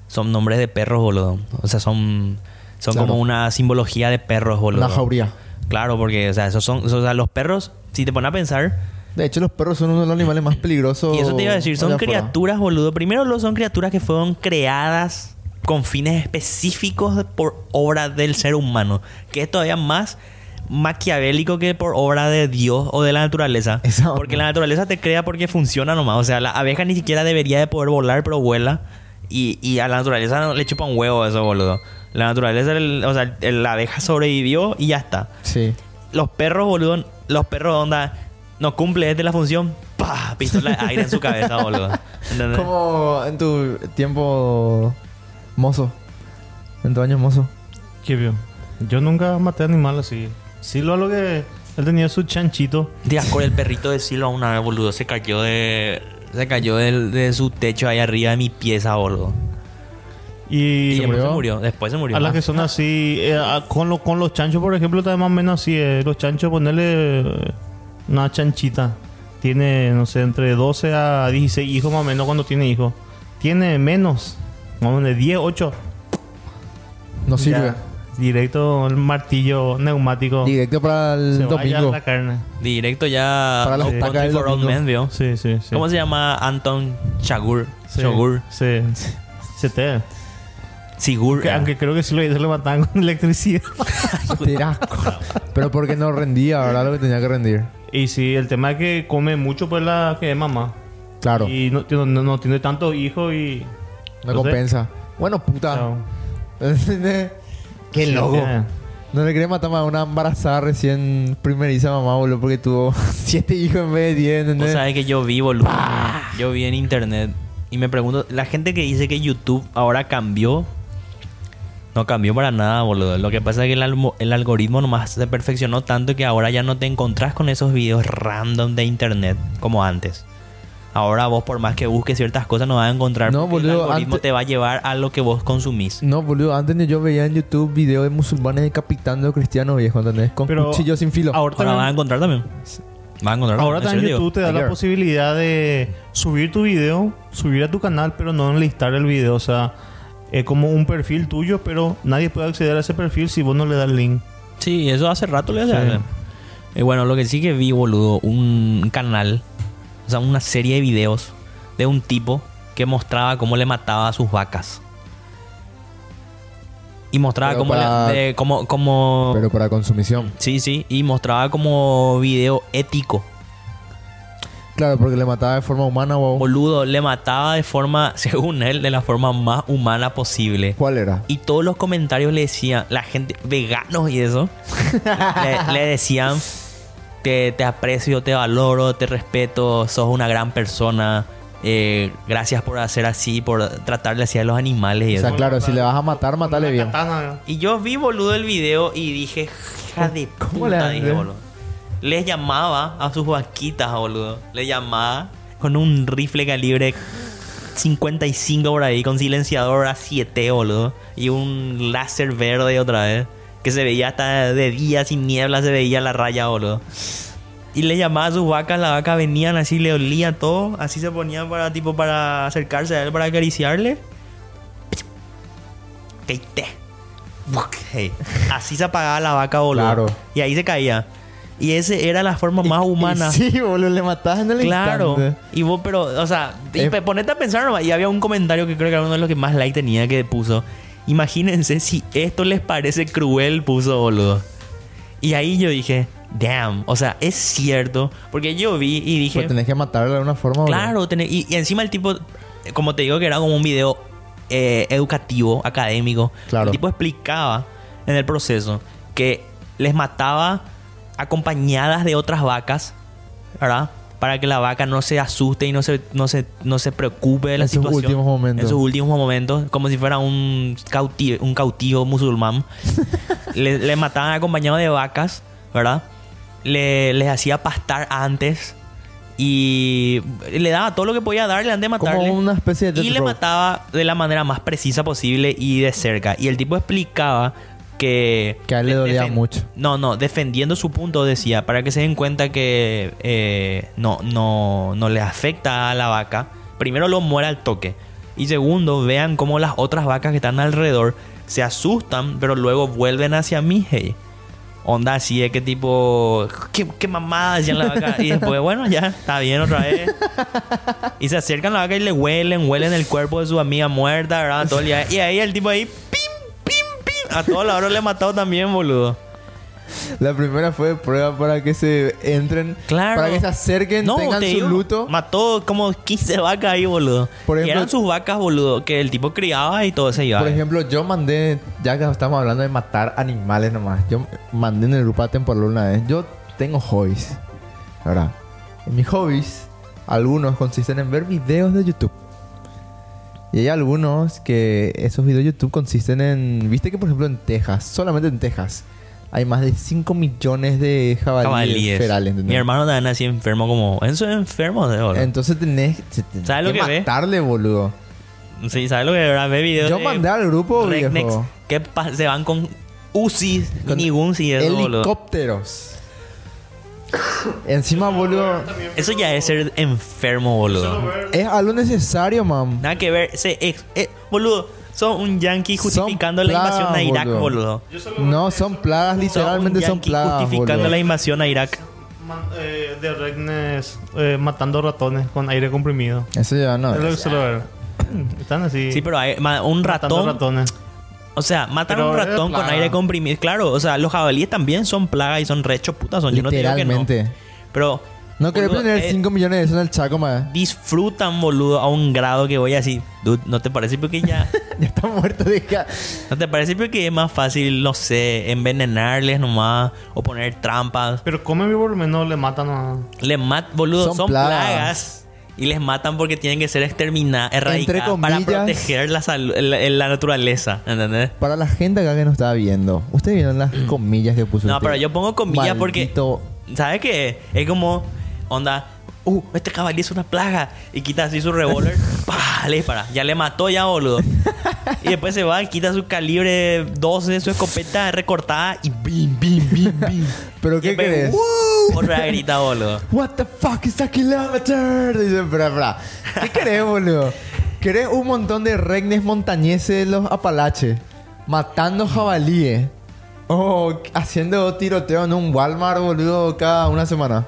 [SPEAKER 2] son nombres de perros, boludo. O sea, son, son
[SPEAKER 1] Claro.
[SPEAKER 2] como una simbología de perros, boludo.
[SPEAKER 1] Una jauría.
[SPEAKER 2] Claro, porque, o sea, esos son, o sea, los perros, si te pones a pensar,
[SPEAKER 1] De hecho, los perros son uno de los animales más peligrosos.
[SPEAKER 2] y eso te iba a decir, son
[SPEAKER 1] allá afuera.
[SPEAKER 2] criaturas, boludo. Primero, lo- son criaturas que fueron creadas con fines específicos por obra del ser humano, que es todavía más maquiavélico que por obra de Dios o de la naturaleza.
[SPEAKER 1] Esa onda.
[SPEAKER 2] Porque la naturaleza te crea porque funciona nomás. O sea, la abeja ni siquiera debería de poder volar, pero vuela. Y, y a la naturaleza no- le chupa un huevo eso, boludo. La naturaleza, el- o sea, el- la abeja sobrevivió y ya está
[SPEAKER 1] Sí.
[SPEAKER 2] los perros, boludo, los perros, onda, no cumple este la función, pa, pistola de aire en su cabeza, boludo. ¿Entendés?
[SPEAKER 1] Como en tu tiempo mozo. En tu año mozo.
[SPEAKER 3] Qué bien. Yo nunca maté animal así. Sí, lo lo que él tenía su chanchito.
[SPEAKER 2] De acuerdo, el perrito de Silva una vez, boludo, se cayó de. Se cayó del- de, su techo ahí arriba de mi pieza, boludo.
[SPEAKER 3] Y,
[SPEAKER 2] Y después
[SPEAKER 1] murió?
[SPEAKER 2] se murió. Después se murió.
[SPEAKER 3] a las
[SPEAKER 2] Ah.
[SPEAKER 3] que son así, eh, a- con, lo- con los chanchos, por ejemplo, está más o menos así. eh, los chanchos, ponerle eh, una chanchita. Tiene, no sé, entre 12 a 16 hijos más o menos cuando tiene hijos. Tiene menos, más o menos 10, 8.
[SPEAKER 1] No sirve.
[SPEAKER 3] Directo el martillo neumático.
[SPEAKER 1] Directo para el
[SPEAKER 3] se vaya
[SPEAKER 1] domingo.
[SPEAKER 3] la carne.
[SPEAKER 2] Directo ya.
[SPEAKER 1] Para las
[SPEAKER 2] No
[SPEAKER 1] pacas
[SPEAKER 2] Country
[SPEAKER 1] del
[SPEAKER 2] for Old
[SPEAKER 1] domingo.
[SPEAKER 2] Men, ¿vio?
[SPEAKER 3] Sí, sí, sí.
[SPEAKER 2] ¿Cómo se llama Anton Chagur?
[SPEAKER 3] Sí,
[SPEAKER 2] Chagur.
[SPEAKER 3] Sí. Se te.
[SPEAKER 2] Sigur.
[SPEAKER 3] Que-
[SPEAKER 2] eh.
[SPEAKER 3] Aunque creo que sí lo hizo, lo mataban con electricidad.
[SPEAKER 1] Tira. Pero porque no rendía, ¿verdad? Lo que tenía que rendir.
[SPEAKER 3] y sí, el tema es que come mucho, pues la que es mamá.
[SPEAKER 1] Claro.
[SPEAKER 3] Y no, tiene- no- no tiene tantos hijos y.
[SPEAKER 1] No
[SPEAKER 3] entonces,
[SPEAKER 1] compensa. Bueno, puta.
[SPEAKER 3] chao.
[SPEAKER 1] Qué
[SPEAKER 3] Sí,
[SPEAKER 1] loco.
[SPEAKER 3] tiene-
[SPEAKER 1] No le quería matar a una embarazada recién primeriza mamá, boludo, porque tuvo siete hijos en vez de diez,
[SPEAKER 2] Vos
[SPEAKER 1] ¿entendés?
[SPEAKER 2] sabés que yo vi, boludo.
[SPEAKER 3] Ah.
[SPEAKER 2] Yo vi en internet. Y me pregunto, la gente que dice que YouTube ahora cambió. No cambió para nada, boludo. Lo que pasa es que el, almo- el algoritmo nomás se perfeccionó tanto que ahora ya no te encontrás con esos videos random de internet como antes. Ahora vos por más que busques ciertas cosas no vas a encontrar
[SPEAKER 1] No,
[SPEAKER 2] porque el
[SPEAKER 1] boludo,
[SPEAKER 2] algoritmo
[SPEAKER 1] antes-
[SPEAKER 2] te va a llevar a lo que vos consumís.
[SPEAKER 1] No, boludo, antes ni yo veía en YouTube videos de musulmanes decapitando cristianos viejo, ¿entendés? Con
[SPEAKER 3] Pero Ah,
[SPEAKER 1] cuchillos sin filo.
[SPEAKER 3] Ahora
[SPEAKER 2] Ahora vas a
[SPEAKER 3] también,
[SPEAKER 2] encontrar también. Vas a encontrar
[SPEAKER 3] ahora
[SPEAKER 2] en
[SPEAKER 3] también
[SPEAKER 2] serio,
[SPEAKER 3] YouTube te da la
[SPEAKER 1] Ayer.
[SPEAKER 3] posibilidad de subir tu video, subir a tu canal, pero no enlistar el video. O sea, es como un perfil tuyo, pero nadie puede acceder a ese perfil si vos no le das el link.
[SPEAKER 2] Sí, eso hace rato le hace.
[SPEAKER 3] Sí.
[SPEAKER 2] Y bueno, lo que sí que vi, boludo, un canal, o sea, una serie de videos de un tipo que mostraba cómo le mataba a sus vacas. Y mostraba
[SPEAKER 1] Pero
[SPEAKER 2] cómo,
[SPEAKER 1] para-
[SPEAKER 2] le- de- cómo-
[SPEAKER 3] oh.
[SPEAKER 2] cómo-
[SPEAKER 1] Pero para consumición.
[SPEAKER 2] Sí, sí, y mostraba como video ético.
[SPEAKER 1] Claro, porque le mataba de forma humana o...
[SPEAKER 2] Boludo, le mataba de forma, según él, de la forma más humana posible.
[SPEAKER 1] ¿Cuál era?
[SPEAKER 2] Y todos los comentarios le decían, la gente, veganos y eso, le, le decían, te, te aprecio, te valoro, te respeto, sos una gran persona, eh, gracias por hacer así, por tratarle así a los animales y
[SPEAKER 1] O sea,
[SPEAKER 2] eso.
[SPEAKER 1] claro, si le vas a matar, matale bien.
[SPEAKER 3] Katana.
[SPEAKER 2] Y yo vi, boludo, el video y dije, hija de puta,
[SPEAKER 1] cómo le
[SPEAKER 2] dije,
[SPEAKER 1] haces?
[SPEAKER 2] boludo. Les llamaba a sus vaquitas, boludo. Les llamaba con un rifle calibre 55 por ahí, con silenciador a 7, boludo. Y un láser verde otra vez. Que se veía hasta de día, sin niebla, se veía la raya, boludo. Y le llamaba a sus vacas, las vacas venían así, le olía todo. Así se ponían para, tipo, para acercarse a él, para acariciarle. Peite. Hey. Así se apagaba la vaca, boludo.
[SPEAKER 1] Claro.
[SPEAKER 2] Y ahí se caía. Y esa era la forma más humana.
[SPEAKER 1] Y Sí, boludo, le matabas en el
[SPEAKER 2] Claro.
[SPEAKER 1] instante.
[SPEAKER 2] Y vos, pero, o sea, y
[SPEAKER 1] Eh.
[SPEAKER 2] pe- ponete a pensar nomás. Y había un comentario que creo que era uno de los que más like tenía que puso. Imagínense si esto les parece cruel, puso boludo. Y ahí yo dije, damn, o sea, es cierto. Porque yo vi y dije,
[SPEAKER 1] Pues tenés que matarle de alguna forma, boludo.
[SPEAKER 2] claro, tenés- y, y encima el tipo, eh, como te digo, que era como un video eh, educativo, académico.
[SPEAKER 1] Claro.
[SPEAKER 2] El tipo explicaba en el proceso que les mataba acompañadas de otras vacas, ¿verdad? Para que la vaca no se asuste y no se, no se, no se preocupe de la
[SPEAKER 1] En sus
[SPEAKER 2] situación.
[SPEAKER 1] últimos momentos.
[SPEAKER 2] En sus últimos momentos, como si fuera un cautivo, un cautivo musulmán. le, le mataban acompañado de vacas, ¿verdad? Le- les hacía pastar antes y le daba todo lo que podía darle antes de matarle.
[SPEAKER 1] Como una especie de
[SPEAKER 2] Y
[SPEAKER 1] Death
[SPEAKER 2] le
[SPEAKER 1] Row.
[SPEAKER 2] mataba de la manera más precisa posible y de cerca. Y el tipo explicaba que...
[SPEAKER 1] Que a él le
[SPEAKER 2] de-
[SPEAKER 1] dolía
[SPEAKER 2] defen-
[SPEAKER 1] mucho.
[SPEAKER 2] No, no, defendiendo su punto decía, para que se den cuenta que eh, no, no, no le afecta a la vaca, primero lo muera al toque. Y segundo, vean cómo las otras vacas que están alrededor se asustan, pero luego vuelven hacia mí. hey. Onda así de que tipo, qué, qué mamada hacían la vaca. Y después, bueno, ya, está bien otra vez. Y se acercan a la vaca y le huelen, huelen el cuerpo de su amiga muerta, ¿verdad? Todo el día. Y ahí el tipo ahí, pim, pim, pim. A todos la hora le he matado también, boludo.
[SPEAKER 1] La primera fue prueba para que se entren.
[SPEAKER 2] Claro.
[SPEAKER 1] Para que se acerquen, tengan
[SPEAKER 2] te
[SPEAKER 1] su
[SPEAKER 2] digo,
[SPEAKER 1] luto.
[SPEAKER 2] Mató como 15 vacas ahí, boludo.
[SPEAKER 1] Por ejemplo-
[SPEAKER 2] y eran sus vacas, boludo, que el tipo criaba y todo se iba.
[SPEAKER 1] Por ejemplo, yo mandé, ya que estamos hablando de matar animales nomás, yo mandé en el grupo de temporada una vez. Yo tengo hobbies, ¿verdad? Y mis hobbies Algunos consisten en ver videos de YouTube. Y hay algunos que esos videos de YouTube consisten en... Viste que por ejemplo en Texas, solamente en Texas, hay más de 5 millones de jabalíes,
[SPEAKER 2] Cabalíes.
[SPEAKER 1] ferales. ¿entendés?
[SPEAKER 2] Mi hermano también así enfermo como... Enzo es enfermo de oro.
[SPEAKER 1] Entonces tenés, se-
[SPEAKER 2] ¿Sabes
[SPEAKER 1] tenés
[SPEAKER 2] lo que ve?
[SPEAKER 1] matarle, boludo.
[SPEAKER 2] Sí, ¿sabes lo que era? Ve videos
[SPEAKER 1] Yo
[SPEAKER 2] de
[SPEAKER 1] mandé al grupo,
[SPEAKER 2] rednecks
[SPEAKER 1] viejo.
[SPEAKER 2] que pa- se van con Uzi,
[SPEAKER 1] Con
[SPEAKER 2] miniguns y eso, boludo.
[SPEAKER 1] Helicópteros. Encima, boludo,
[SPEAKER 2] Eso ya es ser enfermo, boludo.
[SPEAKER 1] es algo necesario, man.
[SPEAKER 2] Nada que ver. Ese ex, eh, boludo, son un yankee
[SPEAKER 1] Son
[SPEAKER 2] justificando la
[SPEAKER 1] plagas,
[SPEAKER 2] invasión a Irak,
[SPEAKER 1] boludo.
[SPEAKER 2] boludo.
[SPEAKER 1] No, son plagas, literalmente
[SPEAKER 2] un
[SPEAKER 1] son
[SPEAKER 2] yankee
[SPEAKER 1] plagas,
[SPEAKER 2] justificando
[SPEAKER 1] boludo.
[SPEAKER 2] la invasión a Irak.
[SPEAKER 3] Man- eh, de Regnes eh, matando ratones con aire comprimido.
[SPEAKER 1] Eso ya no.
[SPEAKER 3] es lo que
[SPEAKER 1] es.
[SPEAKER 3] suelo ver. Están así.
[SPEAKER 2] Sí, pero hay- ma- un
[SPEAKER 3] matando
[SPEAKER 2] ratón.
[SPEAKER 3] ratones.
[SPEAKER 2] O sea, matan a
[SPEAKER 3] Pero
[SPEAKER 2] un
[SPEAKER 3] es
[SPEAKER 2] ratón con
[SPEAKER 3] plaga.
[SPEAKER 2] aire comprimido. Claro, o sea, los jabalíes también son plagas y son recho putas. Son, yo no te digo que no.
[SPEAKER 1] Literalmente.
[SPEAKER 2] Pero.
[SPEAKER 1] No querés
[SPEAKER 2] boludo,
[SPEAKER 1] tener
[SPEAKER 2] eh,
[SPEAKER 1] 5 millones de eso en el Chaco, man.
[SPEAKER 2] Disfrutan, boludo, a un grado que voy así. Dude, ¿no te parece porque ya.
[SPEAKER 1] Ya está muerto, deja.
[SPEAKER 2] ¿No te parece porque es más fácil, no sé, envenenarles nomás o poner trampas?
[SPEAKER 3] Pero comen por lo menos le matan a.
[SPEAKER 2] Les mat, boludo,
[SPEAKER 1] Son
[SPEAKER 2] son,
[SPEAKER 1] plagas.
[SPEAKER 2] plagas. y les matan porque tienen que ser exterminadas, erradicadas para
[SPEAKER 1] comillas.
[SPEAKER 2] proteger la, salu- la, la naturaleza, ¿entendés?
[SPEAKER 1] Para la gente acá que nos estaba viendo, ¿ustedes vieron las comillas que puso?
[SPEAKER 2] Mm. No,
[SPEAKER 1] el
[SPEAKER 2] pero
[SPEAKER 1] tío?
[SPEAKER 2] yo pongo comillas
[SPEAKER 1] Maldito-
[SPEAKER 2] porque ¿sabes qué? Es como onda Uh, este caballo es una plaga. Y quita así su revólver. ¡Pah! Le dispara. Ya le mató ya, boludo. y después se va, quita su calibre 12, su escopeta recortada y bim, bim, bim, bim.
[SPEAKER 1] ¿Pero qué
[SPEAKER 2] Y después,
[SPEAKER 1] crees?
[SPEAKER 2] ¡Woo! Otra grita, boludo.
[SPEAKER 1] What the fuck is a kilometer? Dice, "Pra, pra". ¿Qué querés, boludo? ¿Querés un montón de regnes montañeses de los Apalaches matando jabalíes? O haciendo tiroteo en un Walmart, boludo, cada una semana.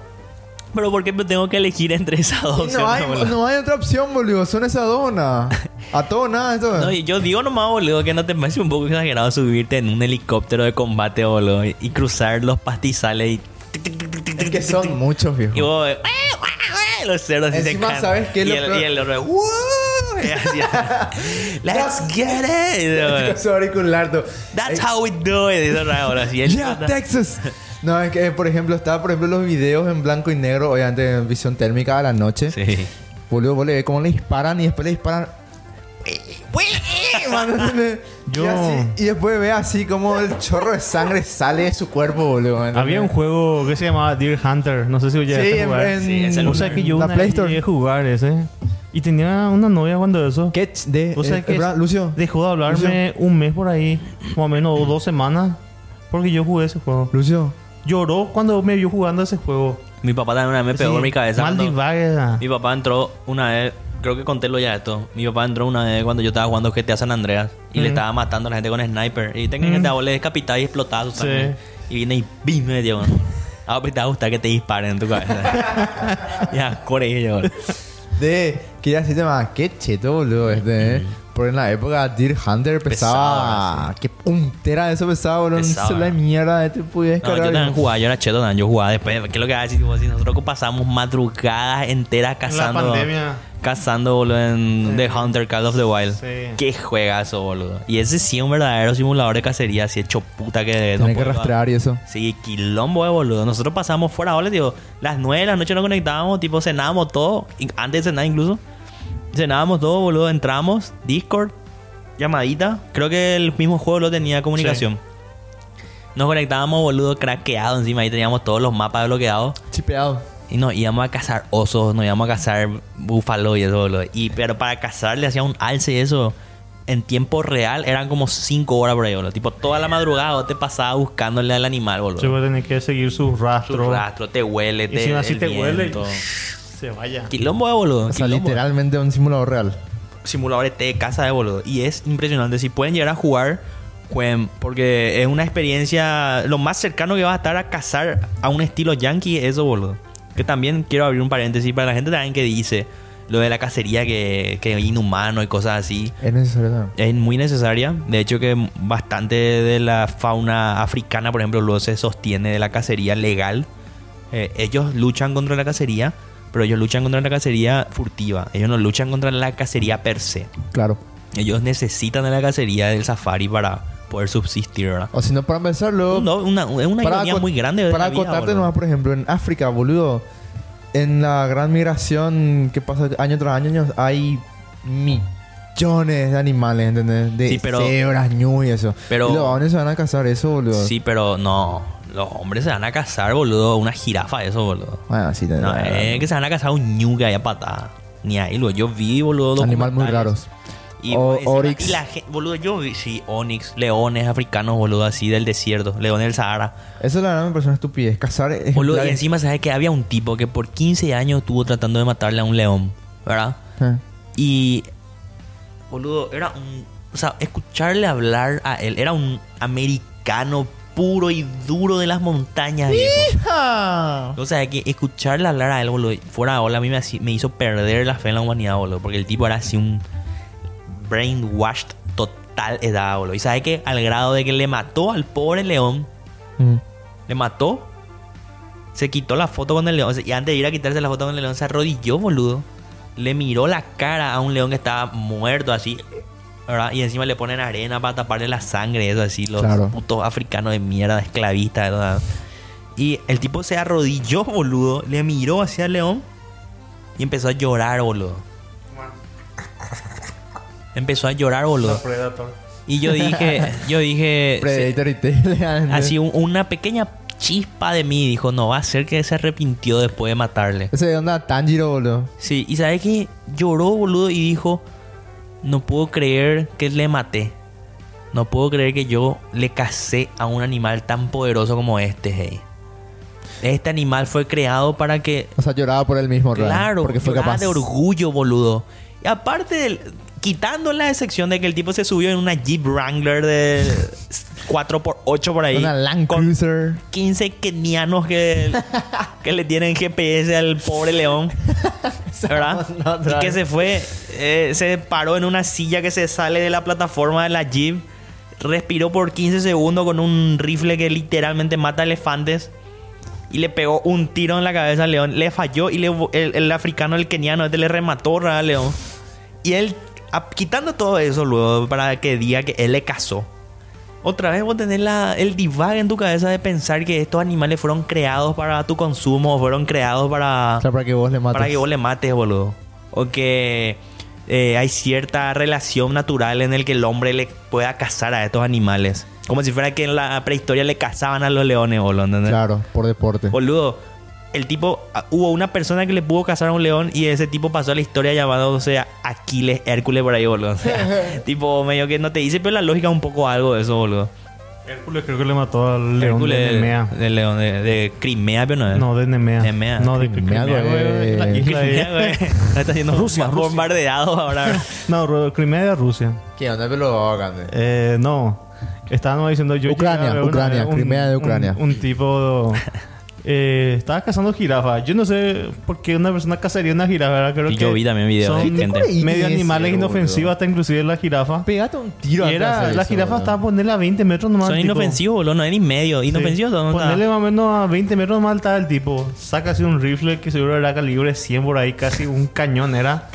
[SPEAKER 2] Pero ¿por qué me tengo que elegir entre esas dos
[SPEAKER 1] Y no,
[SPEAKER 2] opciones,
[SPEAKER 1] hay,
[SPEAKER 2] boludo?
[SPEAKER 1] no hay otra opción, boludo. Son esas dos, nada. A todo, nada. Esto.
[SPEAKER 2] No, y yo digo nomás, boludo, que no te parece un poco exagerado subirte en un helicóptero de combate, boludo, y y cruzar los pastizales y. tic, tic, tic, tic, tic,
[SPEAKER 1] es
[SPEAKER 2] tic,
[SPEAKER 1] que
[SPEAKER 2] tic, tic.
[SPEAKER 1] son muchos,
[SPEAKER 2] Y
[SPEAKER 1] viejo.
[SPEAKER 2] vos, eh, ¡eh, eh, eh! los cerdos así
[SPEAKER 1] Encima,
[SPEAKER 2] se caen.
[SPEAKER 1] ¿sabes qué es
[SPEAKER 2] Y
[SPEAKER 1] lo
[SPEAKER 2] el,
[SPEAKER 1] peor?
[SPEAKER 2] y el otro, ¡wow! Y así, Let's get it. boludo.
[SPEAKER 1] Con su auricular, Eh, tú.
[SPEAKER 2] That's how we do it. Eso raro, boludo, así, el-
[SPEAKER 1] Yeah, Texas. No, es que, eh, por ejemplo, estaba, por ejemplo, los videos en blanco y negro, obviamente en visión térmica a la noche.
[SPEAKER 2] Sí.
[SPEAKER 1] Boludo, vos le ves cómo le disparan y después le disparan. Mano, ¿entendés?
[SPEAKER 3] Yo-
[SPEAKER 1] Y, así- y después ve así como el chorro de sangre sale de su cuerpo, boludo. ¿entendés?
[SPEAKER 3] Había un juego este que se llamaba Deer Hunter. No sé
[SPEAKER 1] Sí,
[SPEAKER 3] si oye
[SPEAKER 1] en, en-
[SPEAKER 2] Sí, en celular.
[SPEAKER 3] O sea que yo
[SPEAKER 1] la
[SPEAKER 3] una
[SPEAKER 1] Play
[SPEAKER 3] vez
[SPEAKER 1] Store.
[SPEAKER 3] llegué a jugar ese. Y tenía una novia cuando eso.
[SPEAKER 1] Catch de.
[SPEAKER 3] O sea
[SPEAKER 1] eh,
[SPEAKER 3] que
[SPEAKER 1] ¿verdad, Lucio.
[SPEAKER 3] dejó de hablarme un mes por ahí, más o menos o dos semanas, porque yo jugué ese juego.
[SPEAKER 1] Lucio.
[SPEAKER 3] Lloró cuando me vio jugando ese juego.
[SPEAKER 2] Mi papá también una vez me pegó
[SPEAKER 3] Sí,
[SPEAKER 2] en mi cabeza.
[SPEAKER 3] Mal
[SPEAKER 2] cuando-
[SPEAKER 3] divaga.
[SPEAKER 2] Mi papá entró una vez, creo que conté lo ya esto. Mi papá entró una vez cuando yo estaba jugando GTA San Andreas y le estaba matando a la gente con sniper. Y tenía gente a vos le decapitaba y explotaba
[SPEAKER 3] Sí.
[SPEAKER 2] también. Y viene y ¡bim! me dio. Ah, pues te va a gustar que te disparen en tu cabeza. ya, core yo.
[SPEAKER 1] De. Quería decirte más. Qué cheto, boludo. Este, eh. Porque en la época Deer Hunter pesaba.
[SPEAKER 2] Pesaba,
[SPEAKER 1] Qué puntera de eso pesaba, boludo. Un
[SPEAKER 2] Pesaba.
[SPEAKER 1] celular de mierda. Este podía
[SPEAKER 2] No, yo
[SPEAKER 1] descargar.
[SPEAKER 2] también jugaba, yo era cheto también, yo jugaba después. ¿Qué es lo que vas a decir? Tipo, si nosotros pasamos madrugadas enteras cazando.
[SPEAKER 3] pandemia.
[SPEAKER 2] Cazando, boludo, en The Hunter Call of the Wild.
[SPEAKER 3] Sí.
[SPEAKER 2] Qué juegazo, boludo. Y ese sí es un verdadero simulador de cacería, así hecho puta que. no
[SPEAKER 1] Tenés que
[SPEAKER 2] puedo-
[SPEAKER 1] rastrear y eso.
[SPEAKER 2] Sí, quilombo de boludo. Nosotros pasamos fuera ahora, digo, las 9 de la noche nos conectábamos, tipo cenábamos todo, in- antes de cenar incluso. Cenábamos todo, boludo, entramos, Discord, llamadita. Creo que el mismo juego lo tenía comunicación. Nos conectábamos, boludo, craqueado encima, ahí teníamos todos los mapas bloqueados.
[SPEAKER 1] Chipeado.
[SPEAKER 2] Y nos íbamos a cazar osos, nos íbamos a cazar búfalos y eso, boludo. Y, pero para cazar le hacía un alce y eso. En tiempo real eran como 5 horas por ahí, boludo. Tipo, toda la madrugada vos te pasabas buscándole al animal, boludo.
[SPEAKER 3] Yo voy a tener que seguir sus
[SPEAKER 2] Tu
[SPEAKER 3] rastros.
[SPEAKER 2] rastro te huele,
[SPEAKER 3] Y
[SPEAKER 2] te,
[SPEAKER 3] si no, así
[SPEAKER 2] el
[SPEAKER 3] te huele,
[SPEAKER 2] viento.
[SPEAKER 3] se vaya.
[SPEAKER 2] Quilombo de boludo.
[SPEAKER 1] O sea,
[SPEAKER 2] quilombo.
[SPEAKER 1] literalmente un simulador real.
[SPEAKER 2] Simuladores de casa de boludo. Y es impresionante. Si pueden llegar a jugar, jueguen. Porque es una experiencia. Lo más cercano que vas a estar a cazar a un estilo yankee es eso, boludo. Que también quiero abrir un paréntesis para la gente también que dice lo de la cacería que, que es inhumano y cosas así.
[SPEAKER 1] Es necesario también.
[SPEAKER 2] Es muy necesaria. De hecho, que bastante de la fauna africana, por ejemplo, luego se sostiene de la cacería legal. Eh, ellos luchan contra la cacería, pero ellos luchan contra la cacería furtiva. Ellos no luchan contra la cacería per se.
[SPEAKER 1] Claro.
[SPEAKER 2] Ellos necesitan de la cacería del safari para poder subsistir, ¿verdad?
[SPEAKER 1] O si no, para empezarlo.
[SPEAKER 2] No, una, es una ironía
[SPEAKER 1] acot-
[SPEAKER 2] muy grande. de
[SPEAKER 1] Para
[SPEAKER 2] la vida,
[SPEAKER 1] acotarte
[SPEAKER 2] boludo.
[SPEAKER 1] nomás, por ejemplo, en África, boludo. en la gran migración que pasa año tras año hay millones de animales, ¿entendés? De
[SPEAKER 2] Sí, pero-
[SPEAKER 1] cebras, ñu y eso.
[SPEAKER 2] pero-
[SPEAKER 1] ¿Y los varones se van a cazar eso, boludo?
[SPEAKER 2] Sí, pero no. Los hombres se van a cazar, boludo. Una jirafa, eso, boludo.
[SPEAKER 1] Bueno, sí,
[SPEAKER 2] No,
[SPEAKER 1] tendrá-
[SPEAKER 2] es que se van a cazar un ñuga y a patada. Ni ahí, boludo. Yo vi, boludo.
[SPEAKER 1] Animales muy
[SPEAKER 2] documentales.
[SPEAKER 1] raros.
[SPEAKER 2] Y,
[SPEAKER 1] O-
[SPEAKER 2] encima-
[SPEAKER 1] oryx.
[SPEAKER 2] y la gen- boludo, yo vi, sí, onix, leones africanos, boludo, así del desierto, leones del Sahara.
[SPEAKER 1] Eso la verdad me parece una estupidez. Cazar es.
[SPEAKER 2] Boludo, y encima sabes que había un tipo que por 15 años estuvo tratando de matarle a un león, ¿verdad?
[SPEAKER 1] Ah.
[SPEAKER 2] Y. Boludo, era un. O sea, escucharle hablar a él. Era un americano puro y duro de las montañas, viejo. O sea, que escucharle hablar a él, boludo, fuera de ola, a mí me, haci- me hizo perder la fe en la humanidad, boludo. Porque el tipo era así un. Brainwashed total edad, boludo. Y sabes que al grado de que le mató al pobre león,
[SPEAKER 1] Mm.
[SPEAKER 2] Eh, le mató. Se quitó la foto con el león. O sea, y antes de ir a quitarse la foto con el león, se arrodilló, boludo. Le miró la cara a un león que estaba muerto así. ¿verdad? Y encima le ponen arena para taparle la sangre. Eso así, los
[SPEAKER 1] Claro.
[SPEAKER 2] putos africanos de mierda, esclavistas. ¿verdad? Y el tipo se arrodilló, boludo. Le miró hacia el león. Y empezó a llorar, boludo. Empezó a llorar, boludo. Y yo dije, yo dije... se-
[SPEAKER 1] Predator y Tail.
[SPEAKER 2] Así un- una pequeña chispa de mí dijo, no, va a ser que se arrepintió después de matarle.
[SPEAKER 1] Ese de onda Tanjiro, boludo.
[SPEAKER 2] Sí, y sabes que lloró, boludo, y dijo, no puedo creer que le maté. No puedo creer que yo le casé a un animal tan poderoso como este, hey. Este animal fue creado para que...
[SPEAKER 1] O sea, lloraba por él mismo, real,
[SPEAKER 2] claro,
[SPEAKER 1] Porque fue
[SPEAKER 2] lloraba
[SPEAKER 1] capaz.
[SPEAKER 2] de orgullo, boludo. Y aparte, del- quitando la excepción de que el tipo se subió en una Jeep Wrangler de 4x8 por ahí.
[SPEAKER 1] Una Land
[SPEAKER 2] con-
[SPEAKER 1] Cruiser.
[SPEAKER 2] 15 kenianos que, que le tienen GPS al pobre león. ¿Verdad?
[SPEAKER 1] No, otra
[SPEAKER 2] y que
[SPEAKER 1] vez.
[SPEAKER 2] se fue, eh, se paró en una silla que se sale de la plataforma de la Jeep. Respiró por 15 segundos con un rifle que literalmente mata elefantes. Y le pegó un tiro en la cabeza al león. Le falló y le- el, el africano, el keniano, este le remató ¿verdad, al león. Y él, a- quitando todo eso luego para que diga que él le casó. Otra vez vos tenés la, el divag en tu cabeza de pensar que estos animales fueron creados para tu consumo, fueron creados para,
[SPEAKER 1] O sea, para que vos le mates.
[SPEAKER 2] para que vos le mates, boludo. O que eh, hay cierta relación natural en el que el hombre le pueda cazar a estos animales. Como si fuera que en la prehistoria le cazaban a los leones, boludo. ¿entendés?
[SPEAKER 1] Claro, por deporte.
[SPEAKER 2] Boludo, el tipo, ah, hubo una persona que le pudo cazar a un león y ese tipo pasó a la historia llamándose Aquiles, Hércules por ahí, boludo. O sea, tipo, medio que no te dice, pero la lógica es un poco algo de eso, boludo.
[SPEAKER 3] Hércules creo que le mató al león
[SPEAKER 2] Hércules
[SPEAKER 3] de
[SPEAKER 2] del-
[SPEAKER 3] Nemea.
[SPEAKER 2] del león de, de Crimea, pero no es.
[SPEAKER 3] No, de Nemea.
[SPEAKER 2] Ah. Nemea.
[SPEAKER 3] No, de
[SPEAKER 1] Crimea,
[SPEAKER 3] Crimea, güey.
[SPEAKER 1] güey.
[SPEAKER 3] La isla de-
[SPEAKER 2] Crimea, güey. Está siendo
[SPEAKER 3] Rusia,
[SPEAKER 2] bom-
[SPEAKER 3] Rusia.
[SPEAKER 2] bombardeado ahora.
[SPEAKER 3] No, Ru- Crimea de Rusia.
[SPEAKER 1] ¿Qué onda? Pero lo hagan.
[SPEAKER 3] Eh, no. Estábamos diciendo yo.
[SPEAKER 1] Ucrania,
[SPEAKER 3] llegué a ver una
[SPEAKER 1] Ucrania,
[SPEAKER 3] vez
[SPEAKER 1] Crimea de Ucrania.
[SPEAKER 3] Un, un tipo. eh, estaba cazando jirafas. Yo no sé por qué una persona cazaría una jirafa. ¿verdad? Creo
[SPEAKER 2] Y
[SPEAKER 3] que
[SPEAKER 2] yo vi también videos
[SPEAKER 3] Son
[SPEAKER 2] de gente.
[SPEAKER 1] ¿Qué te
[SPEAKER 3] medio animales
[SPEAKER 1] Ese, boludo.
[SPEAKER 3] inofensivos, hasta inclusive la jirafa.
[SPEAKER 1] Ah, Pegate un
[SPEAKER 3] Y
[SPEAKER 1] tiro antes de
[SPEAKER 3] era,
[SPEAKER 1] hacer
[SPEAKER 3] la
[SPEAKER 1] eso,
[SPEAKER 3] jirafa
[SPEAKER 1] boludo.
[SPEAKER 3] estaba a ponerla a 20 metros nomás.
[SPEAKER 2] Son
[SPEAKER 3] el tipo.
[SPEAKER 2] inofensivos, boludo. No es ni medio.
[SPEAKER 3] Sí.
[SPEAKER 2] Inofensivos son. o sea,
[SPEAKER 3] Ponele más o menos a 20 metros nomás estaba el tipo. Saca así un rifle que seguro era calibre 100 por ahí, casi un cañón era.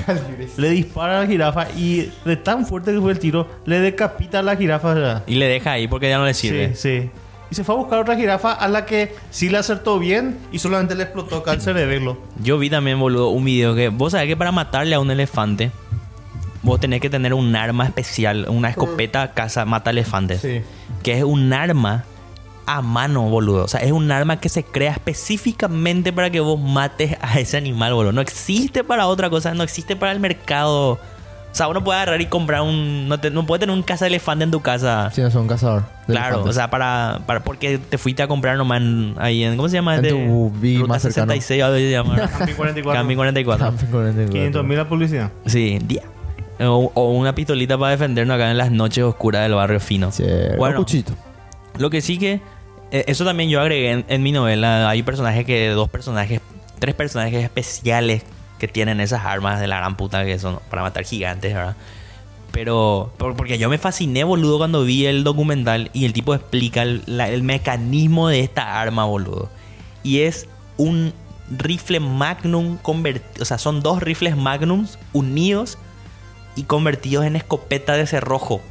[SPEAKER 3] Le dispara a la jirafa y de tan fuerte que fue el tiro, le decapita a la jirafa. o sea.
[SPEAKER 2] Y le deja ahí porque ya no le
[SPEAKER 3] Sí,
[SPEAKER 2] sirve.
[SPEAKER 3] sí. Y se fue a buscar otra jirafa a la que sí le acertó bien y solamente le explotó acá el cerebelo.
[SPEAKER 2] Yo vi también, boludo, un video que. Vos sabés que para matarle a un elefante, vos tenés que tener un arma especial, una escopeta caza, mata elefantes.
[SPEAKER 1] Sí.
[SPEAKER 2] Que es un arma a mano, boludo. O sea, es un arma que se crea específicamente para que vos mates a ese animal, boludo. No existe para otra cosa, no existe para el mercado. O sea, uno puede agarrar y comprar un. No, te- no puede tener un caza elefante en tu casa.
[SPEAKER 1] Si no son cazador. de
[SPEAKER 2] Claro,
[SPEAKER 1] elefantes.
[SPEAKER 2] o sea, para, para porque te fuiste a comprar nomás en- ahí en ¿cómo se llama?
[SPEAKER 1] En
[SPEAKER 2] Este?
[SPEAKER 1] tu vi
[SPEAKER 2] Ruta
[SPEAKER 1] más cercano.
[SPEAKER 2] 66 algo así se llama.
[SPEAKER 3] Camping 44.
[SPEAKER 2] Camping 44.
[SPEAKER 1] Camping con el-
[SPEAKER 3] 500 mil la publicidad.
[SPEAKER 2] Sí, día. O, o una pistolita para defendernos acá en las noches oscuras del barrio fino.
[SPEAKER 1] Sí, un
[SPEAKER 2] Bueno,
[SPEAKER 1] cuchito.
[SPEAKER 2] lo que sí que eh, eso también yo agregué en, en mi novela, hay personajes que dos personajes, tres personajes especiales que tienen esas armas de la gran puta que son para matar gigantes, ¿verdad? Pero, por- porque yo me fasciné, boludo, cuando vi el documental y el tipo explica el, la- el mecanismo de esta arma, boludo. Y es un rifle magnum convertido, o sea, son dos rifles magnums unidos y convertidos en escopeta de cerrojo.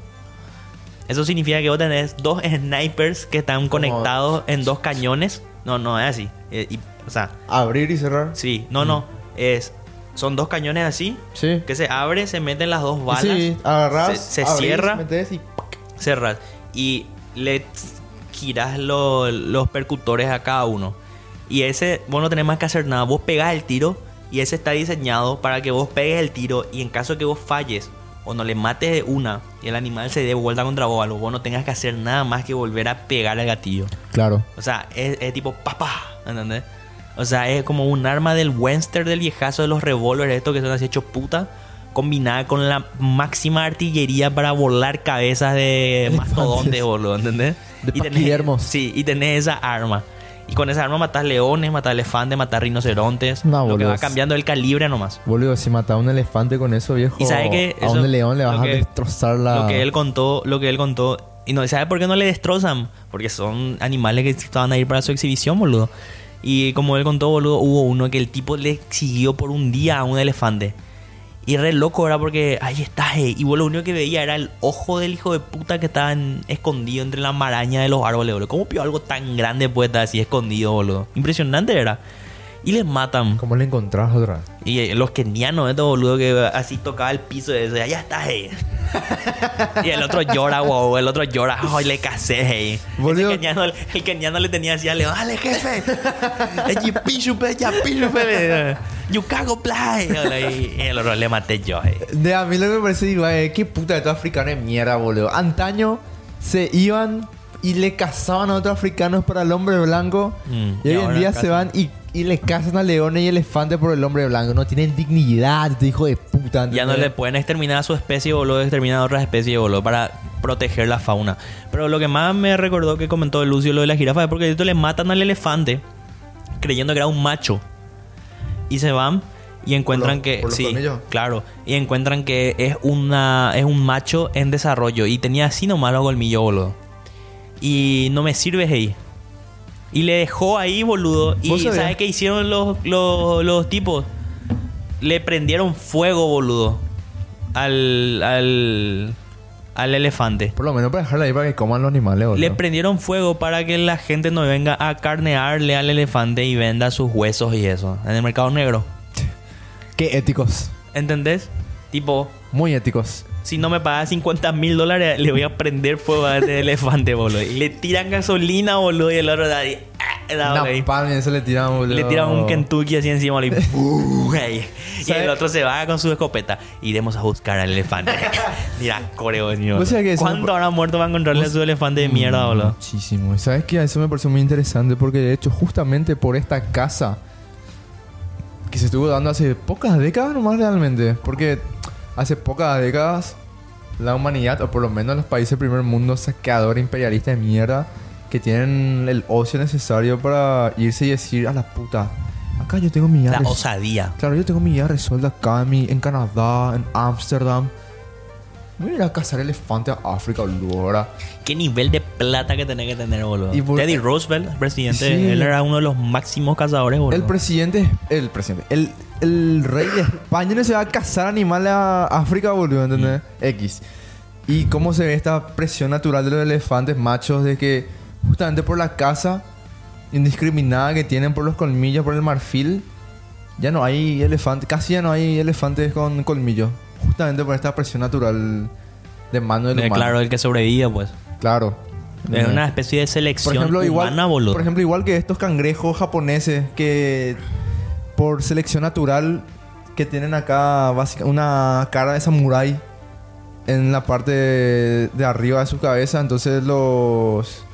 [SPEAKER 2] Eso significa que vos tenés dos snipers que están conectados en dos cañones. No, no es así. Eh, y O sea,
[SPEAKER 1] Abrir y cerrar.
[SPEAKER 2] sí, no, no. Es, son dos cañones así
[SPEAKER 1] Sí.
[SPEAKER 2] que se abren, se meten las dos balas.
[SPEAKER 1] Sí, agarras,
[SPEAKER 2] se, se
[SPEAKER 1] abrís,
[SPEAKER 2] cierra,
[SPEAKER 1] metés y
[SPEAKER 2] cerras. Y le giras lo- los percutores a cada uno. Y ese, vos no tenés más que hacer nada. Vos pegás el tiro y ese está diseñado para que vos pegues el tiro y en caso de que vos falles o no le mates de una y el animal se dé vuelta contra vos, algo, vos no tengas que hacer nada más que volver a pegar al gatillo.
[SPEAKER 1] Claro.
[SPEAKER 2] O sea, es, es tipo papá, ¿entendés? O sea, es como un arma del Wenster del viejazo de los revólveres, estos que son así hechos puta, combinada con la máxima artillería para volar cabezas de mastodontes, boludo, ¿entendés?
[SPEAKER 1] De paquidermos.
[SPEAKER 2] Sí, y tenés esa arma. Y con esa arma matás leones, matás elefantes, matás rinocerontes.
[SPEAKER 1] No,
[SPEAKER 2] lo que
[SPEAKER 1] boludo.
[SPEAKER 2] va cambiando el calibre nomás.
[SPEAKER 1] Boludo, si mataba a un elefante con eso, viejo.
[SPEAKER 2] Y sabe que
[SPEAKER 1] a
[SPEAKER 2] eso-
[SPEAKER 1] un león le
[SPEAKER 2] lo
[SPEAKER 1] vas a
[SPEAKER 2] que-
[SPEAKER 1] destrozar la.
[SPEAKER 2] Lo que él contó, lo que él contó. Y no, ¿sabe por qué no le destrozan? Porque son animales que estaban ahí para su exhibición, boludo. Y como él contó, boludo, hubo uno que el tipo le exigió por un día a un elefante. Y re loco era porque ahí está, eh. Y vos lo único que veía era el ojo del hijo de puta que estaba en- escondido entre la maraña de los árboles, boludo. ¿Cómo pio algo tan grande puede estar así escondido, boludo? Impresionante era. Y les matan.
[SPEAKER 1] ¿Cómo le encontrás otra? vez?
[SPEAKER 2] Y eh, los kenianos, estos boludos que así tocaba el piso y decía, ya está, hey. y el otro llora, wow, el otro llora, ay, le casé, hey.
[SPEAKER 1] Boludo.
[SPEAKER 2] El keniano, el keniano le tenía así, le dale, jefe. Echi, pichu, pe, ya, pichu, pe. You cago, play. Y el otro le maté yo, hey.
[SPEAKER 1] De a mí lo que me parece, digo, eh, qué puta de todo africano es mierda, boludo. Antaño se iban y le cazaban a otros africanos para el hombre blanco.
[SPEAKER 2] Mm,
[SPEAKER 1] y
[SPEAKER 2] y
[SPEAKER 1] hoy en
[SPEAKER 2] ahora
[SPEAKER 1] día se
[SPEAKER 2] cazan.
[SPEAKER 1] van y, y le cazan a leones y elefantes por el hombre blanco. No tienen dignidad, este hijo de puta.
[SPEAKER 2] Ya no
[SPEAKER 1] ¿entendés?
[SPEAKER 2] le pueden exterminar a su especie, boludo, exterminar a otra especie, boludo, para proteger la fauna. Pero lo que más me recordó que comentó Lucio lo de la jirafa es porque esto le matan al elefante creyendo que era un macho. Y se van y encuentran
[SPEAKER 1] los-
[SPEAKER 2] que
[SPEAKER 1] por los
[SPEAKER 2] sí,
[SPEAKER 1] colmillos?
[SPEAKER 2] claro, y encuentran que es una es un macho en desarrollo y tenía así nomás los colmillos, boludo. Y no me sirves ahí. Y le dejó ahí, boludo. Y
[SPEAKER 1] ¿Vos sabías?
[SPEAKER 2] ¿sabes qué hicieron los, los, los tipos? Le prendieron fuego, boludo. Al. al. al elefante.
[SPEAKER 1] Por lo menos para dejarla ahí para que coman los animales, boludo.
[SPEAKER 2] Le prendieron fuego para que la gente no venga a carnearle al elefante y venda sus huesos y eso. En el mercado negro.
[SPEAKER 1] Qué éticos.
[SPEAKER 2] ¿Entendés? Tipo,
[SPEAKER 1] Muy éticos.
[SPEAKER 2] si no me pagas 50 mil dólares, le voy a prender fuego a este elefante, boludo. Y le tiran gasolina, boludo. Y el otro da ahí, ah, da,
[SPEAKER 1] Una
[SPEAKER 2] boludo, ahí.
[SPEAKER 1] palma, eso le tiraban, boludo.
[SPEAKER 2] Le tiran un Kentucky así encima le- ¡Buu! ahí. y
[SPEAKER 1] ¿Sabe?
[SPEAKER 2] el otro se va con su escopeta. Iremos a buscar al elefante. Mira, coreo de mierda.
[SPEAKER 1] ¿Vos sabés que eso me
[SPEAKER 2] ¿Cuánto habrá muerto van a encontrarle a su elefante de mierda, boludo?
[SPEAKER 1] Mm, Muchísimo. Y sabes que eso me pareció muy interesante porque de hecho justamente por esta casa que se estuvo dando hace pocas décadas nomás realmente. Porque hace pocas décadas la humanidad, o por lo menos los países del primer mundo saqueador imperialista de mierda, que tienen el ocio necesario para irse y decir a la puta, acá yo tengo mi
[SPEAKER 2] La
[SPEAKER 1] res-
[SPEAKER 2] osadía.
[SPEAKER 1] Claro, yo tengo mi vida resuelta acá en, mi- en Canadá, en Ámsterdam. Voy a ir a cazar elefantes a África, boludo, ahora.
[SPEAKER 2] Qué nivel de plata que tenés que tener, boludo.
[SPEAKER 1] Y por-
[SPEAKER 2] Teddy Roosevelt, el presidente,
[SPEAKER 1] Sí.
[SPEAKER 2] él era uno de los máximos cazadores, boludo.
[SPEAKER 1] El presidente, el presidente, el, el rey de España no se va a cazar animales a África, boludo, ¿entendés?
[SPEAKER 2] Mm.
[SPEAKER 1] X. Y cómo se ve esta presión natural de los elefantes machos de que justamente por la caza indiscriminada que tienen por los colmillos, por el marfil, ya no hay elefantes, casi ya no hay elefantes con colmillos, justamente por esta presión natural de mano del
[SPEAKER 2] Eh,
[SPEAKER 1] humano.
[SPEAKER 2] claro, el que sobrevive, pues.
[SPEAKER 1] claro.
[SPEAKER 2] Es
[SPEAKER 1] ¿entendés?
[SPEAKER 2] una especie de
[SPEAKER 1] Por
[SPEAKER 2] selección
[SPEAKER 1] ejemplo, igual,
[SPEAKER 2] humana, boludo.
[SPEAKER 1] por ejemplo, igual que estos cangrejos japoneses que por selección natural que tienen acá básica- una cara de samurái en la parte de, de arriba de su cabeza, entonces los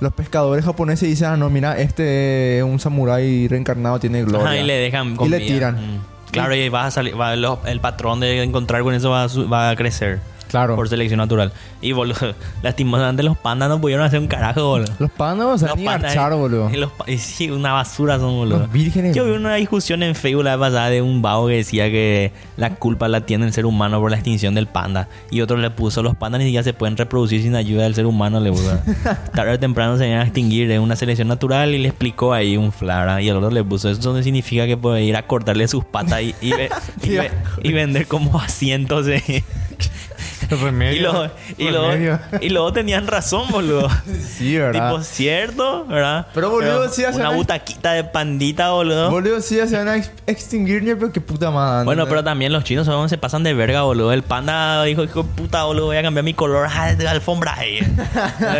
[SPEAKER 1] los pescadores japoneses dicen, "Ah, no, mira, este es un samurái reencarnado, tiene gloria."
[SPEAKER 2] Ajá, y le dejan con
[SPEAKER 1] Y le
[SPEAKER 2] vida.
[SPEAKER 1] tiran.
[SPEAKER 2] Mm. Claro, y vas a salir, va- lo- el patrón de encontrar con eso va a, su- va a crecer.
[SPEAKER 1] Claro.
[SPEAKER 2] Por selección natural. Y boludo, lastimosamente los pandas no pudieron hacer un carajo, boludo.
[SPEAKER 1] Los pandas no saben
[SPEAKER 2] Los
[SPEAKER 1] ni
[SPEAKER 2] pandas-
[SPEAKER 1] archar, boludo.
[SPEAKER 2] y los pa- y sí, una basura son, boludo.
[SPEAKER 1] Los vírgenes.
[SPEAKER 2] Yo vi una discusión en Facebook la vez pasada de un vago que decía que la culpa la tiene el ser humano por la extinción del panda. Y otro le puso, los pandas ni siquiera se pueden reproducir sin ayuda del ser humano, le puso. Tarde o temprano se van a extinguir, es una selección natural y le explicó ahí un flara. Y el otro le puso, eso no significa que puede ir a cortarle sus patas y, y ve- y ve- y vender como asientos de... Y
[SPEAKER 3] Remedio.
[SPEAKER 2] los y lo-
[SPEAKER 1] Remedio.
[SPEAKER 2] y luego tenían razón, boludo.
[SPEAKER 1] Sí, ¿verdad?
[SPEAKER 2] Tipo, cierto, ¿verdad?
[SPEAKER 1] Pero, boludo, sí hace
[SPEAKER 2] Una
[SPEAKER 1] una-
[SPEAKER 2] butaquita de pandita, boludo.
[SPEAKER 1] Boludo, sí, ya se van a ex- extinguir, ñe, pero qué puta madre.
[SPEAKER 2] Bueno,
[SPEAKER 1] ¿no?
[SPEAKER 2] pero también los chinos son- se pasan de verga, boludo. El panda dijo, hijo de puta, boludo, voy a cambiar mi color ah, de alfombra. eh".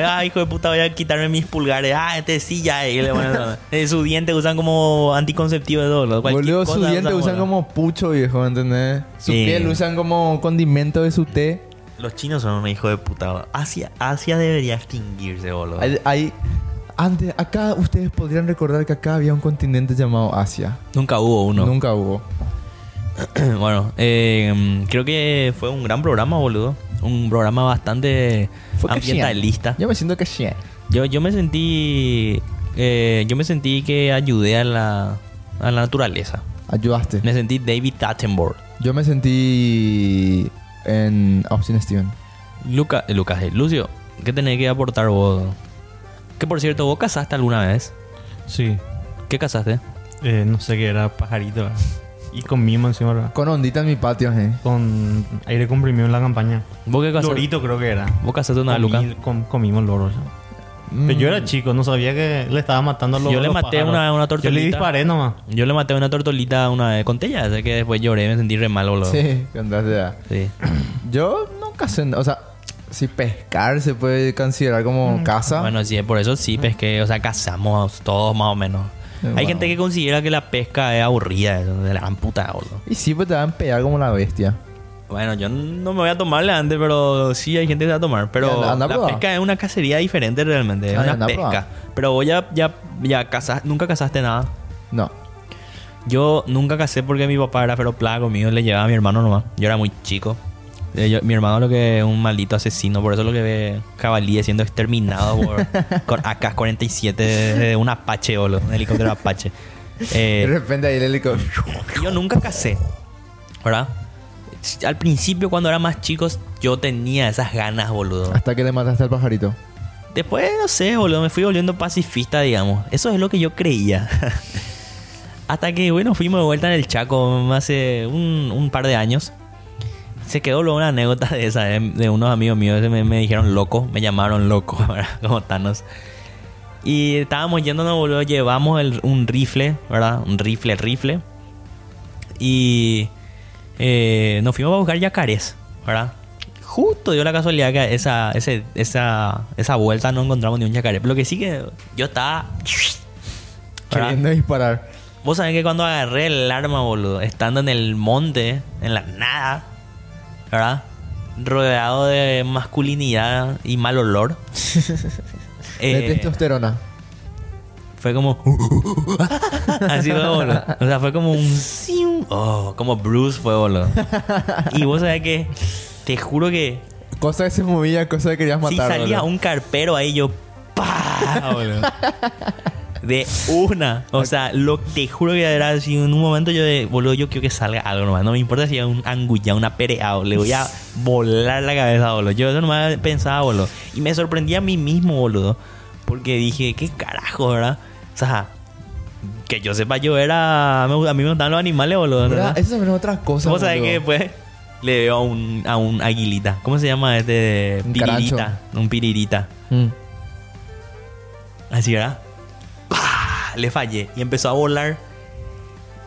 [SPEAKER 2] ah, hijo de puta, voy a quitarme mis pulgares. Ah, este sí ya. eh". Y le ponen- eh, su diente usan como anticonceptivo de todo.
[SPEAKER 1] Boludo, su diente usan como pucho, viejo, ¿entendés? Su
[SPEAKER 2] Sí.
[SPEAKER 1] piel usan como condimento de su té.
[SPEAKER 2] Los chinos son un hijo de puta. boludo. Asia, Asia debería extinguirse, boludo.
[SPEAKER 1] Hay, hay- Antes, acá ustedes podrían recordar que acá había un continente llamado Asia.
[SPEAKER 2] Nunca hubo uno.
[SPEAKER 1] Nunca hubo.
[SPEAKER 2] bueno, eh, creo que fue un gran programa, boludo. Un programa bastante
[SPEAKER 1] Fue ¿eh?
[SPEAKER 2] ambientalista.
[SPEAKER 1] Yo me siento que sí.
[SPEAKER 2] Yo, yo me sentí. eh, yo me sentí que ayudé a la, a la naturaleza.
[SPEAKER 1] Ayudaste.
[SPEAKER 2] Me sentí David Attenborough.
[SPEAKER 1] Yo me sentí en Austin Steven.
[SPEAKER 2] Luca, eh, Lucas, eh, Lucio, ¿qué tenés que aportar vos? Que por cierto, ¿vos casaste alguna vez?
[SPEAKER 3] Sí.
[SPEAKER 2] ¿Qué casaste?
[SPEAKER 3] Eh, no sé qué era, pajarito. ¿verdad? Y con mimo encima, ¿verdad?
[SPEAKER 1] Con ondita en mi patio, ¿eh?
[SPEAKER 3] Con aire comprimido en la campaña.
[SPEAKER 2] ¿Vos qué casaste?
[SPEAKER 3] Lorito creo que era.
[SPEAKER 2] ¿Vos casaste una Luca? Mm.
[SPEAKER 3] Comí- com- comimos loro. ya. Pero yo era chico, no sabía que le estaba matando a los
[SPEAKER 2] Yo le
[SPEAKER 3] los
[SPEAKER 2] maté
[SPEAKER 3] pájaros.
[SPEAKER 2] una- una tortuguita.
[SPEAKER 3] Yo le disparé nomás.
[SPEAKER 2] Yo le maté una tortolita una vez con tella, así que después lloré, me sentí re mal, boludo.
[SPEAKER 1] Sí, contaste ya.
[SPEAKER 2] Sí.
[SPEAKER 1] Yo nunca sé. O sea, si pescar se puede considerar como casa.
[SPEAKER 2] Bueno, sí, por eso sí pesqué, o sea, cazamos todos más o menos.
[SPEAKER 1] Eh,
[SPEAKER 2] Hay
[SPEAKER 1] bueno.
[SPEAKER 2] gente que considera que la pesca es aburrida, es de la gran puta, boludo.
[SPEAKER 1] Y sí, pues te van a pegar como la bestia.
[SPEAKER 2] Bueno, yo no me voy a tomar la antes, pero sí hay gente que se va a tomar. Pero
[SPEAKER 1] Ya, anda, anda a
[SPEAKER 2] la
[SPEAKER 1] probar.
[SPEAKER 2] pesca es una cacería diferente realmente. Es
[SPEAKER 1] Ah, ya,
[SPEAKER 2] una
[SPEAKER 1] anda a
[SPEAKER 2] pesca.
[SPEAKER 1] probar.
[SPEAKER 2] Pero vos ya, ya, ya caza- nunca cazaste nada.
[SPEAKER 1] No.
[SPEAKER 2] Yo nunca casé porque mi papá era feroplada conmigo, le llevaba a mi hermano nomás. Yo era muy chico. Eh, yo- mi hermano lo que es un maldito asesino, por eso lo que ve cabalíes siendo exterminados por con AK-47 de, de un Apache, boludo, un helicóptero Apache. Eh,
[SPEAKER 1] De repente ahí el helicóptero.
[SPEAKER 2] yo nunca casé, ¿verdad? Al principio, cuando era más chicos, yo tenía esas ganas, boludo.
[SPEAKER 1] Hasta que le mataste al pajarito.
[SPEAKER 2] Después, no sé, boludo, me fui volviendo pacifista, digamos. Eso es lo que yo creía. Hasta que, bueno, fuimos de vuelta en el Chaco hace un, un par de años. Se quedó luego una anécdota de esa, de, de unos amigos míos que me, me dijeron loco, me llamaron loco, ¿verdad? como Thanos. Y estábamos yéndonos, boludo, llevamos el- un rifle, ¿verdad? Un rifle, rifle. Y eh, nos fuimos a buscar yacarés, ¿verdad? Justo dio la casualidad que esa, ese- esa, esa vuelta no encontramos ni un yacaré. Pero lo que sí que yo estaba... ¿verdad?
[SPEAKER 1] Queriendo disparar.
[SPEAKER 2] Vos sabés que cuando agarré el arma, boludo, estando en el monte, en la nada, ¿verdad? Rodeado de masculinidad y mal olor.
[SPEAKER 1] De
[SPEAKER 2] eh,
[SPEAKER 1] testosterona.
[SPEAKER 2] fue como. Así fue, boludo. O sea, fue como un. zium. Oh, como Bruce fue, boludo. Y vos sabés que. Te juro que.
[SPEAKER 1] Cosa que se movía, cosa que querías
[SPEAKER 2] Si
[SPEAKER 1] matar.
[SPEAKER 2] salía
[SPEAKER 1] boludo.
[SPEAKER 2] un carpero ahí, yo. ¡Pah! boludo. De una. O sea, lo, te juro que era así. En un momento yo de. Boludo, yo quiero que salga algo nomás. No me importa si es un angulla, una perea. boludo. Le voy a volar la cabeza, boludo. Yo eso nomás pensaba, boludo. Y me sorprendí a mí mismo, boludo. Porque dije, ¿qué carajo, verdad? O sea, que yo sepa, yo era. me gu- A mí me gustaban los animales, boludo.
[SPEAKER 1] ¿Verdad?
[SPEAKER 2] ¿verdad?
[SPEAKER 1] Eso también es otra cosa.
[SPEAKER 2] Vos sabés
[SPEAKER 1] boludo.
[SPEAKER 2] que después le veo a un, a un aguilita. ¿Cómo se llama este?
[SPEAKER 1] Un
[SPEAKER 2] piririta.
[SPEAKER 1] carancho.
[SPEAKER 2] Un piririta.
[SPEAKER 1] Mm.
[SPEAKER 2] Así, ¿verdad? ¡Pah! Le fallé y empezó a volar.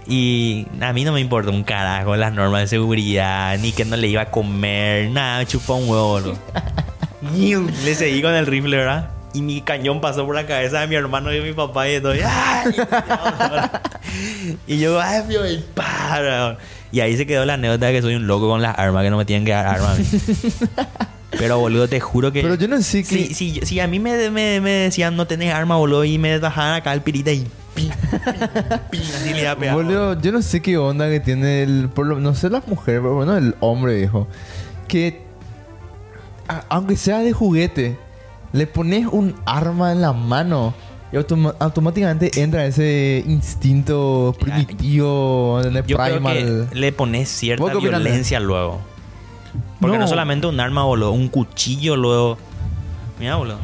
[SPEAKER 2] Y a mí no me importa un carajo las normas de seguridad, ni que no le iba a comer, nada, chupó un huevo. boludo. Ñiu, le seguí con el rifle, ¿verdad? Y mi cañón pasó por la cabeza de mi hermano y de mi papá y de todo. Y, ¡ay! Y yo, ¡ay, Dios, y pa, bro. Y ahí se quedó la anécdota de que soy un loco con las armas, que no me tienen que dar armas. a mí. Pero boludo, te juro que.
[SPEAKER 1] Pero yo no sé
[SPEAKER 2] Si,
[SPEAKER 1] qué-
[SPEAKER 2] si, si a mí me, me, me decían no tenés arma, boludo, y me bajaban acá el pirita y pi, pi, pi, así le iba a pegar, boludo.
[SPEAKER 1] Boludo, yo no sé qué onda que tiene el. Por lo, no sé las mujeres, pero bueno, el hombre, viejo. Que. a- aunque sea de juguete, le pones un arma en la mano. Y automa- automáticamente entra ese instinto primitivo, ¿entendés?
[SPEAKER 2] Yo creo
[SPEAKER 1] primal.
[SPEAKER 2] que le pones cierta
[SPEAKER 1] ¿Vos qué opinás?
[SPEAKER 2] violencia luego. Porque no.
[SPEAKER 1] No.
[SPEAKER 2] solamente un arma, boludo, un cuchillo luego. Mira, boludo.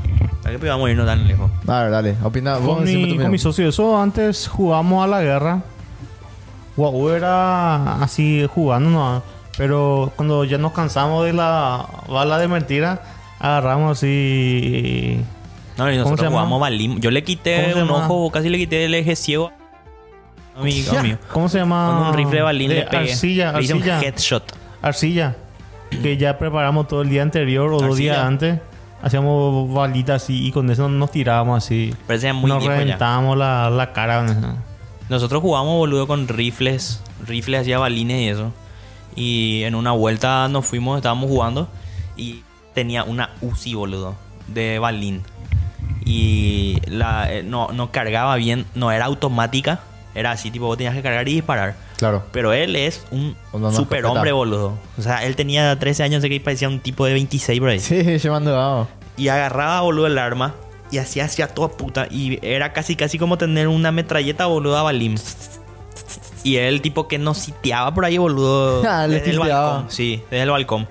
[SPEAKER 2] ¿A qué vamos a irnos tan lejos?
[SPEAKER 1] A ver, dale, opina. vos
[SPEAKER 3] Con
[SPEAKER 1] decime tu
[SPEAKER 3] mi, con
[SPEAKER 1] opinión.
[SPEAKER 3] mi socio, eso antes jugábamos a la guerra. Guau, era así jugando, ¿no? Pero cuando ya nos cansamos de la bala de mentira, agarramos y.
[SPEAKER 2] No, y
[SPEAKER 3] ¿Cómo se
[SPEAKER 2] nosotros
[SPEAKER 3] llama?
[SPEAKER 2] jugamos Valim. Yo le
[SPEAKER 3] ¿Cómo
[SPEAKER 2] quité
[SPEAKER 3] se
[SPEAKER 2] un
[SPEAKER 3] llama?
[SPEAKER 2] ojo, casi le quité el eje ciego a mi amigo mío.
[SPEAKER 3] ¿Cómo se llama?
[SPEAKER 2] Con un rifle de balín le pegué.
[SPEAKER 3] Arcilla,
[SPEAKER 2] le hice un
[SPEAKER 3] arcilla.
[SPEAKER 2] headshot.
[SPEAKER 3] arcilla que ya preparamos todo el día anterior o dos
[SPEAKER 2] Arcilla.
[SPEAKER 3] días antes. Hacíamos balitas así y con eso nos tirábamos así.
[SPEAKER 2] Parecía muy
[SPEAKER 3] nos
[SPEAKER 2] viejo ya.
[SPEAKER 3] reventábamos la, la cara. ¿no?
[SPEAKER 2] Nosotros jugábamos, boludo, con rifles, rifles hacía balines y eso. Y en una vuelta nos fuimos, estábamos jugando y tenía una Uzi, boludo, de balín. Y la, eh, no, no cargaba bien, no era automática, era así, tipo, vos tenías que cargar y disparar.
[SPEAKER 1] Claro.
[SPEAKER 2] Pero él es un
[SPEAKER 1] Una mascota.
[SPEAKER 2] superhombre, boludo. O sea, él tenía 13 años, sé que parecía un tipo de 26 por ahí.
[SPEAKER 1] Sí, llevando dado.
[SPEAKER 2] Y agarraba, boludo, el arma. Y hacía hacia toda puta. Y era casi, casi como tener una metralleta, boludo, a Balim. Y el tipo que nos sitiaba por ahí, boludo.
[SPEAKER 1] Ah, le
[SPEAKER 2] desde el
[SPEAKER 1] sitiaba.
[SPEAKER 2] balcón. Sí, desde el balcón.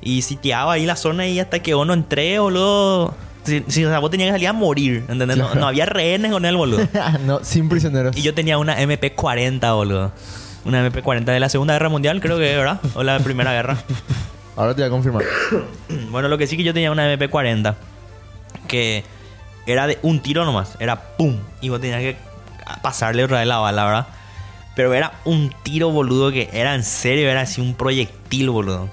[SPEAKER 2] Y sitiaba ahí la zona y hasta que uno entré, boludo. Si, si, o sea, vos tenías que salir a morir, ¿entendés? No, no había rehenes con él, boludo.
[SPEAKER 1] no, sin prisioneros.
[SPEAKER 2] Y yo tenía una MP40, boludo. Una MP40 de la Segunda Guerra Mundial, creo que, ¿verdad? O la Primera Guerra.
[SPEAKER 1] Ahora te voy a confirmar.
[SPEAKER 2] Bueno, lo que sí que yo tenía una MP40 que era de un tiro nomás, era pum, y vos tenías que pasarle otra vez la bala, ¿verdad? Pero era un tiro, boludo, que era en serio, era así un proyectil, boludo.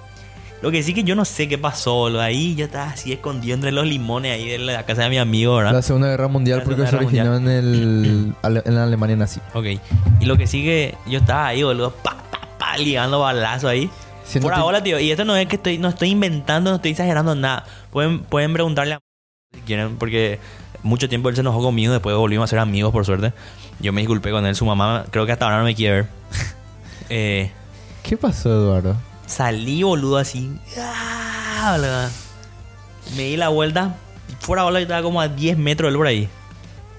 [SPEAKER 2] Lo que sí que yo no sé qué pasó, boludo. Ahí yo estaba así escondido entre los limones ahí de la casa de mi amigo, ¿verdad?
[SPEAKER 1] La Segunda Guerra Mundial
[SPEAKER 2] ¿Ah? La
[SPEAKER 1] porque se
[SPEAKER 2] Segunda Guerra
[SPEAKER 1] originó en, el, Ale- en la Alemania nazi.
[SPEAKER 2] Ok. Y lo que sí que yo estaba ahí, boludo, pa, pa, pa, ligando balazos ahí.
[SPEAKER 1] Si no
[SPEAKER 2] Por
[SPEAKER 1] te-
[SPEAKER 2] ahora, tío. Y esto no es que estoy, no estoy inventando, no estoy exagerando nada. Pueden, pueden preguntarle a si quieren, porque mucho tiempo él se enojó conmigo, después volvimos a ser amigos, por suerte. Yo me disculpé con él, su mamá creo que hasta ahora no me quiere ver. Eh,
[SPEAKER 1] ¿Qué pasó, Eduardo?
[SPEAKER 2] salí, boludo, así. ¡Ah! boludo. Me di la vuelta. Fuera bola, yo estaba como a 10 metros de él por ahí.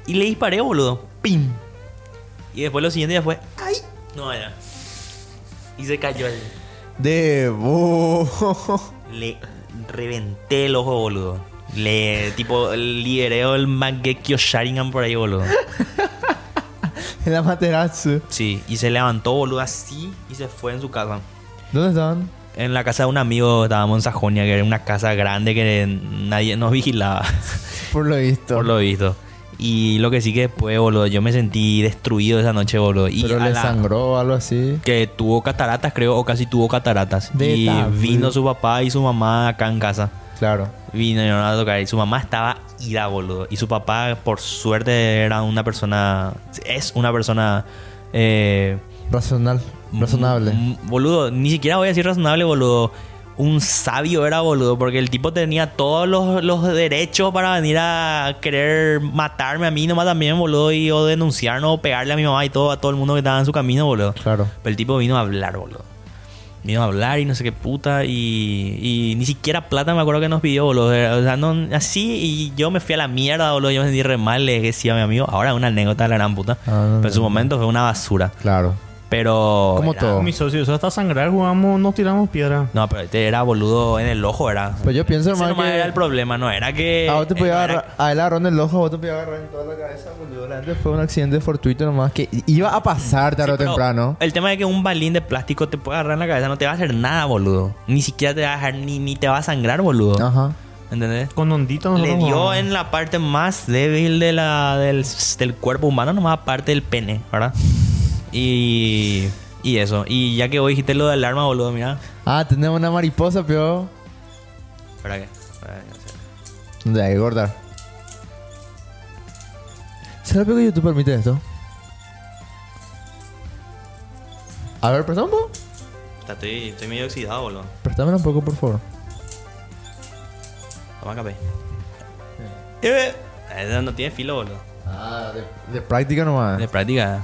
[SPEAKER 2] Y le disparé, boludo. ¡Pim! Y después lo siguiente ya fue. ¡Ay! No, ya. Y se cayó el.
[SPEAKER 1] Debo.
[SPEAKER 2] Le reventé el ojo, boludo. Le, tipo, liberé el Mangekyo Sharingan por ahí, boludo.
[SPEAKER 1] en la Materatsu.
[SPEAKER 2] Sí, y se levantó, boludo, así y se fue en su casa.
[SPEAKER 1] ¿Dónde estaban?
[SPEAKER 2] En la casa de un amigo estábamos en Sajonia, que era una casa grande que nadie nos vigilaba,
[SPEAKER 1] Por lo visto.
[SPEAKER 2] por lo visto. Y lo que sí que después, boludo, yo me sentí destruido esa noche, boludo. Y
[SPEAKER 1] Pero
[SPEAKER 2] a
[SPEAKER 1] le
[SPEAKER 2] la-
[SPEAKER 1] sangró o algo así.
[SPEAKER 2] que tuvo cataratas, creo, o casi tuvo cataratas.
[SPEAKER 1] De
[SPEAKER 2] y
[SPEAKER 1] tab-
[SPEAKER 2] vino su papá y su mamá acá en casa.
[SPEAKER 1] Claro.
[SPEAKER 2] Vino y no la tocar. Y su mamá estaba ida, boludo. Y su papá, por suerte, era una persona. Es una persona. eh,
[SPEAKER 1] Racional. Razonable.
[SPEAKER 2] m- Mm, Boludo, ni siquiera voy a decir razonable, boludo. Un sabio era, boludo. Porque el tipo tenía todos los, los derechos para venir a querer matarme a mí nomás también, boludo. Y o denunciarnos, o pegarle a mi mamá y todo, a todo el mundo que estaba en su camino, boludo.
[SPEAKER 1] Claro.
[SPEAKER 2] Pero el tipo vino a hablar, boludo. Vino a hablar y no sé qué puta. Y, y ni siquiera plata me acuerdo que nos pidió, boludo. O sea, no, así. Y yo me fui a la mierda, boludo. Yo me sentí re mal. Le decía a mi amigo. Ahora es una anécdota de la gran puta.
[SPEAKER 1] Ah, no,
[SPEAKER 2] Pero en su
[SPEAKER 1] no.
[SPEAKER 2] momento fue una basura.
[SPEAKER 1] Claro.
[SPEAKER 2] Pero.
[SPEAKER 1] Como
[SPEAKER 2] era-
[SPEAKER 1] todo.
[SPEAKER 3] Mis socios, hasta sangrar jugamos, nos tiramos piedra.
[SPEAKER 2] No, pero este era boludo en el ojo, era.
[SPEAKER 1] Pero Pues yo pienso,
[SPEAKER 2] Ese
[SPEAKER 1] hermano,
[SPEAKER 2] nomás
[SPEAKER 1] que-
[SPEAKER 2] era el problema, no era que.
[SPEAKER 1] A Ah, vos te podía
[SPEAKER 2] no era-
[SPEAKER 1] agarrar, a él agarró en el ojo, a vos te podía agarrar en toda la cabeza, boludo. La gente fue un accidente fortuito nomás que iba a pasar tarde
[SPEAKER 2] Sí,
[SPEAKER 1] o
[SPEAKER 2] pero
[SPEAKER 1] temprano.
[SPEAKER 2] El tema es que un balín de plástico te puede agarrar en la cabeza, no te va a hacer nada, boludo. Ni siquiera te va a dejar, ni, ni te va a sangrar, boludo.
[SPEAKER 1] Ajá.
[SPEAKER 2] ¿Entendés?
[SPEAKER 3] Con honditos
[SPEAKER 2] Le
[SPEAKER 3] nosotros
[SPEAKER 2] dio
[SPEAKER 3] jugamos.
[SPEAKER 2] en la parte más débil de la, del, del cuerpo humano, nomás aparte del pene, ¿verdad? Y, y eso. Y ya que vos dijiste lo del arma, boludo, mira.
[SPEAKER 1] Ah, tenemos una mariposa, pero...
[SPEAKER 2] Espera que. espera que-
[SPEAKER 1] De ahí, gorda. ¿Será que YouTube permite esto? A ver, préstame un poco.
[SPEAKER 2] Está- Estoy, estoy medio oxidado, boludo.
[SPEAKER 1] Préstamela un poco, por favor.
[SPEAKER 2] Toma café. Eh, eh, no tiene filo, boludo.
[SPEAKER 1] Ah, de, práctica nomás.
[SPEAKER 2] De práctica.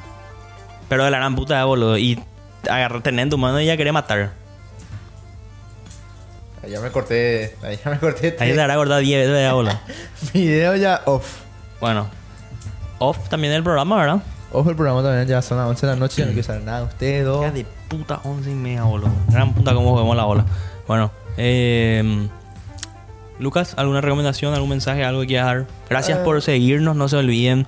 [SPEAKER 2] Pero de la gran puta, boludo. Y agarró tener en tu mano y ya quería matar.
[SPEAKER 1] Ahí ya me corté. Ahí ya me corté.
[SPEAKER 2] Ahí te
[SPEAKER 1] este
[SPEAKER 2] hará acordar 10 veces, ya, boludo.
[SPEAKER 1] Video ya off.
[SPEAKER 2] Bueno. Off también del programa, ¿verdad?
[SPEAKER 1] Off el programa también. Ya son las 11 de la noche. Ya no quiero saber nada de ustedes
[SPEAKER 2] Hija
[SPEAKER 1] dos.
[SPEAKER 2] de puta, once y media, boludo. Gran puta, cómo juguemos la bola. Bueno, eh, Lucas, ¿alguna recomendación, algún mensaje, algo que quieras dar? Gracias por seguirnos, no se olviden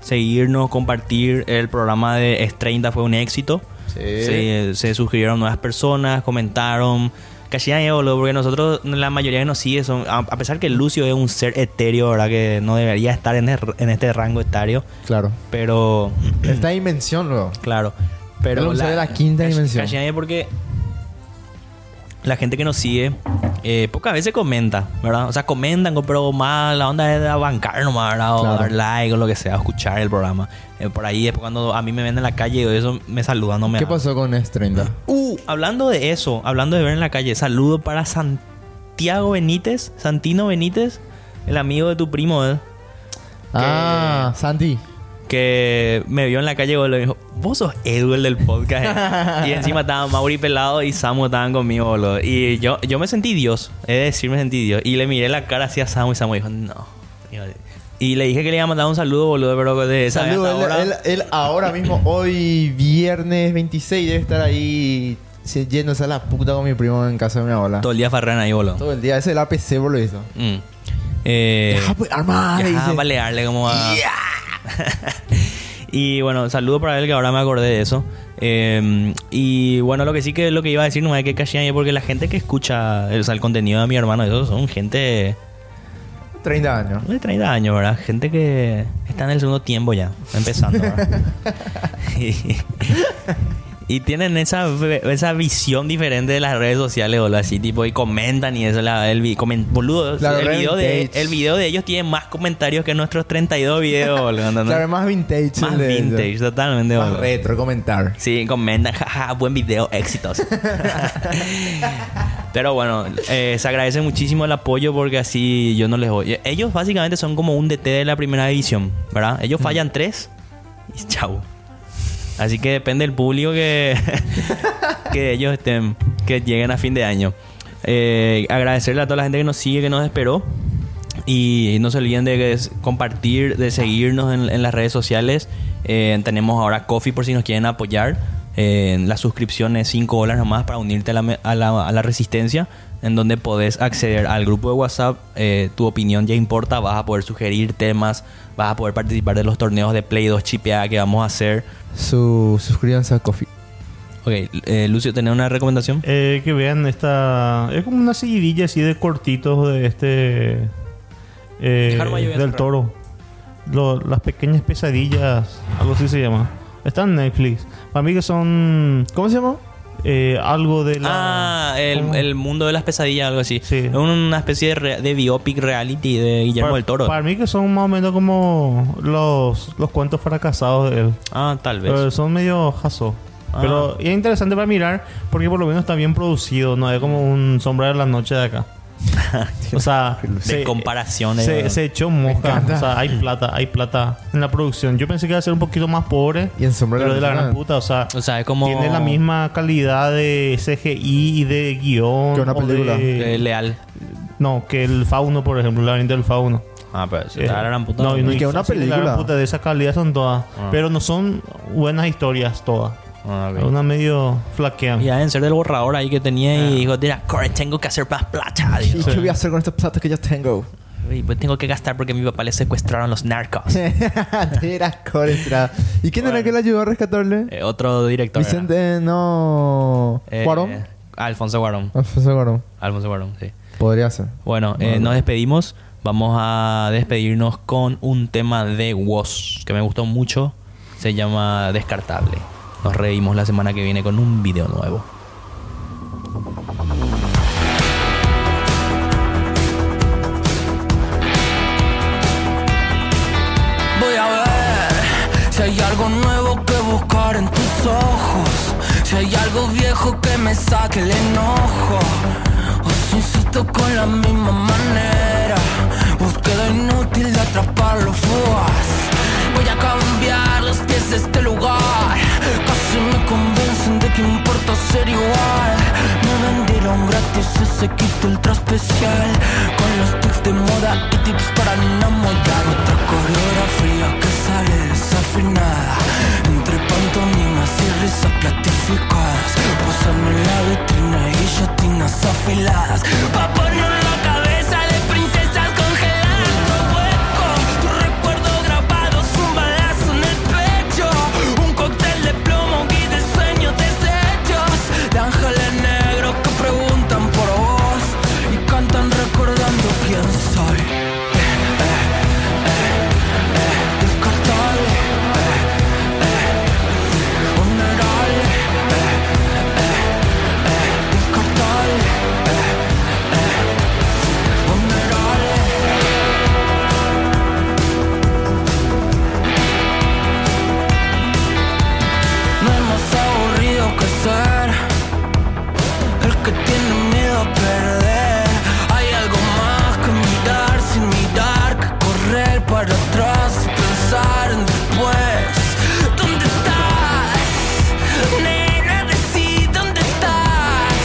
[SPEAKER 2] seguirnos, compartir. El programa de Estreinda fue un éxito.
[SPEAKER 1] Sí.
[SPEAKER 2] Se, eh, se suscribieron nuevas personas, comentaron. Cachillán, eh, boludo, porque nosotros, la mayoría que nos sigue, son, a, a pesar que Lucio es un ser etéreo, ¿verdad? Que no debería estar en, el- en este rango etario,
[SPEAKER 1] Claro.
[SPEAKER 2] pero
[SPEAKER 1] Esta dimensión, luego.
[SPEAKER 2] Claro. Pero
[SPEAKER 1] Él usa de la quinta
[SPEAKER 2] Cash-
[SPEAKER 1] dimensión.
[SPEAKER 2] Cash App porque la gente que nos sigue eh, pocas veces comenta, ¿verdad? O sea, comentan, pero más la onda es de bancar nomás, ¿verdad? O
[SPEAKER 1] Claro.
[SPEAKER 2] dar like o lo que sea, o escuchar el programa. Eh, por ahí es cuando a mí me ven en la calle y eso me saludan, no me
[SPEAKER 1] ¿Qué
[SPEAKER 2] hablan.
[SPEAKER 1] pasó con este, S30?
[SPEAKER 2] Uh, hablando de eso, hablando de ver en la calle, saludo para Santiago Benítez, Santino Benítez, el amigo de tu primo, ¿eh?
[SPEAKER 1] Ah, Santi.
[SPEAKER 2] que me vio en la calle y me dijo, vos sos Edu el del podcast. eh?" y encima estaban Mauri Pelado y Samu estaban conmigo, boludo. Y yo, yo me sentí Dios, es decir, me sentí Dios. Y le miré la cara así a Samu y Samu dijo, no. Y le dije que le iba a mandar un saludo, boludo, pero de esa vez hasta
[SPEAKER 1] Saludos. Él,
[SPEAKER 2] ahora-
[SPEAKER 1] él- él ahora mismo, hoy viernes 26, debe estar ahí se- yéndose a la puta con mi primo en casa de mi abuela.
[SPEAKER 2] todo
[SPEAKER 1] Todo,
[SPEAKER 2] el día farrana ahí, boludo.
[SPEAKER 1] el día. Ese es el APC, por lo visto.
[SPEAKER 2] Mm. Eh,
[SPEAKER 1] Ya, pues, armá, le
[SPEAKER 2] Ya,
[SPEAKER 1] dice.
[SPEAKER 2] vale, darle como a... y bueno, saludo para él que ahora me acordé de eso. Eh, y bueno, lo que sí que lo que iba a decir no es que cachean ahí porque la gente que escucha eh, o sea, el contenido de mi hermano, esos son gente
[SPEAKER 1] 30 años.
[SPEAKER 2] de 30 años, ¿verdad? Gente que está en el segundo tiempo ya, empezando. ¿verdad? y, y tienen esa, ve- esa visión diferente de las redes sociales, boludo, así tipo, y comentan y eso, la, el, vi- comen- boludo,
[SPEAKER 1] Claro,
[SPEAKER 2] el,
[SPEAKER 1] re
[SPEAKER 2] video de,
[SPEAKER 1] vintage.
[SPEAKER 2] el video de ellos tiene más comentarios que nuestros 32 videos, boludo. ¿entendés?
[SPEAKER 1] Claro, más vintage.
[SPEAKER 2] más
[SPEAKER 1] el de ellos.
[SPEAKER 2] vintage, totalmente,
[SPEAKER 1] Más
[SPEAKER 2] boludo.
[SPEAKER 1] retro, comentar.
[SPEAKER 2] Sí, comentan, jaja, buen video, éxitos. Pero bueno, eh, se agradece muchísimo el apoyo porque así yo no les voy. Ellos básicamente son como un DT de la primera división, ¿verdad? Ellos fallan tres y chau. Así que depende del público que, que ellos estén, que lleguen a fin de año. Eh, agradecerle a toda la gente que nos sigue, que nos esperó. Y no se olviden de que es- compartir, de seguirnos en, en las redes sociales. Eh, tenemos ahora Coffee por si nos quieren apoyar. Eh, la suscripción es 5 dólares nomás para unirte a la, me- a la- a la resistencia, en donde podés acceder al grupo de WhatsApp. Eh, tu opinión ya importa, vas a poder sugerir temas, vas a poder participar de los torneos de Play 2 Chipeada que vamos a hacer.
[SPEAKER 1] Su, suscríbanse a Coffee.
[SPEAKER 2] Ok, eh, Lucio, ¿tenés una recomendación?
[SPEAKER 3] Eh, que vean esta. Es como una seguidilla así de cortitos de este. eh,
[SPEAKER 2] Dejar Mayo y
[SPEAKER 3] del
[SPEAKER 2] Aznar.
[SPEAKER 3] toro. Lo- las pequeñas pesadillas, algo así se llama. Está en Netflix. Para mí que son.
[SPEAKER 1] ¿Cómo se llama?
[SPEAKER 3] eh, algo de la.
[SPEAKER 2] ah, el,
[SPEAKER 3] ¿cómo?
[SPEAKER 2] el mundo de las pesadillas, algo así.
[SPEAKER 3] Sí.
[SPEAKER 2] Es Una especie de, re- de biopic reality de Guillermo
[SPEAKER 3] Pa-
[SPEAKER 2] del Toro.
[SPEAKER 3] Para mí que son más o menos como los, los cuentos fracasados de él.
[SPEAKER 2] Ah, tal vez.
[SPEAKER 3] Eh, son medio jaso.
[SPEAKER 2] Ah.
[SPEAKER 3] Pero es interesante para mirar porque por lo menos está bien producido, no es como un sombra de la noche de acá. o sea,
[SPEAKER 2] De eh, comparaciones,
[SPEAKER 3] Se,
[SPEAKER 2] ¿verdad?
[SPEAKER 3] se echó mosca. O sea, hay plata, hay plata en la producción. Yo pensé que iba a ser un poquito más pobre.
[SPEAKER 1] Y en sombra de la
[SPEAKER 3] pero de la
[SPEAKER 1] Noche,
[SPEAKER 3] gran
[SPEAKER 1] ¿no?
[SPEAKER 3] puta. O sea,
[SPEAKER 2] O sea, es como-
[SPEAKER 3] tiene la misma calidad de CGI y de guión.
[SPEAKER 1] Que una
[SPEAKER 3] o de-
[SPEAKER 1] película.
[SPEAKER 2] Eh, leal.
[SPEAKER 3] no, que el fauno, por ejemplo, la del fauno.
[SPEAKER 2] Ah, pero si
[SPEAKER 3] Eh,
[SPEAKER 2] te agarran puta,
[SPEAKER 3] No, y no
[SPEAKER 1] Y que
[SPEAKER 3] y
[SPEAKER 1] una
[SPEAKER 3] así de la gran
[SPEAKER 1] película.
[SPEAKER 3] puta de esa calidad son todas. Pero no son buenas historias todas.
[SPEAKER 2] Ah, ok.
[SPEAKER 3] Una medio flaquean.
[SPEAKER 2] Y ya deben ser del borrador ahí que tenía
[SPEAKER 3] Ah.
[SPEAKER 2] y dijo, mira, corre, tengo que hacer más plata.
[SPEAKER 1] ¿Y
[SPEAKER 2] dijo.
[SPEAKER 1] qué voy a hacer con estos platos que yo tengo?
[SPEAKER 2] Y pues tengo que gastar porque a mi papá le secuestraron los narcos.
[SPEAKER 1] Era colesterol. ¿Y quién era que le ayudó a rescatarle?
[SPEAKER 2] Eh, otro director. ¿verdad?
[SPEAKER 1] Vicente, no. Ah,
[SPEAKER 2] Eh,
[SPEAKER 1] ¿Cuarón?
[SPEAKER 2] Alfonso Guarón.
[SPEAKER 1] Alfonso Cuarón.
[SPEAKER 2] Alfonso Guarón, sí.
[SPEAKER 1] Podría ser.
[SPEAKER 2] Bueno, eh, nos despedimos. Vamos a despedirnos con un tema de Woz que me gustó mucho. Se llama Descartable. Nos reímos la semana que viene con un video nuevo.
[SPEAKER 5] Voy a ver si hay algo nuevo que buscar en tus ojos. Si hay algo viejo que me saque el enojo. Os insisto con la misma manera. Búsqueda inútil de atrapar los fugaz. Voy a cambiar los pies de este lugar. Casi me convencen de que importa ser igual. Me vendieron gratis ese kit ultra especial. Con los tips de moda y tips para enamorar. Otra coreografía que sale desafinada. Entre pantomimas y risas platificadas. Posando en la vitrina y guillotinas afiladas. Pa' poner la cabeza de princesas congeladas. Otro hueco, tu recuerdo grabado, es un balazo en el pecho. Un cóctel de plomo y de sueño de atrás y pensar en después. ¿Dónde estás? Nena, decí dónde estás.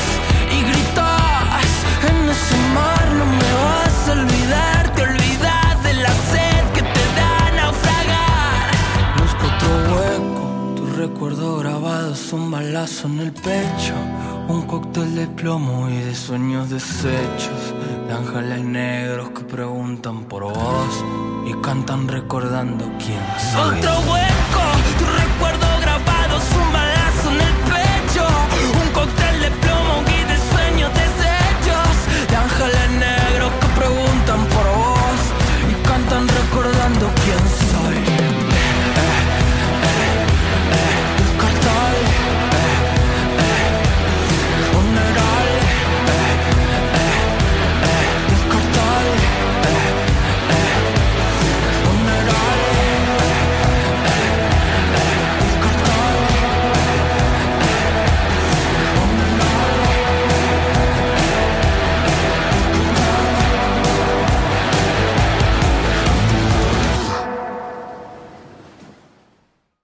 [SPEAKER 5] Y gritas, en ese mar no me vas a olvidar. Te olvidas de la sed que te da naufragar. Busco tu hueco, tu recuerdo grabado es un balazo en el pecho. Un cóctel de plomo y de sueños deshechos, de ángeles negros que preguntan por vos y cantan recordando quién soy. Otro hueco, tu recuerdo grabado es un balazo en el pecho. Un cóctel de plomo y de sueños deshechos, de ángeles negros que preguntan por vos y cantan recordando quién soy.